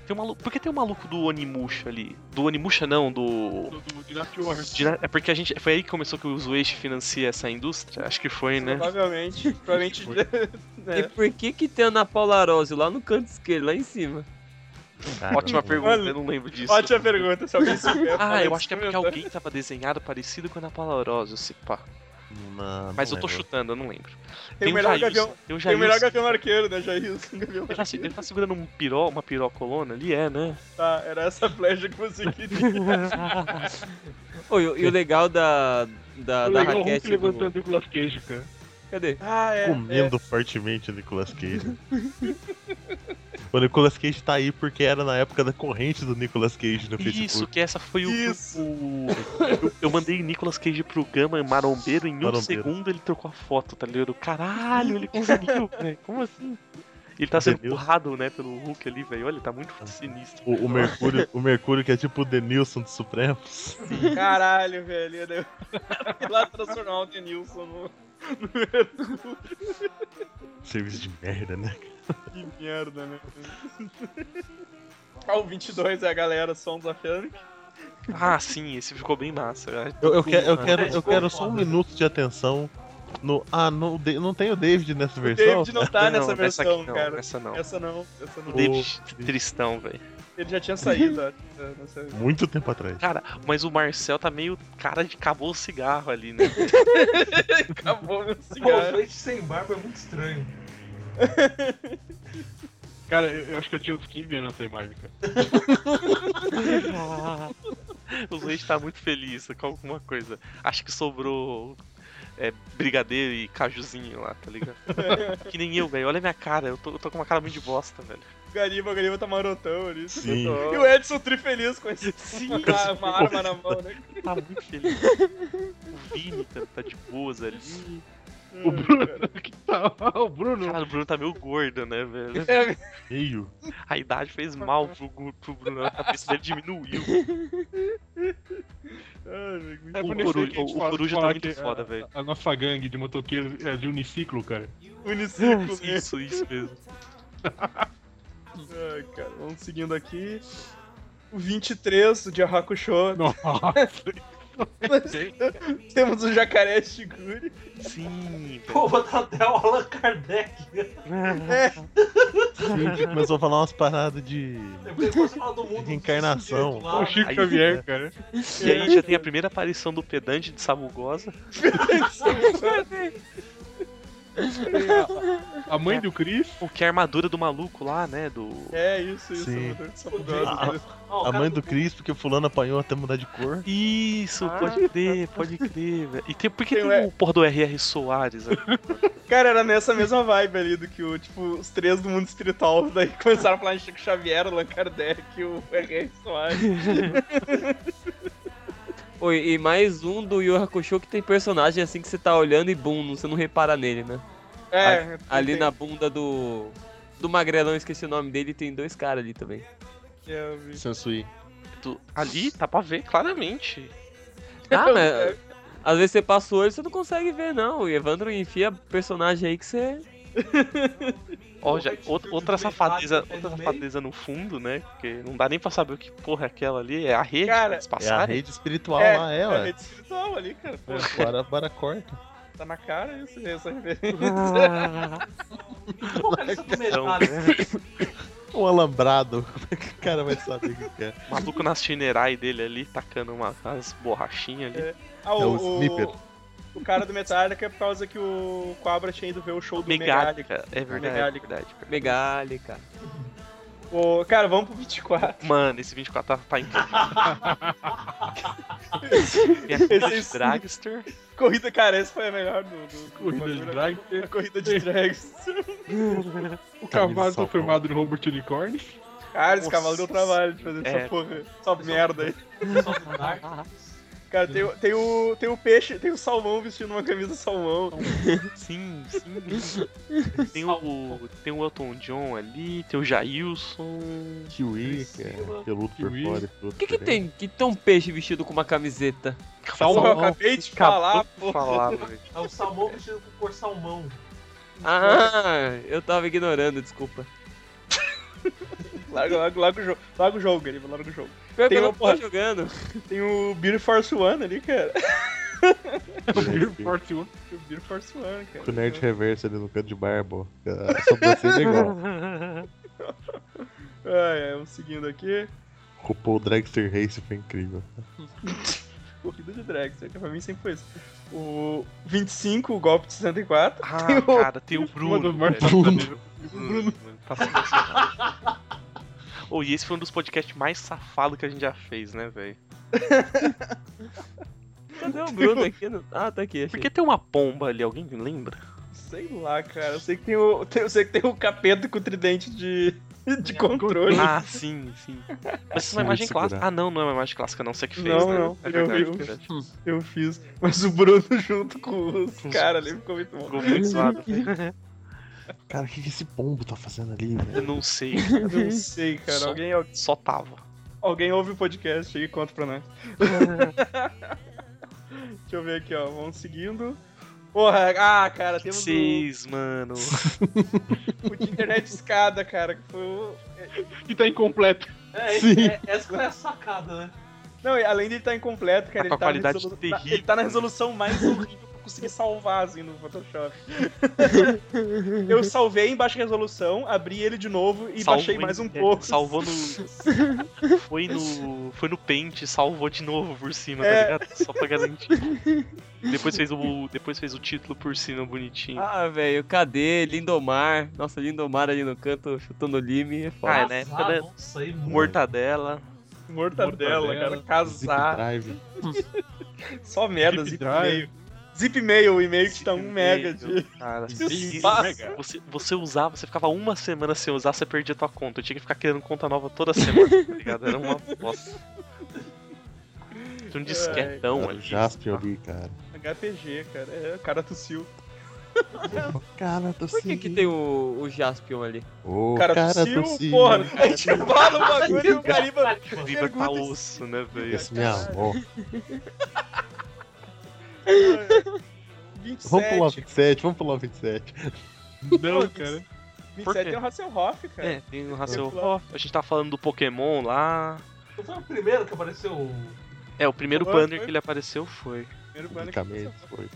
Speaker 3: Tem um maluco... Por que tem o maluco do Onimusha ali? Do Onimusha não, do.
Speaker 2: Do- do Dynasty Warriors.
Speaker 3: de- É porque a gente. Foi aí que começou que o Zueixo financia essa indústria? Acho que foi, né? [LAUGHS]
Speaker 1: Provavelmente, provavelmente...
Speaker 6: [LAUGHS]
Speaker 1: [LAUGHS]
Speaker 6: E
Speaker 1: né?
Speaker 6: por que que tem a Ana Paula Rose lá no canto esquerdo, lá em cima?
Speaker 4: Cara,
Speaker 3: Ótima pergunta,
Speaker 1: Olha,
Speaker 3: eu não lembro disso.
Speaker 1: Ótima pergunta, se alguém souber.
Speaker 3: Ah,
Speaker 1: fala né?
Speaker 3: eu
Speaker 1: aí,
Speaker 3: acho que é porque
Speaker 1: comenta.
Speaker 3: alguém tava desenhado parecido com a Ana Paula Orozio, se pá.
Speaker 4: não-
Speaker 3: Mas
Speaker 4: não
Speaker 3: eu tô
Speaker 4: lembro.
Speaker 3: chutando, eu não lembro.
Speaker 1: Tem o
Speaker 3: um
Speaker 1: melhor
Speaker 3: Jailson,
Speaker 1: gavião-
Speaker 3: Tem o
Speaker 1: Tem o melhor
Speaker 3: Jailson.
Speaker 1: gavião arqueiro, né, Jailson? Gavião
Speaker 3: [LAUGHS] Ele tá, se- ele tá segurando um piró, uma pirocolona ali,
Speaker 4: [LAUGHS]
Speaker 3: é, né?
Speaker 1: Tá, era essa flecha que você queria.
Speaker 3: [LAUGHS]
Speaker 6: Ô, e, o- e o legal da, da, da
Speaker 2: Legal, Hulk
Speaker 6: raquete do...
Speaker 2: levantando o Nicolas Cage, cara.
Speaker 6: Cadê?
Speaker 1: Ah, é.
Speaker 4: Comendo fortemente o Nicolas
Speaker 3: [LAUGHS]
Speaker 4: Cage. o Nicolas Cage tá aí porque era na época da corrente do Nicolas Cage no Facebook.
Speaker 3: Isso, que essa foi o.
Speaker 1: Isso.
Speaker 3: o- eu, eu mandei Nicolas Cage pro Gama marombeiro, em um
Speaker 4: Marombeiro. [LAUGHS]
Speaker 3: segundo ele trocou a foto, tá ligado? Caralho, ele conseguiu, né? Como assim? Ele tá sendo
Speaker 4: Entendeu? Uhum.
Speaker 3: empurrado, né, pelo Hulk ali, velho. Olha, tá muito sinistro.
Speaker 4: O, o Mercúrio, o Mercúrio que é tipo o Denilson dos Supremos.
Speaker 1: Caralho, velho. [LAUGHS] Deu... Fui lá transformar o Denilson no...
Speaker 4: Serviço de merda, né?
Speaker 1: Que merda, né? Ah, o 22 é a galera só desafiando.
Speaker 3: Ah, sim, esse ficou bem massa.
Speaker 4: Eu, eu, que- eu
Speaker 3: Ah,
Speaker 4: quero, eu quero só um minuto de atenção. No, ah, não, de- não tem o David nessa versão?
Speaker 1: David não tá
Speaker 3: não,
Speaker 1: nessa
Speaker 3: essa aqui
Speaker 1: versão,
Speaker 3: não,
Speaker 1: cara.
Speaker 3: Essa não.
Speaker 1: Essa não, essa não.
Speaker 3: O David Tristão, velho.
Speaker 1: Ele já tinha saído, acho. né, não sei.
Speaker 4: Muito tempo atrás.
Speaker 3: Cara, mas o Marcel tá meio cara de acabou o cigarro ali, né?
Speaker 1: Acabou meu
Speaker 7: Pô, o
Speaker 3: [LAUGHS]
Speaker 1: cigarro.
Speaker 7: Fleite sem barba é muito estranho.
Speaker 2: Cara, eu, eu acho que eu tinha uns 15 anos nessa imagem, [LAUGHS] cara.
Speaker 3: o Leite tá muito feliz com alguma coisa. Acho que sobrou é, brigadeiro e cajuzinho lá, tá ligado? que nem eu, velho. Olha a minha cara, eu tô, eu tô com uma cara muito de bosta, velho.
Speaker 1: O Gariba, o Gariba tá marotão ali.
Speaker 4: Sim.
Speaker 1: E o Edson tri feliz com esse.
Speaker 3: Sim,
Speaker 1: Com uma, uma arma na mão,
Speaker 3: [LAUGHS]
Speaker 1: né?
Speaker 3: tá muito feliz. O Vini tá, tá de boas ali.
Speaker 2: O Bruno, que tá, o Bruno.
Speaker 3: Cara, o Bruno tá meio gordo, né, velho?
Speaker 1: É,
Speaker 4: Feio.
Speaker 3: A idade fez mal pro, Gu- pro Bruno, a cabeça dele diminuiu.
Speaker 1: Ai, meu
Speaker 2: É
Speaker 3: o
Speaker 2: por isso
Speaker 3: Coruja-
Speaker 2: que a gente
Speaker 3: o- o
Speaker 2: fala-
Speaker 3: Coruja
Speaker 2: fala
Speaker 3: tá muito
Speaker 2: que
Speaker 3: foda,
Speaker 2: a-
Speaker 3: velho.
Speaker 2: A nossa gangue de motoqueiros é de uniciclo, cara.
Speaker 1: Uniciclo mesmo.
Speaker 3: Isso, isso mesmo.
Speaker 1: né? Ai, cara, vamos seguindo aqui. O 23 de Hakusho.
Speaker 2: Nossa,
Speaker 1: Temos o Jacaré Shiguri.
Speaker 3: Sim, velho.
Speaker 7: Pô, botar até o Allan Kardec. né?
Speaker 4: Mas vou falar umas paradas de.
Speaker 7: Depois você fala do mundo.
Speaker 4: Reencarnação.
Speaker 7: do
Speaker 2: o
Speaker 7: sujeito
Speaker 2: Chico
Speaker 3: Aí-
Speaker 2: Xavier, cara.
Speaker 3: E aí já tem a primeira aparição do pedante de Sabugosa.
Speaker 2: A mãe do Chris.
Speaker 3: O que é a armadura do maluco lá, né? Do.
Speaker 1: É, isso, isso.
Speaker 4: Sim.
Speaker 1: mano, só mudança.
Speaker 3: Ah,
Speaker 7: Ó, o
Speaker 4: A
Speaker 7: cara
Speaker 4: mãe
Speaker 6: um
Speaker 4: do Cris, porque fulano apanhou até mudar de cor.
Speaker 3: Isso, pode crer, pode crer, velho. E tem, por que
Speaker 1: Tem
Speaker 3: tem,
Speaker 1: o-
Speaker 3: o porra do R.R. Soares ali?
Speaker 1: Cara, era nessa mesma vibe ali do que o, tipo, os três do mundo distrital. [LAUGHS] Daí começaram a falar em Chico Xavier, Allan Kardec e o R.R. Soares.
Speaker 6: Oi, e mais um do Yu Hakusho que tem personagem assim que você tá olhando e bum, você não repara nele, né?
Speaker 1: É,
Speaker 6: Ali
Speaker 1: tem-
Speaker 6: na bunda do. Do magrelão, esqueci o nome dele, tem dois caras ali [LAUGHS] também.
Speaker 1: é, eu vi.
Speaker 4: Sensui.
Speaker 3: Do- Ali tá pra ver, claramente.
Speaker 6: Ah, mas. Às vezes você passa o olho e você não consegue ver, não. O Evandro enfia personagem aí que você.
Speaker 3: Ó, já- out- outra safadeza, outra
Speaker 7: No meio.
Speaker 3: safadeza no fundo, né? Porque não dá nem pra saber o que porra é aquela ali. É a rede
Speaker 1: Cara,
Speaker 3: pra eles
Speaker 4: É a
Speaker 3: passarem?
Speaker 4: rede espiritual
Speaker 1: É,
Speaker 4: lá, é,
Speaker 1: é a
Speaker 4: ué.
Speaker 1: rede espiritual ali, cara. Pô,
Speaker 4: [LAUGHS] Bora, bora, corta.
Speaker 1: tá na cara isso, essa referência.
Speaker 3: Ah,
Speaker 7: Apocalipse do
Speaker 3: então,
Speaker 7: Metal.
Speaker 3: né?
Speaker 4: Um alambrado. [LAUGHS] Como é que o cara vai saber o que que é?
Speaker 3: O maluco nas chinerai dele ali, tacando uma, as borrachinhas ali.
Speaker 1: Ah,
Speaker 4: É o Slipper.
Speaker 1: o cara do Metallica é por causa que o Cobra tinha ido ver o show do Metallica.
Speaker 3: Megálica, é verdade, é
Speaker 1: Megálica.
Speaker 3: verdade. cara.
Speaker 6: Megalha, cara.
Speaker 1: Ô, cara, vamos pro 24.
Speaker 3: Mano, esse 24 tá, tá incrível. Minha corrida de
Speaker 1: Esse-
Speaker 3: dragster.
Speaker 1: [LAUGHS] Corrida, cara, esse foi a melhor do. do- do
Speaker 2: Corrida
Speaker 1: bagulho.
Speaker 2: de
Speaker 1: né?
Speaker 2: drag.
Speaker 1: A [LAUGHS] corrida de drags.
Speaker 2: O
Speaker 4: Camisa
Speaker 2: cavalo
Speaker 4: Salvão.
Speaker 2: confirmado no Robert Unicorn.
Speaker 1: Cara, esse
Speaker 3: Nossa.
Speaker 1: cavalo deu trabalho de fazer
Speaker 3: É.
Speaker 1: essa porra, essa merda aí.
Speaker 7: Só do Dark.
Speaker 1: Cara, tem, o- tem, o, tem o peixe, tem o salmão vestindo uma camisa salmão.
Speaker 3: Sim, sim. Tem o, tem o Elton John ali, tem o Jailson.
Speaker 4: Kiwi, cara. Peludo
Speaker 2: Kiwi.
Speaker 4: por fora.
Speaker 6: O que que tem? Que tem um peixe vestido com uma camiseta?
Speaker 1: Porra, eu
Speaker 3: Salmão,
Speaker 1: acabei de
Speaker 3: acabou
Speaker 1: falar,
Speaker 3: de
Speaker 1: pô.
Speaker 3: falar, velho.
Speaker 7: É o salmão vestido com cor salmão.
Speaker 6: Ah, eu tava ignorando, desculpa.
Speaker 1: Larga, larga, larga o jogo, larga o jogo, Gariba, larga o jogo.
Speaker 6: Pior que
Speaker 1: Tem
Speaker 6: eu
Speaker 1: uma
Speaker 6: não tô
Speaker 1: porra-
Speaker 6: jogando.
Speaker 1: Tem o Beer Force One ali, cara. [LAUGHS]
Speaker 4: tem?
Speaker 2: Forte um.
Speaker 1: Tem o Beer Force One, cara.
Speaker 4: Com o nerd reverso ali no canto de barba. ó. Ah, Sobrancelha é igual.
Speaker 6: [LAUGHS]
Speaker 1: Ah, é, vamos seguindo aqui.
Speaker 4: RuPaul Dragster Race foi incrível.
Speaker 1: Corrida de drags, é que pra mim sempre foi isso. O 25, o golpe de 64.
Speaker 3: Ah, cara, tem o Bruno.
Speaker 2: Mano,
Speaker 3: velho.
Speaker 2: Marta Bruno.
Speaker 3: Bruno. mano, Tá sensacional. Oh, e esse foi um dos podcasts mais safados que a gente já fez, né, velho?
Speaker 6: Cadê o Bruno aqui? No... Ah, tá aqui. achei.
Speaker 3: Por que tem uma pomba ali? Alguém lembra?
Speaker 1: Sei lá, cara. Eu sei que tem o, tem- eu sei que tem o capeta com o tridente de, [LAUGHS] de controle.
Speaker 3: Ah, sim, sim. Mas isso é uma
Speaker 4: Sim,
Speaker 3: imagem
Speaker 4: segurar.
Speaker 3: clássica. Ah, não, não é uma imagem clássica, não. Você que fez,
Speaker 1: Não,
Speaker 3: né?
Speaker 1: não,
Speaker 3: É
Speaker 1: eu
Speaker 3: verdade,
Speaker 1: vi.
Speaker 3: é verdade.
Speaker 1: Eu fiz. [LAUGHS] Mas o Bruno junto com os caras ali ficou muito bom.
Speaker 3: Ficou muito suado. velho.
Speaker 4: Cara, o que que esse pombo tá fazendo ali,
Speaker 3: Eu
Speaker 4: velho?
Speaker 3: não sei.
Speaker 1: Eu não sei, cara.
Speaker 3: Só-
Speaker 1: Alguém,
Speaker 3: Só tava.
Speaker 1: alguém ouve o podcast aí e conta pra nós. [LAUGHS] Deixa eu ver aqui, ó. Vamos seguindo. Porra, ah, cara, temos o,
Speaker 3: Seis, mano.
Speaker 1: o de internet escada, cara, que foi o...
Speaker 2: E tá incompleto.
Speaker 7: É,
Speaker 4: Sim.
Speaker 7: é- essa foi a sacada, né?
Speaker 1: Não, e além de ele estar incompleto, cara, ele
Speaker 3: Tá com a
Speaker 1: tá, na
Speaker 3: qualidade
Speaker 1: resolu-
Speaker 3: terrível.
Speaker 1: na- ele tá na resolução mais horrível que eu consegui salvar, assim, no [LAUGHS] Photoshop. eu salvei em baixa resolução, abri ele de novo e
Speaker 3: Salvou
Speaker 1: baixei
Speaker 3: em-
Speaker 1: mais um
Speaker 3: é,
Speaker 1: pouco.
Speaker 3: Salvou no. Foi no. Foi no Paint, salvou de novo por cima,
Speaker 1: É.
Speaker 3: tá ligado? Só pra garantir. Depois fez o. Depois fez o título por cima bonitinho.
Speaker 6: Ah, velho, cadê? Lindomar. Nossa, Lindomar ali no canto, chutando lime. É foda.
Speaker 3: Ah, é na época
Speaker 7: Casar,
Speaker 3: da
Speaker 7: não sei, muito.
Speaker 3: mortadela.
Speaker 1: Mortadela,
Speaker 2: Mortadela.
Speaker 1: cara,
Speaker 4: Zip
Speaker 1: casar.
Speaker 4: Drive.
Speaker 1: Só merda,
Speaker 2: Zip
Speaker 1: zip,
Speaker 2: drive.
Speaker 1: mail. Zip mail, o e-mail que tá um
Speaker 3: Zip
Speaker 1: mega
Speaker 3: mail.
Speaker 1: de
Speaker 3: Cara,
Speaker 1: de
Speaker 3: você,
Speaker 1: espaço.
Speaker 3: você, você usava, você ficava uma semana sem usar, você perdia tua conta. Eu tinha que ficar criando conta nova toda semana, tá ligado? Era uma bosta. Tinha um disquetão
Speaker 4: Cara,
Speaker 3: ali.
Speaker 4: o
Speaker 1: tá-
Speaker 4: Jaspion ali, cara.
Speaker 1: HPG, cara. É, o cara tossiu.
Speaker 4: Cara, tô
Speaker 6: Por que que tem o, o Jaspion ali?
Speaker 4: Ô,
Speaker 1: O cara, tossiu, porra. A gente fala um bagulho e o [LAUGHS] Cariba...
Speaker 3: O Viva tá
Speaker 1: Pergunta se-
Speaker 3: osso, né, velho?
Speaker 4: Isso, é minha avó.
Speaker 1: 27.
Speaker 4: Vamos pular o 27, vamos pular o 27.
Speaker 2: Não, cara.
Speaker 1: 27 é o Hasselhoff, cara.
Speaker 3: É, tem o Hasselhoff. A gente tá falando do Pokémon lá.
Speaker 7: Não Foi o primeiro que apareceu.
Speaker 3: É, o primeiro
Speaker 1: Foi,
Speaker 3: banner
Speaker 1: foi.
Speaker 3: que ele apareceu foi.
Speaker 1: Primeiro banner que é
Speaker 4: Basicamente,
Speaker 1: aconteceu.
Speaker 4: foi.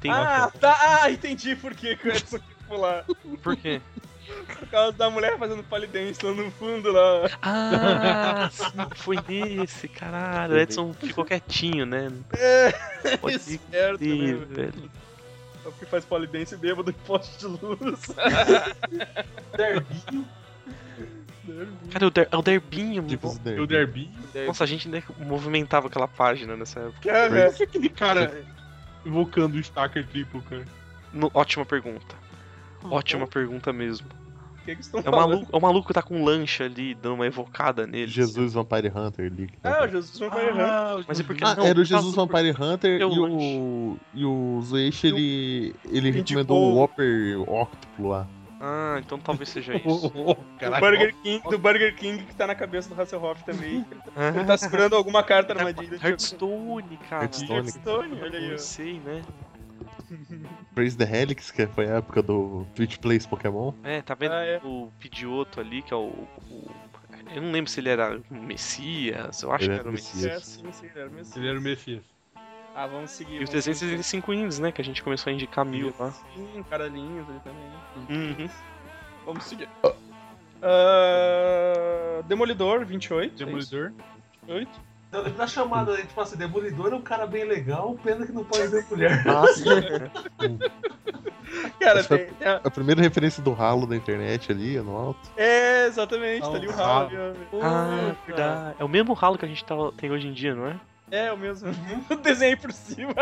Speaker 3: Tem
Speaker 1: ah, tá. Ah, entendi por que que o Edson quis pular.
Speaker 3: Por quê?
Speaker 1: Por causa da mulher fazendo polidense lá no fundo, lá.
Speaker 3: [LAUGHS] Ah, sim, foi nesse, caralho. O Edson ficou quietinho, né? Pode ser,
Speaker 1: Esperto, né, velho?
Speaker 3: velho.
Speaker 1: Só porque faz polidense bêbado em poste de luz.
Speaker 7: Derbinho.
Speaker 3: Cara, o, Der, é o Derbinho,
Speaker 4: Tipo,
Speaker 3: mano.
Speaker 2: O Derbinho.
Speaker 3: Nossa, a gente ainda movimentava aquela página nessa época.
Speaker 1: Cara,
Speaker 2: Por que aquele cara invocando o Stacker triplo, cara?
Speaker 3: No- ótima pergunta.
Speaker 4: Uhum.
Speaker 3: Ótima pergunta mesmo.
Speaker 1: o que que estão
Speaker 3: É o
Speaker 1: falando?
Speaker 3: maluco, é o maluco que tá com um lanche ali, dando uma evocada nele.
Speaker 4: Jesus Vampire Hunter ali. que
Speaker 1: Ah,
Speaker 4: tá-
Speaker 1: o Jesus não vai errar.
Speaker 3: Mas é porque
Speaker 4: assim, Ah,
Speaker 3: não,
Speaker 4: era o
Speaker 3: por causa
Speaker 4: Jesus
Speaker 3: do-
Speaker 4: Vampire Hunter e
Speaker 3: Eu
Speaker 4: o, e o Zueishi, ele, ele
Speaker 1: Indicou-
Speaker 4: recomendou o Whopper Octoplo lá.
Speaker 3: Ah, então talvez
Speaker 4: [LAUGHS]
Speaker 3: seja isso. [LAUGHS]
Speaker 2: Oh, oh,
Speaker 1: Do
Speaker 2: caraca.
Speaker 1: Burger, King, do Burger King que tá na cabeça do Hasselhoff também. Ele tá segurando alguma carta armadilha. de
Speaker 3: É. Hearthstone, cara.
Speaker 4: Hearthstone.
Speaker 1: Hearthstone, olha aí.
Speaker 3: Eu
Speaker 1: ó.
Speaker 3: sei, né?
Speaker 4: Praise the Helix, que foi a época do Twitch Plays Pokémon.
Speaker 3: É, tá vendo
Speaker 1: Ah, é.
Speaker 3: o Pidioto ali, que é o, o- Eu não lembro se ele era o Messias, eu acho
Speaker 4: Ele
Speaker 3: que
Speaker 4: era
Speaker 3: era o
Speaker 4: o
Speaker 3: Messias.
Speaker 1: É, sim, sim, era mesmo.
Speaker 2: Ele era o Messias.
Speaker 1: Ah, vamos seguir.
Speaker 3: E os
Speaker 1: vamos
Speaker 3: 365 índios, né? Que a gente começou a indicar mil lá.
Speaker 1: seguir. Sim, cara lindo ele também.
Speaker 3: Uhum.
Speaker 1: Vamos seguir. Ah, Demolidor, 28.
Speaker 2: Demolidor.
Speaker 1: é isso? [LAUGHS] 28.
Speaker 7: Eu lembro da chamada aí, tipo assim, Demolidor é um cara bem legal, pena que não pode ver mulher.
Speaker 3: [LAUGHS]
Speaker 1: Cara,
Speaker 4: Acho que
Speaker 1: tem, tem a-
Speaker 4: A primeira referência do ralo da internet ali, no alto.
Speaker 1: É, exatamente, tá ali o
Speaker 2: Ah,
Speaker 1: Howard.
Speaker 3: Ah, verdade. É o mesmo ralo que a gente tá, tem hoje em dia, não é?
Speaker 1: É, o mesmo. [LAUGHS] Eu desenhei por cima.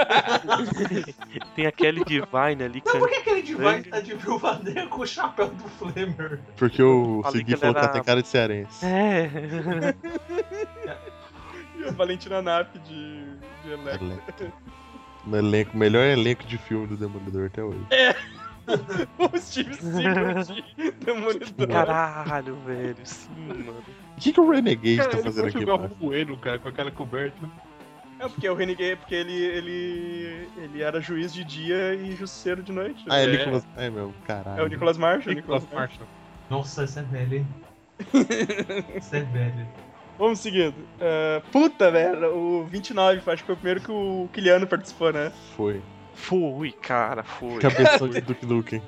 Speaker 1: [LAUGHS]
Speaker 3: Tem a Kelly Divine ali,
Speaker 7: Mas
Speaker 3: cara.
Speaker 7: Então, por que aquele Divine tá de viúva negra com o chapéu do Flamer?
Speaker 4: Porque o
Speaker 3: Falei que
Speaker 4: Segui
Speaker 3: ele
Speaker 4: falou que
Speaker 3: era-
Speaker 4: ela tem cara de cearense.
Speaker 3: É. [LAUGHS]
Speaker 1: E o Valentina Nap de, de Electro.
Speaker 4: É Elenco. No elenco, melhor elenco de filme do Demolidor até hoje.
Speaker 1: [LAUGHS] O Steve Seagal de Demolidor.
Speaker 3: Caralho, velho. Sim, mano.
Speaker 4: O que, que o Renegade
Speaker 2: Cara,
Speaker 4: tá
Speaker 2: ele
Speaker 4: fazendo
Speaker 2: pode
Speaker 4: aqui,
Speaker 2: jogar o
Speaker 4: mano?
Speaker 2: Bueno, cara, com aquela coberta.
Speaker 1: É porque o Renegade, porque ele, ele, ele era juiz de dia e justiceiro de noite.
Speaker 4: Ah, é,
Speaker 2: É.
Speaker 4: Nicolas. É, meu, caralho.
Speaker 1: É o Nicolas Marshall. o
Speaker 2: Nicolas
Speaker 1: Nicolas Marshall.
Speaker 2: Marshall.
Speaker 7: Nossa, essa é velha, hein? Essa é velha.
Speaker 1: Vamos seguindo. Ah, puta, velho. O 29, acho que foi o primeiro que o Kiliano participou, né? [LAUGHS]
Speaker 4: Foi.
Speaker 3: Fui, cara, fui.
Speaker 4: Cabeção
Speaker 3: [LAUGHS]
Speaker 4: de Duke Nukem.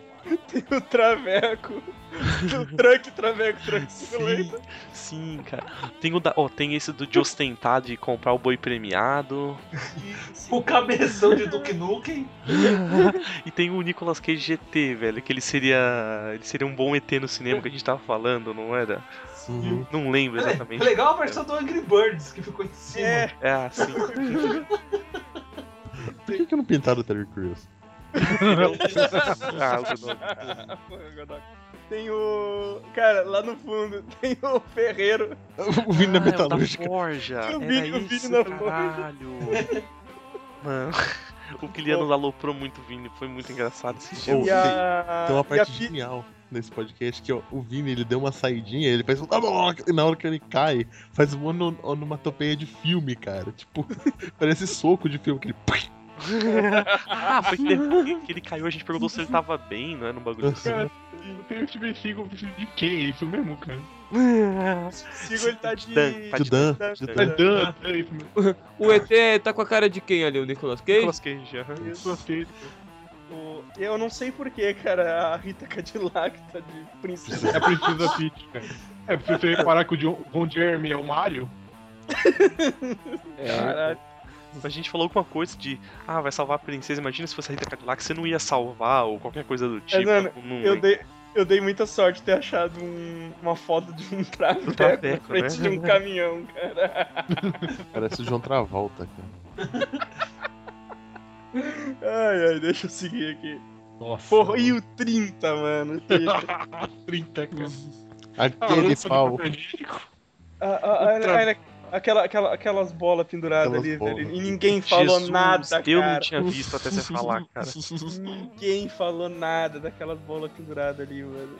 Speaker 1: Tem o Traveco. o Truck Traveco, Truck Simulator.
Speaker 3: Sim, sim, cara. Tem, o da, ó, tem esse do de ostentar de comprar o boi premiado.
Speaker 7: O cabeção de Duke Nukem.
Speaker 3: E tem o Nicolas Cage GT, velho, que ele seria. Ele seria um bom ET no cinema que a gente tava falando, não era?
Speaker 4: Uhum.
Speaker 3: Não lembro
Speaker 7: É
Speaker 3: exatamente.
Speaker 7: legal a versão do Angry Birds que ficou em cima.
Speaker 1: É.
Speaker 3: É assim.
Speaker 4: Por que, que não pintaram o Terry
Speaker 3: [LAUGHS]
Speaker 4: Crews?
Speaker 3: [LAUGHS] Ah, o nome.
Speaker 1: Porra, Godok. Tem o. Cara, lá no fundo, [LAUGHS] tem o Ferreiro.
Speaker 4: O Vini da
Speaker 3: Ah, é o da
Speaker 4: Metalúrgica.
Speaker 3: Forja.
Speaker 1: O
Speaker 3: Era
Speaker 1: Vini- o Vini
Speaker 3: isso,
Speaker 1: da Forja.
Speaker 3: caralho. Mano. [LAUGHS] O Kiliano aloprou muito o Vini, foi muito engraçado esse dia.
Speaker 4: Ou-
Speaker 1: E a...
Speaker 4: Tem uma
Speaker 1: e a
Speaker 4: parte
Speaker 1: Pi-
Speaker 4: genial nesse podcast que ó, o Vini ele deu uma saidinha, ele faz um. E na hora que ele cai, faz uma ono- onomatopeia de filme, cara. Tipo, [LAUGHS] parece soco de filme. Que ele...
Speaker 3: Ah, foi que, teve- que ele caiu, a gente perguntou se ele tava bem, não é? No bagulho
Speaker 4: [LAUGHS]
Speaker 3: assim.
Speaker 2: Cara, eu tenho esse versículo eu preciso de quem? É isso mesmo, cara.
Speaker 1: Uhum. Sigo ele tá de.
Speaker 3: Dan, tá
Speaker 4: De Dan,
Speaker 1: Dan,
Speaker 4: de
Speaker 1: Dan.
Speaker 2: É
Speaker 4: Dan.
Speaker 2: Dan, é isso mesmo.
Speaker 6: O ET tá com a cara de quem ali? O Nicolas Cage?
Speaker 3: Nicolas Cage, aham.
Speaker 2: Eu gostei.
Speaker 1: O- Eu não sei porquê, cara, a Rita Cadillac tá de princesa.
Speaker 2: É Princesa Peach, cara. É, pra você reparar que o John- Ron Jeremy é o Mario.
Speaker 6: É,
Speaker 1: Caralho.
Speaker 3: A gente falou alguma coisa de, ah, vai salvar a princesa. Imagina se fosse a Rita Cadillac, você não ia salvar ou qualquer coisa do tipo.
Speaker 1: É, mano,
Speaker 3: não- não-
Speaker 1: Eu dei, eu dei muita sorte de ter achado um- uma foto de um
Speaker 3: Do
Speaker 1: traveco na
Speaker 3: traveco,
Speaker 1: frente
Speaker 3: né?
Speaker 1: de um caminhão, cara.
Speaker 4: Parece o João Travolta, cara.
Speaker 1: Ai, ai, deixa eu seguir aqui.
Speaker 2: Nossa.
Speaker 1: Porra, e o 30, mano?
Speaker 2: [LAUGHS]
Speaker 1: Que- a-
Speaker 2: 30, cara.
Speaker 4: Aquele
Speaker 3: [LAUGHS]
Speaker 4: pau.
Speaker 1: a- a- olha, aquela, aquela- aquelas bolas penduradas
Speaker 4: Aquelas
Speaker 1: ali,
Speaker 4: bolas.
Speaker 1: velho. E ninguém falou
Speaker 3: Jesus,
Speaker 1: nada,
Speaker 3: Eu
Speaker 1: cara.
Speaker 3: não tinha visto até você falar, cara.
Speaker 1: Ninguém falou nada daquelas bolas penduradas ali, mano.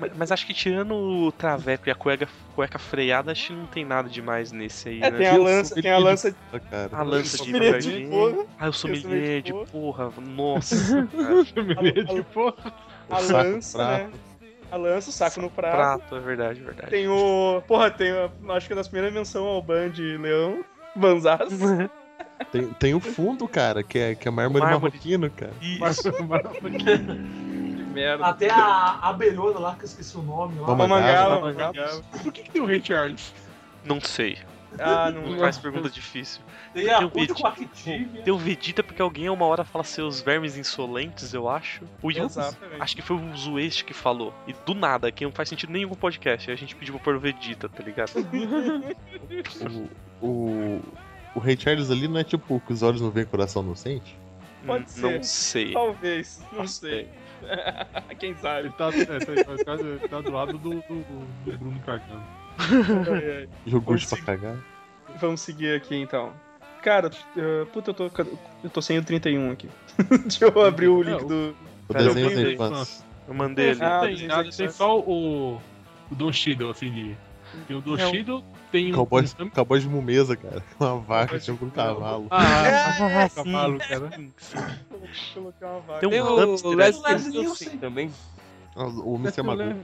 Speaker 3: Mas, mas acho que tirando o traveco e a cueca, cueca freada, acho que não tem nada demais nesse aí,
Speaker 1: É, [LAUGHS]
Speaker 3: né?
Speaker 1: tem a lança, tem a lança de
Speaker 4: tá, Cara.
Speaker 3: A lança de
Speaker 1: filé de
Speaker 3: Ibrahim.
Speaker 1: porco,
Speaker 3: Ah, eu sou
Speaker 1: Eu sou meio
Speaker 3: milhê
Speaker 1: de Tá.
Speaker 3: de porra. Nossa, [LAUGHS] cara.
Speaker 2: Tipo,
Speaker 1: a
Speaker 4: saco
Speaker 1: lança,
Speaker 4: prato.
Speaker 1: né? A lança, o saco no prato.
Speaker 3: Prato, é verdade, é verdade.
Speaker 1: Tem o. Porra, tem. a- Acho que é das primeiras menção ao Band Leão. Banzás.
Speaker 4: Tem, tem o fundo, cara, que é, que é mármore,
Speaker 3: Mármore.
Speaker 4: marroquino, cara.
Speaker 3: Isso.
Speaker 1: Merda.
Speaker 7: Até a abelhona lá, que eu esqueci o nome lá.
Speaker 4: Vamos.
Speaker 1: Mamangava.
Speaker 3: Mamangava.
Speaker 1: mamangava.
Speaker 2: por que, que tem o Ray Charles?
Speaker 3: Não sei.
Speaker 1: Ah, não.
Speaker 3: Não faz pergunta difícil.
Speaker 7: Tem
Speaker 3: Tem
Speaker 7: a
Speaker 3: o
Speaker 7: puta
Speaker 3: Vegeta.
Speaker 7: com a Activia.
Speaker 3: Tem tipo, o Vegeta porque alguém uma hora fala seus vermes insolentes, eu acho. O
Speaker 1: é
Speaker 3: Yu,
Speaker 1: Exatamente.
Speaker 3: acho que foi o Zueste que falou. E do nada, que não faz sentido nenhum com o podcast. Aí a gente pediu pra pôr o Vegeta, tá ligado?
Speaker 4: O, o, o Ray Charles ali não é tipo que os olhos não veem, o coração não sente?
Speaker 1: [LAUGHS] Pode
Speaker 3: Hum,
Speaker 1: ser.
Speaker 3: Não sei.
Speaker 1: Talvez. Não sei. [LAUGHS] Quem sabe?
Speaker 2: Ele tá, é, tá, tá, tá do lado do, do, do Bruno Cagano.
Speaker 1: Ai, ai.
Speaker 4: Jogou de pra
Speaker 1: Consigo.
Speaker 4: cagar.
Speaker 1: Vamos seguir aqui então. Cara, eh, puta, eu tô, eu tô sem o 31 aqui. [LAUGHS] Deixa eu abrir o link do.
Speaker 4: O
Speaker 3: Cara, eu
Speaker 4: desenho da
Speaker 3: mandei.
Speaker 4: infância.
Speaker 3: Eu mandei ele.
Speaker 1: Ah,
Speaker 2: tem,
Speaker 1: desenho
Speaker 2: nada,
Speaker 1: de
Speaker 2: tem
Speaker 1: criança.
Speaker 2: só o, o Don Shido, assim, de. Tem o Don
Speaker 3: É, o-
Speaker 2: Shido, tem o.
Speaker 4: Cowboy, cowboy de mumeza, cara. [LAUGHS] Uma vaca, tinha um cavalo.
Speaker 2: [LAUGHS]
Speaker 3: é.
Speaker 2: Ah, ah, cavalo, cara.
Speaker 1: Vou colocar uma vaga.
Speaker 3: Tem
Speaker 6: tem
Speaker 3: um
Speaker 6: o
Speaker 3: hamster ali.
Speaker 6: Leslie Nielsen também.
Speaker 4: Ah, O homem se amagou.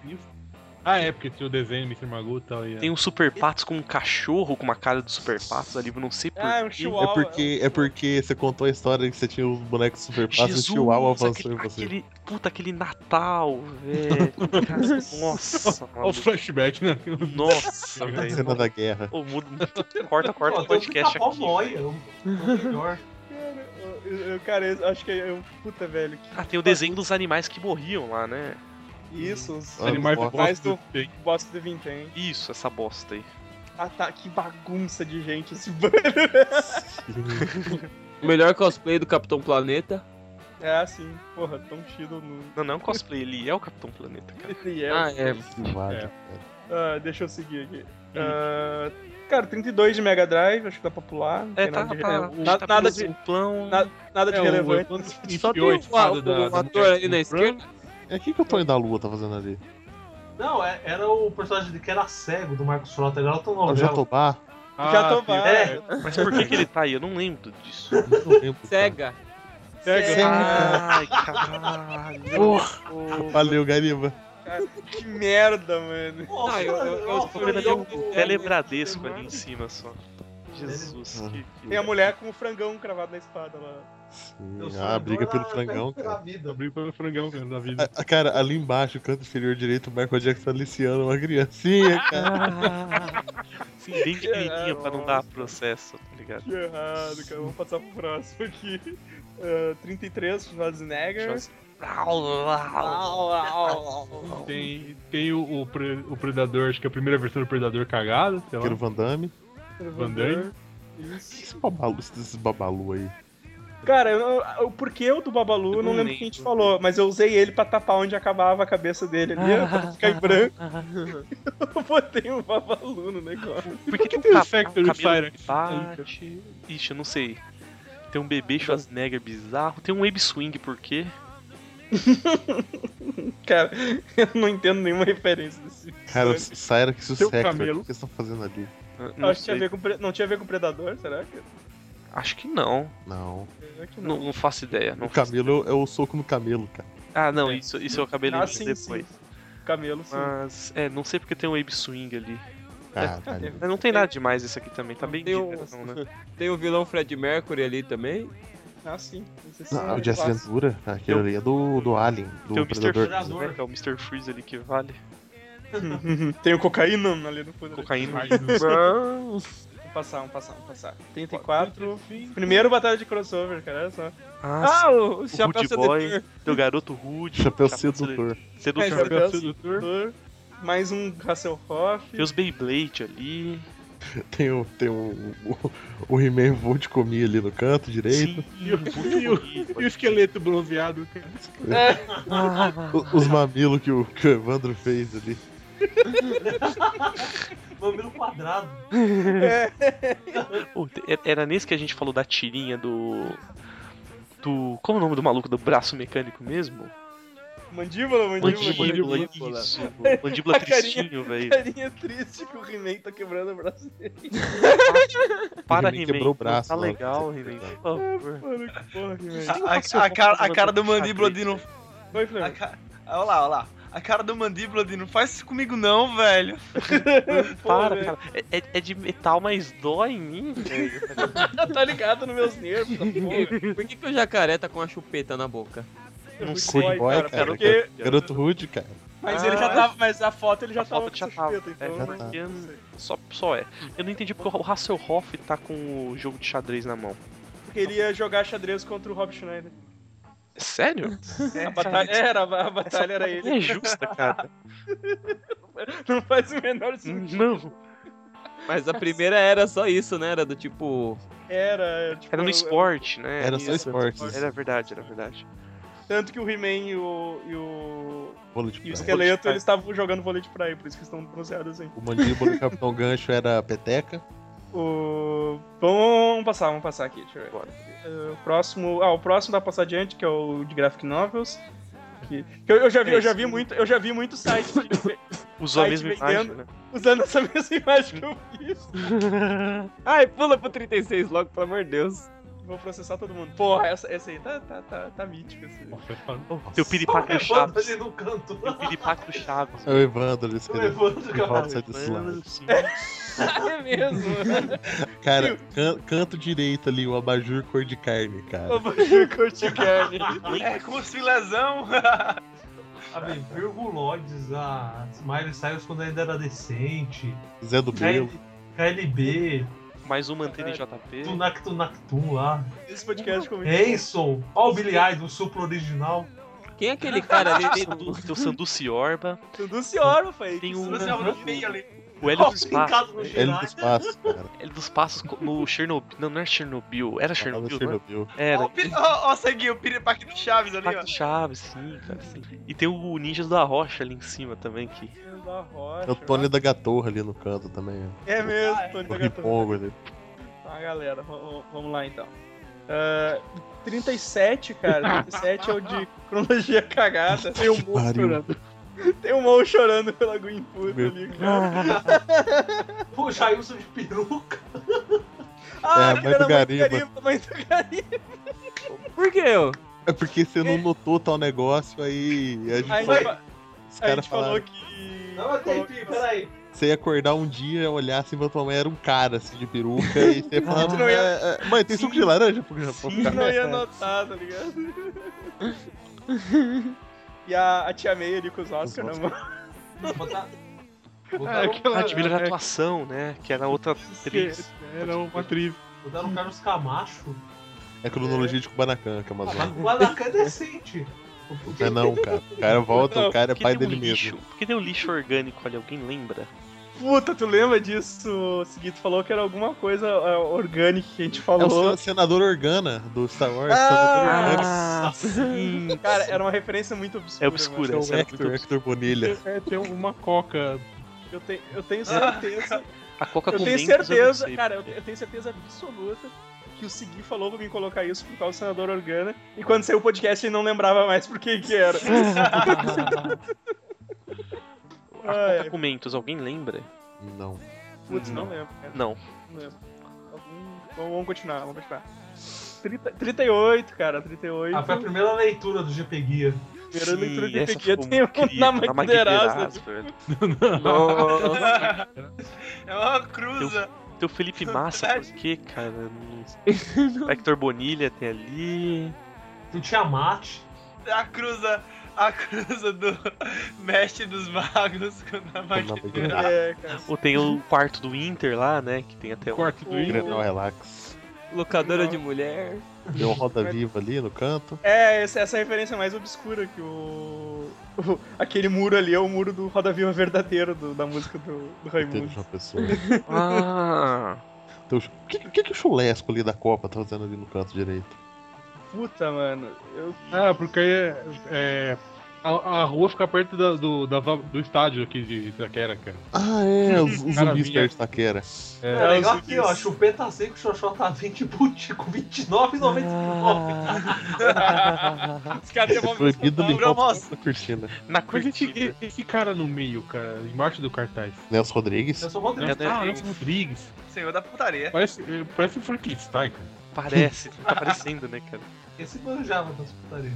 Speaker 2: Ah, é, porque tinha o desenho do Mr. Magoo e tal. E é.
Speaker 3: Tem um Super Patos com um cachorro com uma cara do Super Patos ali, eu não sei porquê.
Speaker 1: Ah, é um
Speaker 4: É
Speaker 1: chihuahua.
Speaker 4: porque, é porque você contou a história que você tinha os bonecos super passos e o Chihuahua avançou em
Speaker 3: aquele,
Speaker 4: você.
Speaker 3: aquele- puta, aquele Natal, velho. Cara,
Speaker 1: [LAUGHS]
Speaker 3: Nossa,
Speaker 2: Olha o
Speaker 3: maluco.
Speaker 2: flashback, né?
Speaker 3: Nossa,
Speaker 4: A
Speaker 3: velho.
Speaker 4: cena da guerra.
Speaker 3: Ô, muda- corta, corta
Speaker 7: Pô,
Speaker 3: o
Speaker 7: tem um o
Speaker 3: podcast
Speaker 7: pica-pau
Speaker 3: aqui.
Speaker 7: Noia, o o melhor.
Speaker 1: Cara, eu, eu- cara, eu acho que eu. Puta, velho. que-
Speaker 3: Ah, tem o desenho dos animais que morriam lá, né?
Speaker 1: Isso, os
Speaker 4: Ah,
Speaker 2: Animais
Speaker 4: Nossa.
Speaker 1: Mais
Speaker 2: mais do Tem.
Speaker 1: bosta do Vintém.
Speaker 3: Isso, essa bosta aí.
Speaker 1: Ah tá, que bagunça de gente esse banner.
Speaker 6: O melhor cosplay do Capitão Planeta.
Speaker 1: [LAUGHS] É assim, porra, tão chido no.
Speaker 3: Não, não é um cosplay, ele é o Capitão Planeta, cara.
Speaker 1: Ele é.
Speaker 6: Ah, é.
Speaker 4: Que vaga, cara.
Speaker 1: Ah, deixa eu seguir
Speaker 3: Hum.
Speaker 1: aqui. Ah, cara, 32 de Mega Drive, acho que dá pra pular. Não
Speaker 3: É,
Speaker 1: tem
Speaker 3: tá,
Speaker 1: nada de,
Speaker 3: tá.
Speaker 1: rele-
Speaker 3: o-
Speaker 1: na-
Speaker 3: tá
Speaker 1: nada
Speaker 3: pelo
Speaker 1: de,
Speaker 3: plão.
Speaker 1: na- nada de
Speaker 2: É, o
Speaker 1: relevante.
Speaker 2: Evandro
Speaker 6: Só tem
Speaker 2: enfiou a
Speaker 6: um,
Speaker 2: espada da-
Speaker 6: um
Speaker 2: da
Speaker 6: ator
Speaker 2: mulher
Speaker 6: ali
Speaker 2: no
Speaker 6: na
Speaker 2: frango.
Speaker 6: esquerda.
Speaker 4: É o que, que o Tony da Lua tá fazendo ali?
Speaker 7: Não, é- era o personagem de que era cego do Marcos Frota, agora eu tô
Speaker 4: É o
Speaker 7: novela.
Speaker 4: Jatobá?
Speaker 2: Ah,
Speaker 1: Já tô
Speaker 2: sim,
Speaker 1: vai.
Speaker 2: é.
Speaker 3: Mas por que, que ele tá aí? Eu não lembro disso.
Speaker 4: [LAUGHS] Eu não lembro, cara.
Speaker 6: é Cega.
Speaker 2: Cega.
Speaker 1: Ah,
Speaker 3: Ai, caralho.
Speaker 4: Valeu, Gariba.
Speaker 1: Que merda, mano.
Speaker 7: Pô,
Speaker 3: Ah,
Speaker 6: Não, eu- eu- eu-
Speaker 7: ó,
Speaker 6: eu-
Speaker 7: foi
Speaker 6: eu-
Speaker 7: o-
Speaker 3: Telebradesco ali em cima só. Jesus,
Speaker 4: Uhum.
Speaker 3: que. é?
Speaker 1: Tem a mulher com o frangão cravado na espada lá.
Speaker 4: Sim,
Speaker 7: eu sou
Speaker 4: ah, briga
Speaker 7: dono
Speaker 4: pelo
Speaker 7: da-
Speaker 4: frangão,
Speaker 7: da
Speaker 4: cara.
Speaker 7: vida.
Speaker 2: Abriu pelo frangão, cara, da vida.
Speaker 4: A, a- [LAUGHS] cara, ali embaixo, canto inferior direito, o Michael Jackson aliciando uma criancinha, cara.
Speaker 3: Sim, bem
Speaker 1: é
Speaker 3: pequenininha pra não dar processo, tá ligado?
Speaker 1: Que errado, cara. Vamos passar pro próximo aqui. Ah, 33,
Speaker 3: Tipo
Speaker 1: Schwarzenegger.
Speaker 3: assim,
Speaker 1: Ah.
Speaker 2: Tem, tem o, o, pre- o Predador, acho que é a primeira versão do Predador cagada, sei lá.
Speaker 4: Quero Van Damme.
Speaker 2: Van Damme.
Speaker 1: Isso.
Speaker 4: Esse babalu, esses babalu aí.
Speaker 1: Cara, eu, não- eu, porque eu do Babalu, eu não
Speaker 3: não
Speaker 1: lembro o que a gente
Speaker 3: lembro.
Speaker 1: falou, mas eu usei ele pra tapar onde acabava a cabeça dele ali,
Speaker 3: [LAUGHS]
Speaker 1: pra ficar em branco. [LAUGHS] eu botei o Babalu no negócio.
Speaker 3: Por que
Speaker 2: tem o
Speaker 3: cavalo,
Speaker 2: Factory
Speaker 3: um cabelo
Speaker 2: Siren?
Speaker 3: que bate? Ixi, eu não sei. Tem um bebê Schwarzenegger bizarro. Tem um Abe Swing, por quê?
Speaker 1: Cara, [LAUGHS] eu não entendo nenhuma referência desse filme.
Speaker 4: Cara, saíram que isso
Speaker 1: Seu
Speaker 4: secta. O que
Speaker 1: camelo.
Speaker 4: eles estão fazendo ali?
Speaker 3: Não
Speaker 1: Acho que tinha a
Speaker 3: sei.
Speaker 1: ver com, pre- não tinha a ver com Predador, será que?
Speaker 3: Acho que não.
Speaker 4: Não.
Speaker 1: Será que
Speaker 3: Não, não faço ideia. Não
Speaker 4: O camelo é o soco no camelo, cara.
Speaker 3: Ah, não, isso, isso eu acabei lembrando
Speaker 1: Ah, sim,
Speaker 3: depois.
Speaker 1: sim. Camelo, sim.
Speaker 3: Mas, é, não sei porque tem um Abe Swing ali.
Speaker 4: Caralho.
Speaker 3: Mas não
Speaker 1: É.
Speaker 3: tem nada demais esse aqui também, tá bem
Speaker 6: Tem o,
Speaker 3: diversão, né?
Speaker 6: [LAUGHS] tem o vilão Fred Mercury ali também.
Speaker 1: Ah, sim. Esse sim
Speaker 4: Não,
Speaker 1: é
Speaker 4: o Jesse
Speaker 1: clássico.
Speaker 4: Ventura, aquele ali é do, do Alien, do
Speaker 3: Tem o Mr.
Speaker 4: Predador.
Speaker 3: Freeze, né? Que é o Mr. Freeze ali que vale.
Speaker 1: [LAUGHS] Tem o cocaína ali no fundo.
Speaker 3: Cocaína.
Speaker 6: Não.
Speaker 1: Vamos passar, vamos passar, vamos passar. 34. Primeiro batalha de crossover, cara. Olha só.
Speaker 3: Ah,
Speaker 6: Ah, o, o
Speaker 3: o
Speaker 6: Chapéu
Speaker 3: Rude Boy, tem o garoto Rude.
Speaker 4: Chapéu
Speaker 3: sedutor.
Speaker 4: sedutor.
Speaker 1: É,
Speaker 3: Sedutor.
Speaker 1: Chapéu
Speaker 6: Sedutor.
Speaker 1: Sedutor. Mais um Hasselhoff.
Speaker 3: Tem os Beyblade ali.
Speaker 4: [LAUGHS] Tem o, tem o, o, o He-Man vou te comer ali no canto direito.
Speaker 3: Sim, muito
Speaker 2: E o
Speaker 3: bonito.
Speaker 2: esqueleto bronzeado, cara.
Speaker 4: O- Os mamilos que o, que o Evandro fez ali.
Speaker 7: Mamilo quadrado.
Speaker 1: É,
Speaker 3: Pô, te- era- Era nesse que a gente falou da tirinha do. Do. Qual é o nome do maluco do braço mecânico mesmo?
Speaker 1: Mandíbula, mandíbula.
Speaker 3: Mandíbula,
Speaker 6: mandíbula.
Speaker 3: isso. Mandíbula
Speaker 1: A carinha-
Speaker 3: Tristinho, velho.
Speaker 1: Carinha triste que o He-Man tá quebrando o braço dele.
Speaker 3: Para,
Speaker 4: He-Man
Speaker 3: He-Man.
Speaker 4: quebrou o braço,
Speaker 3: Tá
Speaker 4: né?
Speaker 3: legal, He-Man. Por favor.
Speaker 1: Mano, que porra, He-Man.
Speaker 8: A, a- a cara, a cara do mandíbula de não.
Speaker 1: Oi,
Speaker 8: a
Speaker 1: [LAUGHS] Flamengo.
Speaker 8: ca- ah, Olha lá, olha lá. A cara do mandíbula de não faz isso comigo, não, velho.
Speaker 3: Para, cara. É, é- é de metal, mas dói em mim, velho.
Speaker 1: tá ligado nos meus nervos, essa porra.
Speaker 6: Por que, que o jacaré tá com uma chupeta na boca?
Speaker 3: Não
Speaker 1: Rude
Speaker 3: sei,
Speaker 1: Boy,
Speaker 4: boy,
Speaker 1: cara,
Speaker 4: cara.
Speaker 1: porque-
Speaker 4: Garoto rude, cara.
Speaker 1: Mas
Speaker 3: Ah,
Speaker 1: ele já
Speaker 3: é?
Speaker 1: tava. Mas a foto ele já
Speaker 3: A
Speaker 1: tava
Speaker 3: foto
Speaker 1: com
Speaker 3: já
Speaker 1: essa
Speaker 3: tava.
Speaker 1: chupeta, então.
Speaker 3: É,
Speaker 1: né?
Speaker 4: tá.
Speaker 3: porque não- Só, só é. Eu não entendi porque o Hasselhoff tá com o jogo de xadrez na mão.
Speaker 1: Porque ele ia jogar xadrez contra o Rob Schneider.
Speaker 3: É, Sério?
Speaker 1: A batalha era, a batalha era ele.
Speaker 3: É justa,
Speaker 1: [LAUGHS]
Speaker 3: cara.
Speaker 1: Não faz o menor sentido.
Speaker 3: Não.
Speaker 6: Mas a primeira era só isso, né? Era do tipo.
Speaker 1: Era, tipo,
Speaker 3: Hum. Era no esporte, né?
Speaker 4: Era só
Speaker 3: Isso.
Speaker 4: esportes.
Speaker 3: Era verdade, era verdade.
Speaker 1: Tanto que o He-Man e o, e o,
Speaker 4: Bola de
Speaker 1: e o
Speaker 4: praia.
Speaker 1: Esqueleto,
Speaker 3: praia.
Speaker 1: eles estavam jogando vôlei de praia, por isso que estão pronunciados assim.
Speaker 4: O mandíbula do Capitão Gancho era peteca.
Speaker 1: O... Vamos passar, vamos passar aqui, deixa eu ver.
Speaker 3: Bora.
Speaker 1: Eh, o próximo... Ah, o próximo dá pra passar adiante, que é o de Graphic Novels. Que, que eu, eu já vi, eu já vi muito, eu já vi muito site de- [LAUGHS]
Speaker 3: Usou
Speaker 1: Ai,
Speaker 3: a mesma
Speaker 1: te
Speaker 3: imagem,
Speaker 1: vendendo.
Speaker 3: né?
Speaker 1: usando essa mesma imagem que eu fiz.
Speaker 6: Ai, pula pro 36 logo, pelo amor de Deus.
Speaker 1: Vou processar todo mundo. Porra, essa, essa aí tá, tá, tá, tá mítica. assim.
Speaker 3: [LAUGHS]
Speaker 7: um
Speaker 3: Tem o piripaque do
Speaker 7: Levando
Speaker 3: Chaves.
Speaker 7: ali no canto.
Speaker 3: Tem o piripaque do Chaves.
Speaker 4: É o Evandro ali, esqueleto.
Speaker 7: Levando o
Speaker 4: Que volta,
Speaker 7: cavalo.
Speaker 4: sai desse lado.
Speaker 3: Sim.
Speaker 1: É mesmo.
Speaker 4: Cara, can- canto direito ali, o abajur cor de carne, cara.
Speaker 8: É com os filezão.
Speaker 7: Ah, bem, virguloides, a Miley Cyrus quando ainda era decente.
Speaker 4: Zé do Belo.
Speaker 7: KLB,
Speaker 3: Mais um mantendo em JP.
Speaker 7: Tunak Tunactum lá.
Speaker 1: Esse podcast comigo.
Speaker 7: Enson, ó o Billy Idol, supro original.
Speaker 6: Quem é aquele cara ali? [LAUGHS]
Speaker 3: Tem o- tem o Sandu Ciorba.
Speaker 1: Do senhor, foi.
Speaker 3: Tem né?
Speaker 8: Você
Speaker 3: o,
Speaker 8: é um feio ali.
Speaker 1: [LAUGHS]
Speaker 3: o Hélio
Speaker 7: Ó,
Speaker 3: dos Passos.
Speaker 7: Fincado no
Speaker 4: Ele do
Speaker 7: Jirai.
Speaker 4: espaço,
Speaker 3: [LAUGHS]
Speaker 4: cara.
Speaker 3: Hélio dos Passos co- no Chernobyl. Não, não era Chernobyl. Era
Speaker 4: Tava no
Speaker 3: Chernobyl, não é? era?
Speaker 4: Chernobyl.
Speaker 8: Ó,
Speaker 3: Era.
Speaker 8: o pi- ó, ó, Segui, o piripaque do Chaves ali, ó.
Speaker 3: Pacto Chaves, sim, cara, sim. E tem o Ninjas da Rocha ali em cima também, que
Speaker 1: Da
Speaker 4: É
Speaker 1: rocha.
Speaker 4: o Tony da Gatorra ali no canto também. ó.
Speaker 1: É mesmo, Tony
Speaker 4: O
Speaker 1: da Gatuna.
Speaker 4: Ripongo ali.
Speaker 1: Tá, galera, v- v- vamos lá então. Ah, 37, cara. 37 é o de cronologia cagada. Tem um monstro
Speaker 4: pariu.
Speaker 1: chorando. Tem um monstro chorando pela Green Food
Speaker 4: Meu
Speaker 1: ali, cara.
Speaker 7: O Jailson de peruca.
Speaker 4: É, a
Speaker 1: aquele
Speaker 4: mãe
Speaker 1: Ah, era
Speaker 4: do Gariba.
Speaker 1: Gariba, mãe do Gariba.
Speaker 6: Por que eu?
Speaker 4: É porque você não notou tal negócio aí. A gente,
Speaker 1: Aí,
Speaker 4: falou-
Speaker 1: a-
Speaker 4: os
Speaker 1: a
Speaker 4: caras
Speaker 1: gente falou
Speaker 4: falaram.
Speaker 1: que.
Speaker 7: Não, mas tem, pi- peraí.
Speaker 4: Você ia acordar um dia, olhar assim pra tua mãe, era um cara assim de peruca.
Speaker 1: [LAUGHS]
Speaker 4: e você ia falar.
Speaker 1: Tu não ia-
Speaker 4: "É, é, mãe, tem suco de laranja? Porque já
Speaker 1: Sim, não
Speaker 7: né?
Speaker 1: ia notar, tá ligado? [LAUGHS] E a, a tia May ali com os Oscar né, na mão.
Speaker 7: Botar- É
Speaker 2: Ah,
Speaker 7: Botaram,
Speaker 2: aquela,
Speaker 3: Ah, admira tá- a
Speaker 8: é.
Speaker 3: atuação, né? Que era outra atriz.
Speaker 2: era uma atriz.
Speaker 7: botaram o Carlos Camacho.
Speaker 4: É cronologia de Kubanacan, que é uma
Speaker 7: Mas
Speaker 4: zona.
Speaker 7: o Guadalcan é decente.
Speaker 4: Não é não, cara. O cara volta, o cara é
Speaker 3: Porque
Speaker 4: pai
Speaker 3: tem um
Speaker 4: dele
Speaker 3: lixo,
Speaker 4: mesmo.
Speaker 3: Porque tem um lixo orgânico ali, alguém lembra?
Speaker 1: Puta, tu lembra disso? Segui, tu falou que era alguma coisa ah, orgânica que a
Speaker 3: um
Speaker 1: gente
Speaker 4: É
Speaker 1: falou.
Speaker 4: o senador Organa do Star Wars. senador Organa.
Speaker 3: Ah, sim.
Speaker 1: Cara, era uma referência muito obscura.
Speaker 3: É obscura.
Speaker 4: É o
Speaker 3: Essa era
Speaker 4: Hector,
Speaker 3: muito-
Speaker 4: Hector Bonilha.
Speaker 2: É, tem uma coca.
Speaker 1: mano. Eu, te-
Speaker 8: Ah.
Speaker 1: eu tenho certeza.
Speaker 3: A Coca
Speaker 1: eu
Speaker 3: [LAUGHS] com
Speaker 1: tenho
Speaker 3: Mentos, eu não
Speaker 1: certeza,
Speaker 3: sei.
Speaker 1: cara, eu, te- eu tenho certeza absoluta que que o Segui falou pra mim colocar isso por causa do senador Organa. E quando saiu o podcast, ele não lembrava mais por que que
Speaker 3: [LAUGHS]
Speaker 1: era.
Speaker 8: Ah,
Speaker 3: A
Speaker 8: é.
Speaker 1: Ai,
Speaker 3: Coca Comentos, alguém lembra?
Speaker 4: Não.
Speaker 1: putz, não lembro. cara.
Speaker 3: Não.
Speaker 1: Não lembro. Algum- Vamos, vamos continuar, vamos continuar. 30, 38, cara, 38.
Speaker 7: Ah, foi a primeira leitura do GP Guia.
Speaker 1: Primeira leitura de
Speaker 3: essa
Speaker 8: [LAUGHS]
Speaker 1: Pequia
Speaker 3: ficou
Speaker 1: tem um
Speaker 3: incrível.
Speaker 1: na
Speaker 3: Na
Speaker 1: Madeirasa.
Speaker 3: Madeirasa,
Speaker 4: [LAUGHS]
Speaker 3: velho.
Speaker 8: [LAUGHS]
Speaker 3: Nossa,
Speaker 8: É uma cruza.
Speaker 3: tem o Felipe Massa,
Speaker 8: é
Speaker 3: por quê, cara? Não
Speaker 8: [LAUGHS]
Speaker 3: sei. Hector Bonilha tem ali.
Speaker 7: Tu tinha mate.
Speaker 8: A cruza. A cruza do [LAUGHS] mestre dos magos com a maquineira.
Speaker 1: É, cara.
Speaker 3: Ou tem o quarto do Inter lá, né? Que tem até o.
Speaker 2: Quarto do Inter.
Speaker 4: Grenal um Relax.
Speaker 6: Locadora de mulher.
Speaker 4: Deu um roda viva ali no canto.
Speaker 1: É, essa, essa referência mais obscura que o. [LAUGHS] o- Aquele muro ali é o muro do Roda Viva verdadeiro do- da música do, do
Speaker 4: Teve
Speaker 1: Raimundo.
Speaker 4: uma pessoa.
Speaker 3: Ah!
Speaker 4: Então, o que, o que que o chulesco ali da Copa tá fazendo ali no canto direito?
Speaker 1: Puta, mano. Eu...
Speaker 2: Ah, porque é, é, a, a rua fica perto da- do, da va- do estádio aqui de Itaquera, cara.
Speaker 4: Ah,
Speaker 3: [LAUGHS]
Speaker 4: é, os, os
Speaker 2: Cara,
Speaker 4: zumbis
Speaker 2: vinha-
Speaker 4: perto da Taquera.
Speaker 7: É,
Speaker 8: Tá
Speaker 1: É,
Speaker 7: legal
Speaker 1: eu sei
Speaker 7: aqui, ó.
Speaker 1: disso.
Speaker 7: Chupeta seco, xoxota tá 20 [LAUGHS] butico, 29,99.
Speaker 1: Os caras
Speaker 4: É proibido limpar o
Speaker 8: Gromoso.
Speaker 4: da cortina.
Speaker 3: Na
Speaker 2: Por que que-
Speaker 3: cortina.
Speaker 2: que- esse cara no meio, cara, embaixo do cartaz?
Speaker 4: Nelson Rodrigues.
Speaker 7: Eu sou mó triste.
Speaker 3: Até-
Speaker 2: Ah, Nelson Rodrigues.
Speaker 8: Senhor da putaria.
Speaker 2: Parece, eh, parece um Frankenstein, cara.
Speaker 3: [LAUGHS] Parece, tá parecendo, né, cara?
Speaker 7: Esse manjava das putarias.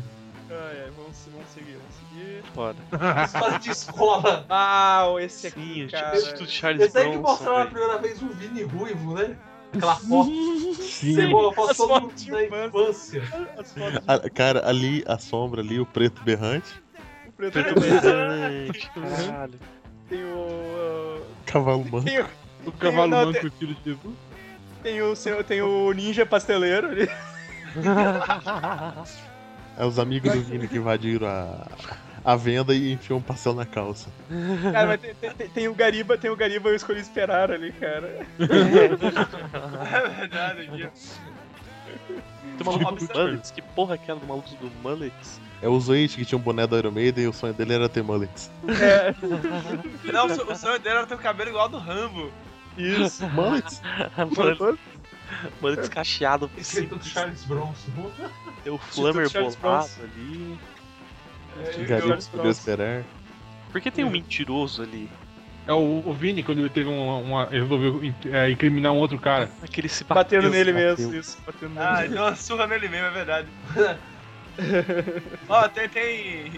Speaker 1: Ai, ai, vamos, vamos seguir, vamos seguir.
Speaker 3: Foda.
Speaker 7: História
Speaker 8: [LAUGHS]
Speaker 7: de escola.
Speaker 1: Ah, esse
Speaker 3: Sim,
Speaker 1: aqui,
Speaker 3: tipo
Speaker 1: cara.
Speaker 3: Instituto Charles
Speaker 7: Eles têm que
Speaker 3: Bronson.
Speaker 7: mostraram a
Speaker 3: velho.
Speaker 7: primeira vez o Vini Ruivo, né? Aquela foto.
Speaker 4: Sim.
Speaker 7: Cebola, foto
Speaker 1: As
Speaker 7: todo
Speaker 1: fotos de
Speaker 7: mundo da infância.
Speaker 1: As fotos
Speaker 3: Ah,
Speaker 4: A- cara, ali a sombra ali, o preto berrante.
Speaker 1: do preto
Speaker 3: Preto
Speaker 1: também.
Speaker 3: Brilhante, caralho.
Speaker 1: Tem o. ah,
Speaker 4: Cavalo
Speaker 3: Uhum.
Speaker 4: manco.
Speaker 1: Tem o,
Speaker 2: O cavalo
Speaker 1: Não,
Speaker 2: manco e o tiro de Jesus.
Speaker 1: tem o, seu- tem o ninja pasteleiro ali.
Speaker 4: É os amigos do Vini que invadiram a, a venda e enfiam um pastel na calça.
Speaker 1: Cara, mas tem, tem- tem- tem o Gariba, tem o Gariba eu escolhi esperar ali, cara.
Speaker 8: É verdade, Guia.
Speaker 3: Tem o maluco do Mullets? Que porra é aquela do maluco do [LAUGHS] Mullets?
Speaker 4: É o Zoid que tinha um boné do Iron Maiden e o sonho dele era ter mullets.
Speaker 1: É,
Speaker 8: Não, o sonho- o sonho dele era ter o cabelo igual ao do Rambo.
Speaker 1: isso.
Speaker 4: Mullets?
Speaker 3: Mullets- Mullets cacheado.
Speaker 7: Escrito do Charles Bronson.
Speaker 3: Tem o Flammer
Speaker 1: Charles
Speaker 3: bolado
Speaker 1: Bronson.
Speaker 3: ali.
Speaker 1: [LAUGHS] É, eu-
Speaker 4: Garoto
Speaker 1: eu-
Speaker 4: poder esperar.
Speaker 3: Por que tem um mentiroso ali?
Speaker 2: É o, o Vini, quando ele teve uma. uma- ele resolveu in- é, incriminar um outro cara.
Speaker 3: Aquele se bateu.
Speaker 1: Batendo nele
Speaker 4: bateu.
Speaker 1: mesmo, isso. Batendo nele
Speaker 8: Ah,
Speaker 1: mesmo.
Speaker 8: ele deu uma surra nele mesmo, é
Speaker 7: [LAUGHS]
Speaker 8: verdade. Ó, tem, tem.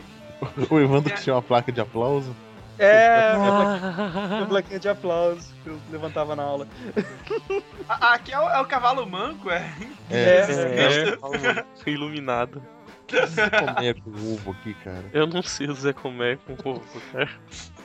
Speaker 4: O Evandro que tinha uma placa de aplauso.
Speaker 1: É, minha plaquinha- minha
Speaker 3: Ah,
Speaker 1: plaquinha de aplauso que eu levantava na aula.
Speaker 8: a- Aqui é o, é o cavalo manco, é. [LAUGHS]
Speaker 4: É,
Speaker 3: [LAUGHS] é, é, iluminado.
Speaker 4: comer com ovo aqui, cara.
Speaker 3: Eu não sei o Zé Comé com ovo, cara.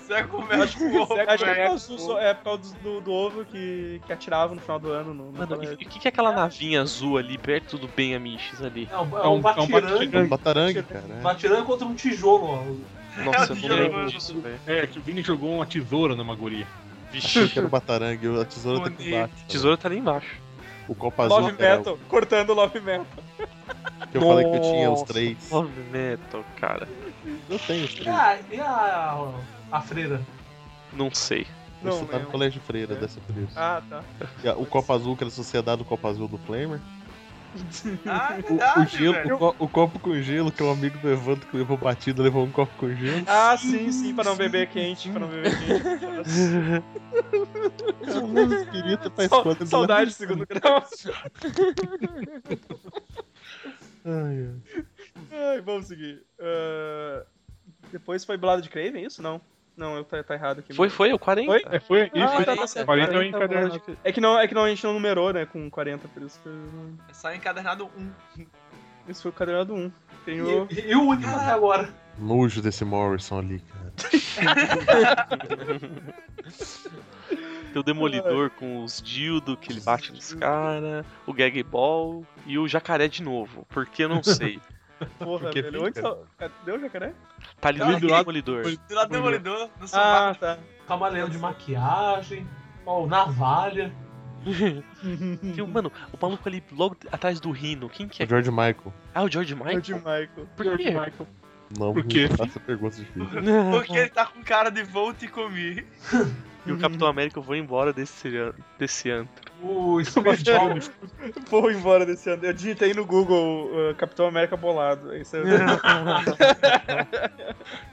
Speaker 8: Zé
Speaker 1: [LAUGHS]
Speaker 8: comércio [LAUGHS] com ovo,
Speaker 1: Acho que é
Speaker 8: velho.
Speaker 1: por causa do, é por causa do, do ovo que, que atirava no final do ano. No, no
Speaker 3: Mano, e
Speaker 1: colégio.
Speaker 3: o que, que é aquela navinha azul ali, perto do Ben Amiches ali?
Speaker 7: É um,
Speaker 2: É
Speaker 7: é
Speaker 2: um- é um
Speaker 7: um batirangue.
Speaker 4: É um batarangue, cara.
Speaker 7: Batirangue contra um tijolo, ó.
Speaker 3: Nossa, eu não lembro
Speaker 8: Mano.
Speaker 3: disso, velho.
Speaker 2: É, que o Vini jogou uma tesoura numa guria.
Speaker 4: É. Eu quero batarangue, a tesoura tá aqui
Speaker 8: Bonito.
Speaker 4: embaixo.
Speaker 3: Tesoura tá ali embaixo.
Speaker 4: O copo azul.
Speaker 1: Love
Speaker 4: cara,
Speaker 1: Metal, cortando o Love Metal.
Speaker 4: Que eu falei que eu tinha os
Speaker 3: Nossa,
Speaker 4: três.
Speaker 3: Love Metal, cara.
Speaker 4: Eu tenho os
Speaker 8: É.
Speaker 7: E
Speaker 1: Ah,
Speaker 4: três.
Speaker 7: a, Ah, e a, a freira?
Speaker 3: Não sei.
Speaker 4: Eu
Speaker 1: Não,
Speaker 4: estudava
Speaker 1: né?
Speaker 4: no Colégio Freira
Speaker 1: É.
Speaker 4: dessa por isso.
Speaker 1: Ah, tá.
Speaker 4: E a- O Copa Azul, que era a sociedade do Copa Azul do Flamer.
Speaker 8: Ah, é
Speaker 4: O, o
Speaker 8: verdade,
Speaker 4: gelo,
Speaker 8: velho.
Speaker 4: o, co- o copo com gelo, que é um amigo do Evandro que levou batida, levou um copo com gelo.
Speaker 1: Ah, sim, sim, pra não beber quente, pra não beber [LAUGHS] quente.
Speaker 4: é um Espírito tá pra
Speaker 1: Sau-
Speaker 4: escola.
Speaker 1: Saudade do segundo grau.
Speaker 4: [LAUGHS] Ai,
Speaker 1: Ai, vamos seguir. Ah, depois foi Blado de Craven, é isso? Não. Não, eu tá, tá errado aqui.
Speaker 3: Foi, foi, o 40.
Speaker 1: Foi?
Speaker 2: É, foi isso.
Speaker 1: Ah,
Speaker 2: foi,
Speaker 1: tá, tá certo.
Speaker 2: 40 é o
Speaker 1: 40
Speaker 2: encadernado.
Speaker 1: É que, não, é que não, a gente não numerou, né, com 40, por isso que... eu não-
Speaker 8: É só encadernado um.
Speaker 1: Isso foi o cadernado 1. Tem o...
Speaker 7: E, e o único até agora.
Speaker 4: Nojo desse Morrison ali, cara.
Speaker 3: Tem o Demolidor com os dildo que ele bate nos caras, o Gag Ball e o Jacaré de novo, porque [LAUGHS] eu não sei.
Speaker 1: Porra,
Speaker 4: Porque
Speaker 1: velho.
Speaker 4: fica.
Speaker 1: Onde tá... Cadê o jacaré?
Speaker 3: Tá ali
Speaker 8: Cara,
Speaker 3: do
Speaker 8: quem-
Speaker 3: Demolidor.
Speaker 8: Do lado do demolidor, no sovaco.
Speaker 1: Ah, tá.
Speaker 7: Camaleão de maquiagem. Ó,
Speaker 1: [LAUGHS]
Speaker 7: o navalha.
Speaker 3: Tem
Speaker 2: um
Speaker 3: o- mano, o maluco ali logo atrás do Rino, quem
Speaker 4: O
Speaker 3: que é?
Speaker 4: George Michael.
Speaker 3: Ah, o George
Speaker 1: É o
Speaker 3: Michael?
Speaker 1: de Michael.
Speaker 3: Por quê? [LAUGHS]
Speaker 4: Não,
Speaker 2: Por quê?
Speaker 4: faça perguntas difíceis.
Speaker 8: Porque ele tá com cara de vou te comer.
Speaker 3: E o Capitão América foi embora desse ano. Desse [LAUGHS] ano.
Speaker 7: O Steve Jobs.
Speaker 1: Vou embora desse ano. Eu digitei no Google uh, Capitão América bolado. É Aí saiu-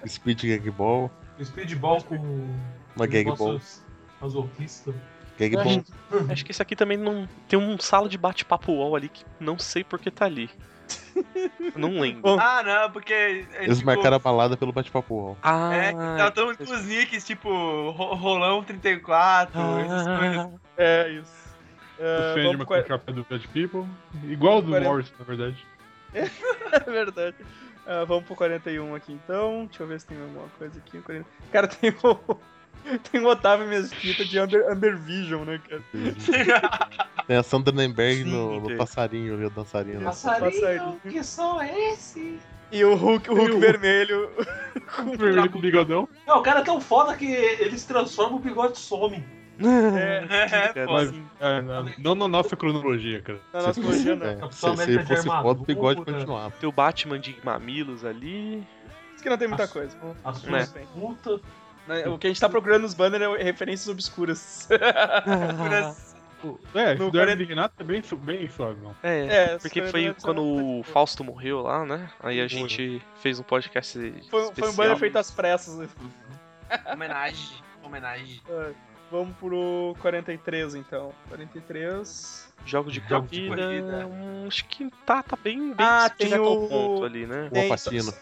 Speaker 4: Speed Gagball.
Speaker 7: O Speedball com.
Speaker 4: Uma Gagball.
Speaker 7: Masoquista.
Speaker 4: Gagball.
Speaker 3: Acho que esse aqui também não. Tem um sala de bate-papo UOL ali que não sei por que tá ali. não lembro.
Speaker 8: Ah, não, porque.
Speaker 4: Eles marcaram a balada pelo bate-papo. ó.
Speaker 3: Ah,
Speaker 8: É, tava todo mundo com os nicks, tipo, Ro- Rolão 34, essas coisas.
Speaker 3: ah,
Speaker 1: É isso. Uh,
Speaker 2: O Sandman
Speaker 1: vamos
Speaker 2: com
Speaker 1: com a-
Speaker 2: a capa do Bad People. Igual do
Speaker 1: Quarenta.
Speaker 2: Morris, na verdade.
Speaker 1: [LAUGHS] É verdade. Ah, vamos pro 41 aqui então. Deixa eu ver se tem alguma coisa aqui. 40. Cara, tem o. [LAUGHS] Tem o Otávio Mesquita de Under, Under Vision, né, cara?
Speaker 4: [LAUGHS] Tem a Sandra Nemberg no,
Speaker 3: Sim,
Speaker 4: no
Speaker 3: tem.
Speaker 4: passarinho ali, a dançarina.
Speaker 7: Passarinho,
Speaker 1: Passarinho.
Speaker 7: que som é esse?
Speaker 1: E o Hulk, o Hulk
Speaker 2: o-
Speaker 1: vermelho. [LAUGHS]
Speaker 2: O vermelho com o bigodão.
Speaker 7: Não, o cara é tão foda que eles transformam o bigode e some.
Speaker 3: [LAUGHS]
Speaker 1: É,
Speaker 8: É,
Speaker 3: cara,
Speaker 8: pô.
Speaker 2: Mas, é, não, não na nossa cronologia, cara.
Speaker 1: na nossa logia, né?
Speaker 4: É,
Speaker 7: Capitão
Speaker 4: se, se
Speaker 7: América de
Speaker 4: fosse
Speaker 7: armadura,
Speaker 4: foda, o bigode
Speaker 7: né?
Speaker 4: continuava.
Speaker 3: Tem o Batman de mamilos ali.
Speaker 1: Isso que não tem muita coisa. Vamos-
Speaker 7: A sua
Speaker 1: Né?
Speaker 8: É.
Speaker 7: puta.
Speaker 1: né, O que a gente tá procurando nos banners é referências obscuras.
Speaker 2: É,
Speaker 1: No
Speaker 2: do Hermes
Speaker 1: 40.
Speaker 2: Renato é bem, su- bem suave, não.
Speaker 3: É,
Speaker 1: [LAUGHS] É,
Speaker 3: porque
Speaker 1: essa
Speaker 3: foi
Speaker 1: era-
Speaker 3: quando o Fausto morreu lá, né? Aí
Speaker 4: Foi.
Speaker 3: a gente fez um podcast
Speaker 1: Foi, foi um banner
Speaker 3: especial.
Speaker 1: feito às pressas. né?
Speaker 8: Homenagem, homenagem.
Speaker 1: Vamos pro 43 então. 43.
Speaker 3: Jogo de
Speaker 2: Jogo
Speaker 8: de
Speaker 3: corrida.
Speaker 8: corrida.
Speaker 3: hum, acho que tá, tá bem, bem
Speaker 1: Ah, tem
Speaker 3: direto ao
Speaker 1: o-
Speaker 3: ponto ali, né?
Speaker 4: O Alpatino.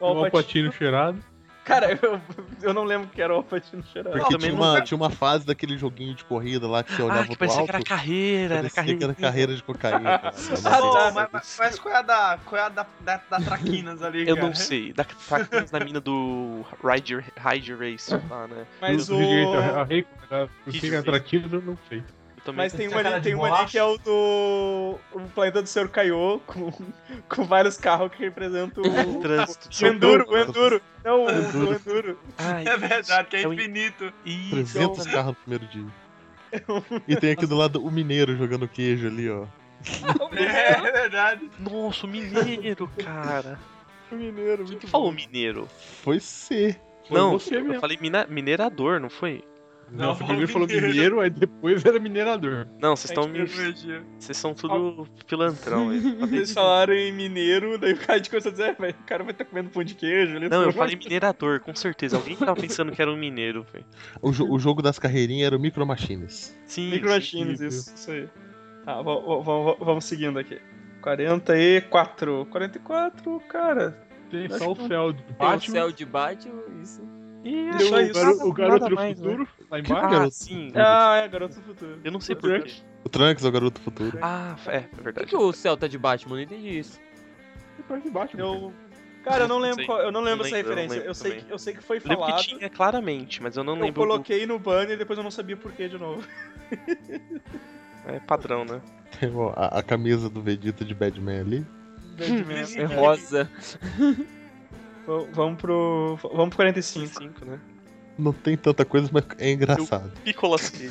Speaker 1: O
Speaker 2: O
Speaker 1: Alpatino.
Speaker 2: Alpatino cheirado.
Speaker 1: Cara, [LAUGHS] eu, eu não lembro que era o Alpatino cheirado.
Speaker 4: Porque
Speaker 3: também
Speaker 4: tinha
Speaker 3: não-
Speaker 4: uma, tinha uma fase daquele joguinho de corrida lá que você
Speaker 3: Ah,
Speaker 4: olhava
Speaker 3: que
Speaker 4: pro
Speaker 3: parecia que
Speaker 4: alto.
Speaker 3: era carreira,
Speaker 4: parecia
Speaker 3: era
Speaker 4: que
Speaker 3: carreira.
Speaker 4: era carreira de
Speaker 3: [LAUGHS]
Speaker 4: cocaína. né? cara.
Speaker 8: Pô,
Speaker 1: tá.
Speaker 8: mas, mas- mas qual é a da, qual é a da, da, da Traquinas ali,
Speaker 3: Eu
Speaker 8: cara?
Speaker 3: não sei, da Traquinas na mina do Ride, Ride Race lá, né?
Speaker 1: Mas
Speaker 2: Do-
Speaker 1: o.
Speaker 2: do direito a- a rei, a- O
Speaker 3: Que
Speaker 2: que é
Speaker 3: difícil.
Speaker 2: traquinas eu não sei.
Speaker 3: Eu também
Speaker 1: Mas tem uma,
Speaker 7: Cara
Speaker 1: ali,
Speaker 7: de
Speaker 1: tem uma ali
Speaker 7: bolacha.
Speaker 1: que é o do. O planeta do Senhor Caiô, com, com vários carros que representam o.
Speaker 3: trânsito.
Speaker 1: O Enduro, o Enduro. Não, o, o Enduro. é um
Speaker 3: Ai,
Speaker 8: É verdade, que é
Speaker 3: é o-
Speaker 8: infinito.
Speaker 3: Isso,
Speaker 4: 300 carros no primeiro dia. E tem aqui do lado o mineiro jogando queijo ali, ó.
Speaker 8: É, é verdade.
Speaker 3: Nossa, o mineiro, cara.
Speaker 1: Mineiro,
Speaker 3: [LAUGHS] Quem que
Speaker 1: muito
Speaker 3: falou
Speaker 1: bom.
Speaker 3: mineiro?
Speaker 4: Foi C.
Speaker 2: Foi
Speaker 3: não,
Speaker 2: você
Speaker 3: eu
Speaker 2: mesmo.
Speaker 3: falei mina- minerador, não foi?
Speaker 2: Não,
Speaker 8: Não,
Speaker 2: você primeiro
Speaker 8: falou
Speaker 2: falou mineiro, aí depois era minerador.
Speaker 3: Não, vocês estão me...
Speaker 8: Tecnologia.
Speaker 3: Vocês são tudo [LAUGHS] pilantrão. eu falei-
Speaker 1: Eles falaram em mineiro, daí o cara de começou a dizer, "É, velho, o cara vai estar comendo pão de queijo ali.
Speaker 3: Não, eu falei minerador, com certeza. Alguém tava pensando que era um mineiro, velho.
Speaker 4: O, jo- o jogo das carreirinhas era o Micro Machines.
Speaker 3: Sim,
Speaker 1: Micro Machines, isso, isso aí. Tá, va- va- va- vamos seguindo aqui. 44. 44, cara.
Speaker 2: Tem
Speaker 1: Acho
Speaker 2: só o
Speaker 1: que não.
Speaker 2: céu do
Speaker 6: Tem o
Speaker 2: Batman.
Speaker 6: céu de Batman, isso.
Speaker 3: E
Speaker 1: Deu
Speaker 3: acho
Speaker 1: só
Speaker 3: que
Speaker 1: isso.
Speaker 2: O, garo-
Speaker 3: nada-
Speaker 2: o garoto
Speaker 3: nada
Speaker 2: do
Speaker 3: mais,
Speaker 2: futuro, lá embaixo.
Speaker 3: Ah, sim.
Speaker 1: Ah, é, Garoto do Futuro.
Speaker 3: Eu não sei
Speaker 1: O
Speaker 3: por
Speaker 1: Dirk.
Speaker 3: quê.
Speaker 4: O Trunks é o garoto futuro.
Speaker 3: Ah, é, é
Speaker 6: Por que,
Speaker 3: verdade.
Speaker 6: que o céu tá de Batman? Não entendi isso.
Speaker 2: É perto do Batman.
Speaker 1: Eu. Cara, eu não lembro,
Speaker 3: Sei.
Speaker 1: qual- eu não lembro
Speaker 3: Não
Speaker 1: essa
Speaker 3: lembro, eu não
Speaker 1: referência.
Speaker 3: lembro
Speaker 1: Eu sei,
Speaker 3: também.
Speaker 1: que, eu sei que foi
Speaker 3: Eu lembro que
Speaker 1: falado.
Speaker 3: tinha, claramente, mas eu não
Speaker 1: Eu
Speaker 3: lembro. o-
Speaker 1: coloquei no banner e depois eu não sabia por que de [LAUGHS] novo.
Speaker 3: É padrão, né?
Speaker 4: Tem ó, a, a camisa do Vegeta de Batman ali.
Speaker 1: Deadman.
Speaker 6: É rosa.
Speaker 1: V- Vamos pro. Vamos pro 45.
Speaker 3: 5, né?
Speaker 4: Não tem tanta coisa, mas é engraçado.
Speaker 3: Nicolas Cage.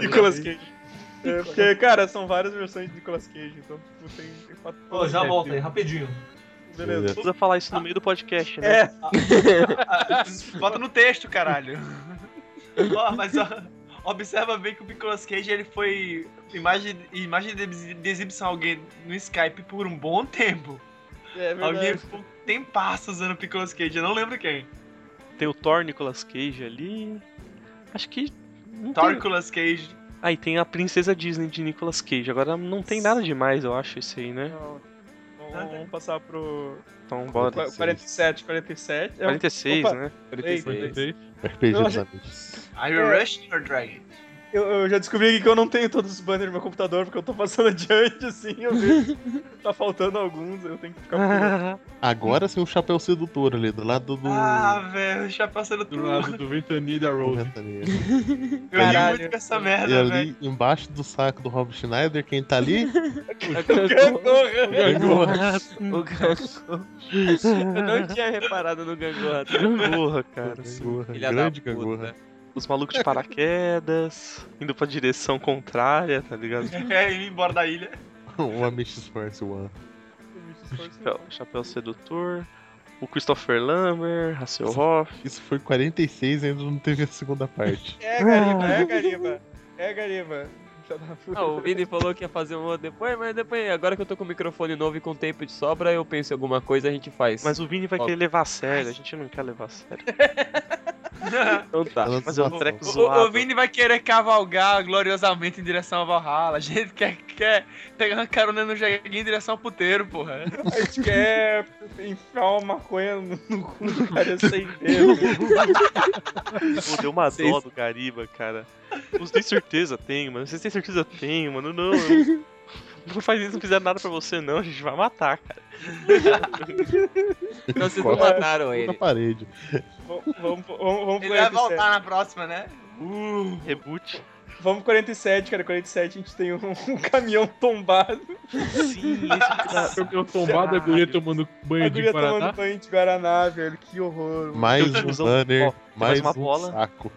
Speaker 1: Nicolas Cage. É, porque, cara, são várias versões de Nicolas Cage, então tipo, tem, tem quatro.
Speaker 7: Ô, já volta aí, rapidinho.
Speaker 1: Beleza.
Speaker 3: Precisa falar isso no meio do podcast, né?
Speaker 1: É,
Speaker 8: Ah, Bota no texto, caralho. [LAUGHS] Ó, mas ó, observa bem que o Nicolas Cage ele foi imagem, imagem de, exi- de exibição a alguém no Skype por um bom tempo.
Speaker 1: é
Speaker 8: Alguém
Speaker 1: verdade.
Speaker 8: ficou um tempasso usando o Nicolas Cage, eu não lembro quem.
Speaker 3: Tem o Thor Nicolas Cage ali. Acho que. Não
Speaker 8: Thor
Speaker 3: Tem...
Speaker 8: Nicolas Cage.
Speaker 3: Aí tem a Princesa Disney de Nicolas Cage. Agora não tem nada demais, eu acho, esse aí, né?
Speaker 1: Não. Vamos, vamos passar pro.
Speaker 3: Então bora.
Speaker 1: 47, 47. É,
Speaker 3: 46,
Speaker 1: um- Opa.
Speaker 3: né?
Speaker 1: Ei,
Speaker 2: Perfeito.
Speaker 4: RPG
Speaker 1: Eu
Speaker 4: dos
Speaker 1: achei-
Speaker 4: amigos.
Speaker 8: Are
Speaker 1: É,
Speaker 8: you rushing or dragon?
Speaker 1: Eu, eu já descobri aqui que eu não tenho todos os banners no meu computador, porque eu tô passando [LAUGHS] adiante, assim, eu vejo. tá faltando alguns, eu tenho que ficar [LAUGHS] procurando.
Speaker 4: Agora sim, o chapéu sedutor ali, do lado do.
Speaker 8: Ah, velho, já passando
Speaker 2: Do
Speaker 8: tudo.
Speaker 2: lado do Ventania da
Speaker 4: do
Speaker 2: Rose.
Speaker 4: ventania.
Speaker 8: Eu li
Speaker 1: Caralho.
Speaker 8: muito com essa
Speaker 4: E
Speaker 8: merda, velho.
Speaker 4: ali embaixo do saco do Rob Schneider, quem tá ali?
Speaker 1: Gangorra!
Speaker 4: Gangorra.
Speaker 6: O Gangorra. Eu não tinha reparado no Gangorra.
Speaker 3: Gangorra, é cara. assim.
Speaker 4: Gangorra,
Speaker 6: Filha
Speaker 4: grande
Speaker 6: da puta.
Speaker 4: gangorra. [LAUGHS]
Speaker 3: Os malucos de paraquedas, indo pra direção contrária, tá ligado?
Speaker 8: É, ir embora da ilha.
Speaker 4: O Amish Force One.
Speaker 3: Chapéu, chapéu sedutor. o Christopher Lambert, Hasselhoff.
Speaker 4: Isso foi 46 e ainda não teve a segunda parte.
Speaker 1: É, Gariba, é, Gariba. É, Gariba. Filha da puta.
Speaker 6: Não, o Vini falou que ia fazer um outro depois, mas depois, agora que eu tô com o microfone novo e com tempo de sobra, eu penso em alguma coisa a gente faz.
Speaker 3: Mas o Vini vai
Speaker 6: Ó.
Speaker 3: querer levar a sério, a gente não quer levar a sério.
Speaker 6: então tá.
Speaker 4: Ela
Speaker 3: Mas é um
Speaker 4: zoou.
Speaker 3: treco
Speaker 8: O, o
Speaker 3: zoado.
Speaker 8: Vini vai querer cavalgar gloriosamente em direção ao Valhalla. [LAUGHS] A gente quer, quer pegar uma carona no jeguinho em direção ao puteiro, porra.
Speaker 1: A gente quer enfiar uma maconha no, no cu do cara sem tempo.
Speaker 3: Pô, deu uma dó
Speaker 6: Vocês-
Speaker 3: do Gariba, cara. Os tem certeza? Tenho, mano. Vocês têm certeza? Tenho, mano. Não, eu... Não faz isso, não fizeram nada pra você, não. A gente vai matar, cara.
Speaker 6: Então vocês
Speaker 4: Qual?
Speaker 6: não mataram
Speaker 4: Na
Speaker 6: ele.
Speaker 4: parede.
Speaker 1: Vamos, vamos, vamos, vamos
Speaker 8: Ele vai
Speaker 1: 47.
Speaker 8: voltar na próxima, né?
Speaker 3: Reboot.
Speaker 1: Vamos 47, cara. 47 a gente tem um, um caminhão tombado.
Speaker 3: Sim, esse
Speaker 2: Eu, eu tombado a guria tomando
Speaker 1: A
Speaker 2: banho de
Speaker 1: guria tomando
Speaker 2: Paraná.
Speaker 1: banho de Guaraná, velho. Que horror. mano.
Speaker 4: Mais
Speaker 3: Eu tenho
Speaker 4: um
Speaker 3: visão-
Speaker 4: banner,
Speaker 3: ó,
Speaker 4: mais
Speaker 3: mais uma
Speaker 4: um
Speaker 3: bola.
Speaker 4: saco.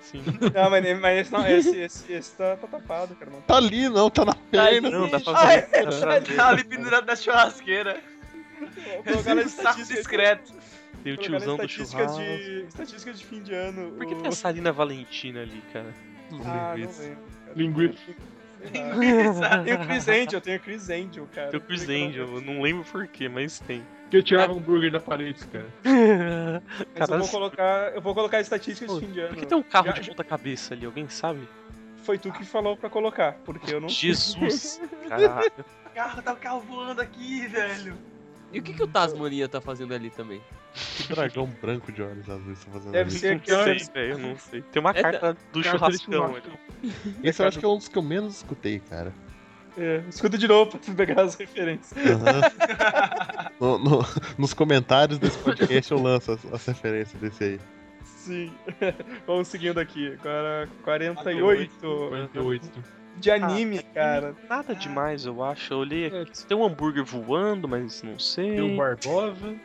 Speaker 3: Sim.
Speaker 1: Não, Ah, mas, mas esse, não, esse, esse, esse tá, tá tapado, cara. Não
Speaker 4: Tá ali, não, tá na perna.
Speaker 3: Não, dá pra
Speaker 8: Ah,
Speaker 3: fazer.
Speaker 8: é verdade, tá ali pendurado na churrasqueira.
Speaker 1: Colocaram
Speaker 8: Um saco
Speaker 1: estatísticas-
Speaker 8: discreto.
Speaker 3: Tem o
Speaker 1: colocaram
Speaker 3: tiozão do
Speaker 1: é estatísticas
Speaker 3: churrasco.
Speaker 1: de, uh. estatísticas de fim de ano.
Speaker 3: Por que
Speaker 1: o-
Speaker 3: tem a Sarina Valentina ali, cara?
Speaker 1: Ah, não
Speaker 4: Linguiça.
Speaker 1: lembro. cara.
Speaker 2: Linguiça.
Speaker 1: Sei lá. [LAUGHS] Eu tenho Chris Angel, eu tenho Chris Angel, cara.
Speaker 3: Tem o Chris Angel, eu não lembro porquê, mas tem.
Speaker 2: Que eu tirava um hambúrguer da parede, cara.
Speaker 1: Mas eu
Speaker 3: Caralho.
Speaker 1: vou colocar, eu vou colocar estatísticas de fim de ano.
Speaker 3: Por que tem um carro
Speaker 1: Já-
Speaker 3: de ponta cabeça ali? Alguém sabe?
Speaker 1: Foi tu que falou pra colocar, porque eu não.
Speaker 3: Jesus! Caralho.
Speaker 8: Carro, tá o carro voando aqui, velho.
Speaker 6: E o que, que o Tasmania tá fazendo ali também?
Speaker 4: Que dragão branco de olhos azuis tá fazendo
Speaker 1: Deve
Speaker 4: ali.
Speaker 1: ser
Speaker 3: Não sei,
Speaker 1: aquele.
Speaker 3: velho, eu não sei. Tem uma
Speaker 6: É
Speaker 3: carta do
Speaker 2: Carta de
Speaker 3: churrascão ali.
Speaker 4: Esse eu acho que é um dos que eu menos escutei, cara.
Speaker 1: É, escuta de novo pra tu pegar as referências.
Speaker 4: Aham. [LAUGHS] No- no- nos comentários desse podcast eu lanço as, as referências desse aí.
Speaker 1: Sim. [LAUGHS] Vamos seguindo aqui. Agora, 48
Speaker 2: 48.
Speaker 1: de anime,
Speaker 3: Ah,
Speaker 1: cara.
Speaker 3: Nada demais, eu acho. Eu olhei aqui. Tem um hambúrguer voando, mas não sei.
Speaker 2: Tem o Barbosa.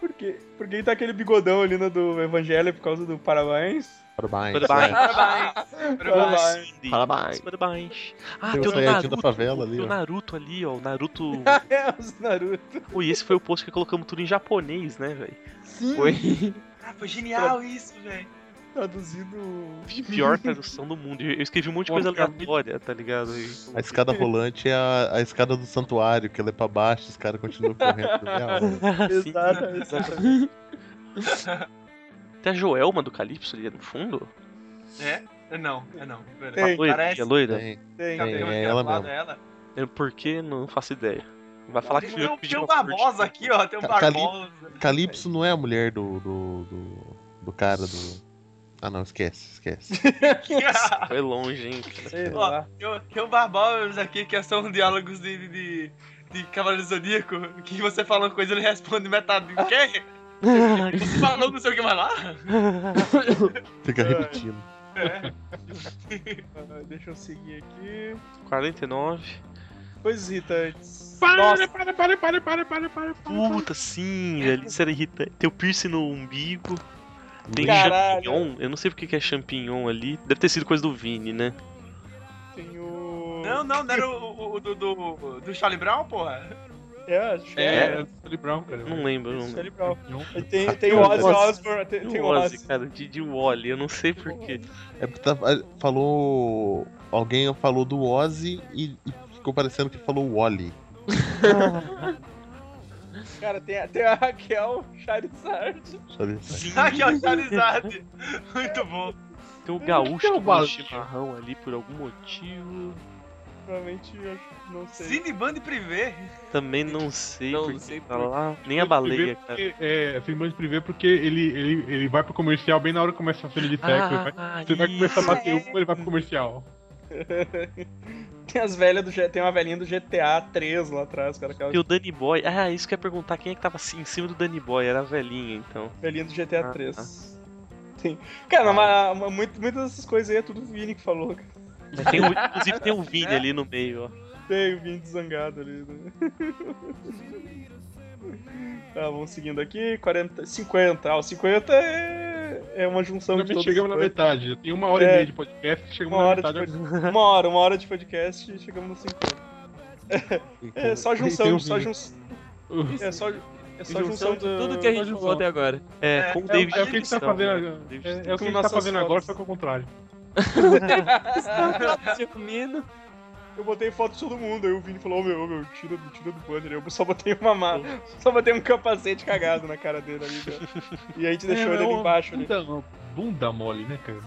Speaker 1: Por quê? Por que tá aquele bigodão ali no do Evangelho por causa do Parabéns?
Speaker 4: Parabéns.
Speaker 3: Parabéns.
Speaker 8: Parabéns.
Speaker 1: Parabéns.
Speaker 3: Cindy.
Speaker 6: Parabéns.
Speaker 3: Parabéns. Ah,
Speaker 4: Tem
Speaker 3: tem,
Speaker 4: o
Speaker 3: o
Speaker 4: Sayajin da
Speaker 3: Naruto.
Speaker 4: favela ali,
Speaker 3: Tem o
Speaker 4: ó.
Speaker 3: Naruto ali, ó. O Naruto.
Speaker 1: [LAUGHS] É, os Naruto.
Speaker 3: Ui, esse foi o post que colocamos tudo em japonês, né, velho?
Speaker 1: Sim.
Speaker 6: Foi.
Speaker 8: Ah, foi genial isso, velho.
Speaker 1: Traduzido.
Speaker 3: Pior tradução do mundo. Eu escrevi um monte de coisa aleatória, tá ligado? E-
Speaker 4: A escada rolante é a, a escada do santuário, que ela é pra baixo, os caras continuam correndo. né? por meia
Speaker 1: [LAUGHS]
Speaker 4: hora.
Speaker 3: Assim,
Speaker 1: Exato, exato.
Speaker 3: Tem a Joelma do Calypso ali no fundo?
Speaker 8: É? É não, é não. Pera.
Speaker 1: Tem.
Speaker 3: a loira,
Speaker 8: parece-
Speaker 3: a loira?
Speaker 1: Tem,
Speaker 4: Tem.
Speaker 8: Tem
Speaker 1: tem.
Speaker 8: alguém
Speaker 4: é ela
Speaker 8: do lado
Speaker 4: mesmo.
Speaker 8: dela?
Speaker 3: É, Por que? Não faço ideia. Vai falar que
Speaker 8: Tem um,
Speaker 3: eu pedi
Speaker 8: tem um
Speaker 3: pra curtir.
Speaker 8: Barbosa aqui, ó. Tem um
Speaker 4: Tá- tá ali.
Speaker 8: Barbosa. [LAUGHS]
Speaker 4: Calypso não é a mulher do, do, do, do cara do. Ah não, esquece, esquece.
Speaker 3: Foi longe, hein, cara.
Speaker 1: Sei
Speaker 8: Ó,
Speaker 1: lá.
Speaker 8: Tem, tem um Barbosa aqui que são diálogos de, de, de, de Cavaleiro Zodíaco. Que você fala uma coisa e ele responde metade. O quê? Você falou não sei o que mais lá?
Speaker 1: [LAUGHS] É.
Speaker 4: Fica repetindo.
Speaker 1: Ah, Deixa eu seguir aqui.
Speaker 3: 49.
Speaker 1: Coisas irritantes.
Speaker 2: Para,
Speaker 1: Nossa,
Speaker 2: para, para, para, para, para, para, para.
Speaker 3: Puta, sim, velho. Isso era irritante. Tem o piercing no umbigo. Tem
Speaker 1: Caralho.
Speaker 3: champignon. Eu não sei porque que é champignon ali. Deve ter sido coisa do Vini, né?
Speaker 1: tem o.
Speaker 8: Não, não, não era o, o- o do, do, do Charlie Brown, porra?
Speaker 1: É, acho.
Speaker 2: É, é do Charlie Brown, cara.
Speaker 3: Não lembro, É? não
Speaker 1: Isso,
Speaker 3: lembro.
Speaker 1: Charlie Brown.
Speaker 2: Não.
Speaker 1: E Tem, tem o Ozzy
Speaker 4: Ozzy.
Speaker 1: Osbourne, tem,
Speaker 3: De
Speaker 1: tem o
Speaker 3: Ozzy,
Speaker 1: Ozzy.
Speaker 3: cara, de, de Wally, eu não sei porquê.
Speaker 4: É porque tá- falou. Alguém falou do Ozzy e, e ficou parecendo que falou Wally.
Speaker 1: Cara, tem, a- tem a Raquel Charizard.
Speaker 4: Deixa eu ver se- tá
Speaker 3: Sim,
Speaker 8: Aqui, ó, Charizard. Muito bom.
Speaker 3: tem o gaúcho
Speaker 2: É, Tem o
Speaker 3: tomando
Speaker 2: Balu.
Speaker 3: chimarrão ali por algum motivo.
Speaker 1: Provavelmente, eu acho- não sei.
Speaker 8: Cineband Privé.
Speaker 3: Também não sei
Speaker 6: Não
Speaker 3: porque
Speaker 6: sei
Speaker 3: tá
Speaker 6: por-
Speaker 3: lá. Nem a baleia, cara.
Speaker 2: Porque, é, filmando de privê porque ele, ele, ele vai pro comercial bem na hora que começa a cena de sexo. ele vai-
Speaker 3: Ah,
Speaker 2: você vai começar a
Speaker 3: isso.
Speaker 2: bater um, ele vai pro comercial.
Speaker 1: Tem as velhas do G- tem uma velhinha do GTA 3 lá atrás, cara, aquela
Speaker 3: E o Danny Boy. Ah, isso que eu ia perguntar. Quem é que tava assim em cima do Danny Boy? Era a velhinha, então.
Speaker 1: velhinha do GTA
Speaker 3: Ah,
Speaker 1: 3. Tem. Cara, mas, mas muito- muitas dessas coisas aí é tudo o Vini que falou. cara.
Speaker 3: Mas tem o- inclusive tem o Vini ali no meio, ó.
Speaker 1: Tem o Vini zangado ali. Né? [LAUGHS] tá, vamos seguindo aqui. 40, 50. Ah, o 50 é, é uma junção de
Speaker 2: Geralmente
Speaker 1: todos.
Speaker 2: chegamos na
Speaker 1: os
Speaker 2: metade. já Tem uma hora
Speaker 1: É.
Speaker 2: e meia de podcast, chegamos
Speaker 1: Uma
Speaker 2: na
Speaker 1: hora, de
Speaker 2: metade.
Speaker 1: pod- uma hora, uma hora de podcast e chegamos no 50. É, só
Speaker 4: Tem-
Speaker 1: junção,
Speaker 4: tem o
Speaker 1: só
Speaker 4: Vini.
Speaker 2: [LAUGHS]
Speaker 1: junção.
Speaker 2: Uh,
Speaker 1: É só, É só junção
Speaker 6: Junção de tudo que a gente falou até agora.
Speaker 8: [LAUGHS]
Speaker 3: É,
Speaker 8: É,
Speaker 3: com o
Speaker 2: É,
Speaker 3: David
Speaker 2: é o que a gente tá
Speaker 3: Stevenson,
Speaker 2: fazendo
Speaker 3: né?
Speaker 2: agora.
Speaker 3: David
Speaker 2: É, é o que a
Speaker 1: Com
Speaker 2: gente tá
Speaker 1: nossas
Speaker 2: fazendo
Speaker 1: fotos.
Speaker 2: agora, só que ao contrário.
Speaker 6: Tá Menino.
Speaker 1: Eu botei foto de todo mundo, aí o Vini falou, ô meu, ô meu, tira, do- tira do banner. Eu só botei uma ma... só botei um capacete cagado na cara dele ali, cara. E a gente deixou
Speaker 2: É,
Speaker 1: ele ali
Speaker 2: não,
Speaker 1: embaixo, né?
Speaker 2: bunda, bunda mole, né, cara?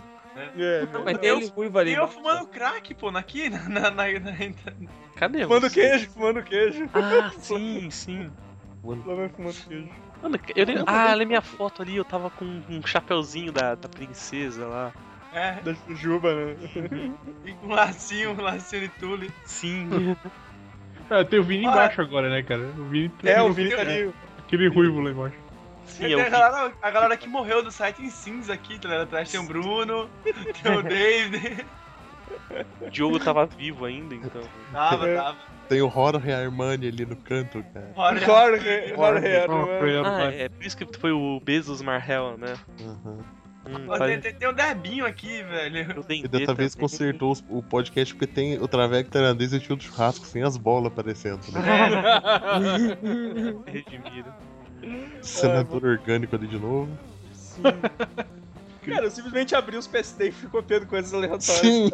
Speaker 1: É, meu.
Speaker 6: Mas tem
Speaker 8: eu-
Speaker 6: ele ruivo ali. né?
Speaker 8: E eu
Speaker 6: embaixo.
Speaker 8: fumando crack, pô, aqui na, na, na- na-
Speaker 3: Cadê?
Speaker 1: Fumando
Speaker 3: você?
Speaker 1: queijo, fumando queijo.
Speaker 3: [LAUGHS] Ah, sim, sim.
Speaker 1: Lá vai fumando queijo.
Speaker 3: Mano, eu lembro... Ah, olha a minha foto ali, eu tava com um chapeuzinho da, da princesa lá.
Speaker 8: É,
Speaker 1: [LAUGHS] Da Jujuba, né?
Speaker 8: e com lacinho, um lacinho de tule.
Speaker 3: Sim. [LAUGHS]
Speaker 2: Ah, tem o Vini
Speaker 8: Ah.
Speaker 2: embaixo agora, né, cara? O Vini tem
Speaker 1: É, o Vini tá ali.
Speaker 2: aquele ruivo lá embaixo.
Speaker 3: Sim, é
Speaker 8: Tem
Speaker 3: eu
Speaker 8: a,
Speaker 3: vi.
Speaker 8: galera, a galera que morreu do site em cinza aqui, tá ligado? Atrás tem o Bruno, [LAUGHS] tem o David.
Speaker 3: O Diogo tava vivo ainda, então.
Speaker 8: Tava, [LAUGHS] tava.
Speaker 4: Tem o Horror e a Hermione ali no canto, cara.
Speaker 8: Bora.
Speaker 1: Jorge, né? Jorge,
Speaker 2: Ah,
Speaker 1: mano.
Speaker 2: foi,
Speaker 3: Ah,
Speaker 2: rapaz.
Speaker 3: é, por isso que foi o Bezos Marhel, né?
Speaker 4: Aham.
Speaker 3: Hum,
Speaker 8: Ó,
Speaker 6: Faz-
Speaker 8: Tem, tem, tem um Derbinho aqui, velho.
Speaker 3: eu
Speaker 4: E
Speaker 3: tentei
Speaker 4: dessa vez
Speaker 3: também.
Speaker 4: consertou os- o podcast porque tem o Traveco Tailandês e o tio do churrasco sem as bolas aparecendo. Né?
Speaker 3: Redimido.
Speaker 4: Senador orgânico ali de novo.
Speaker 1: Cara, eu simplesmente abri os PSD e fui copiando coisas aleatórias.
Speaker 4: Sim!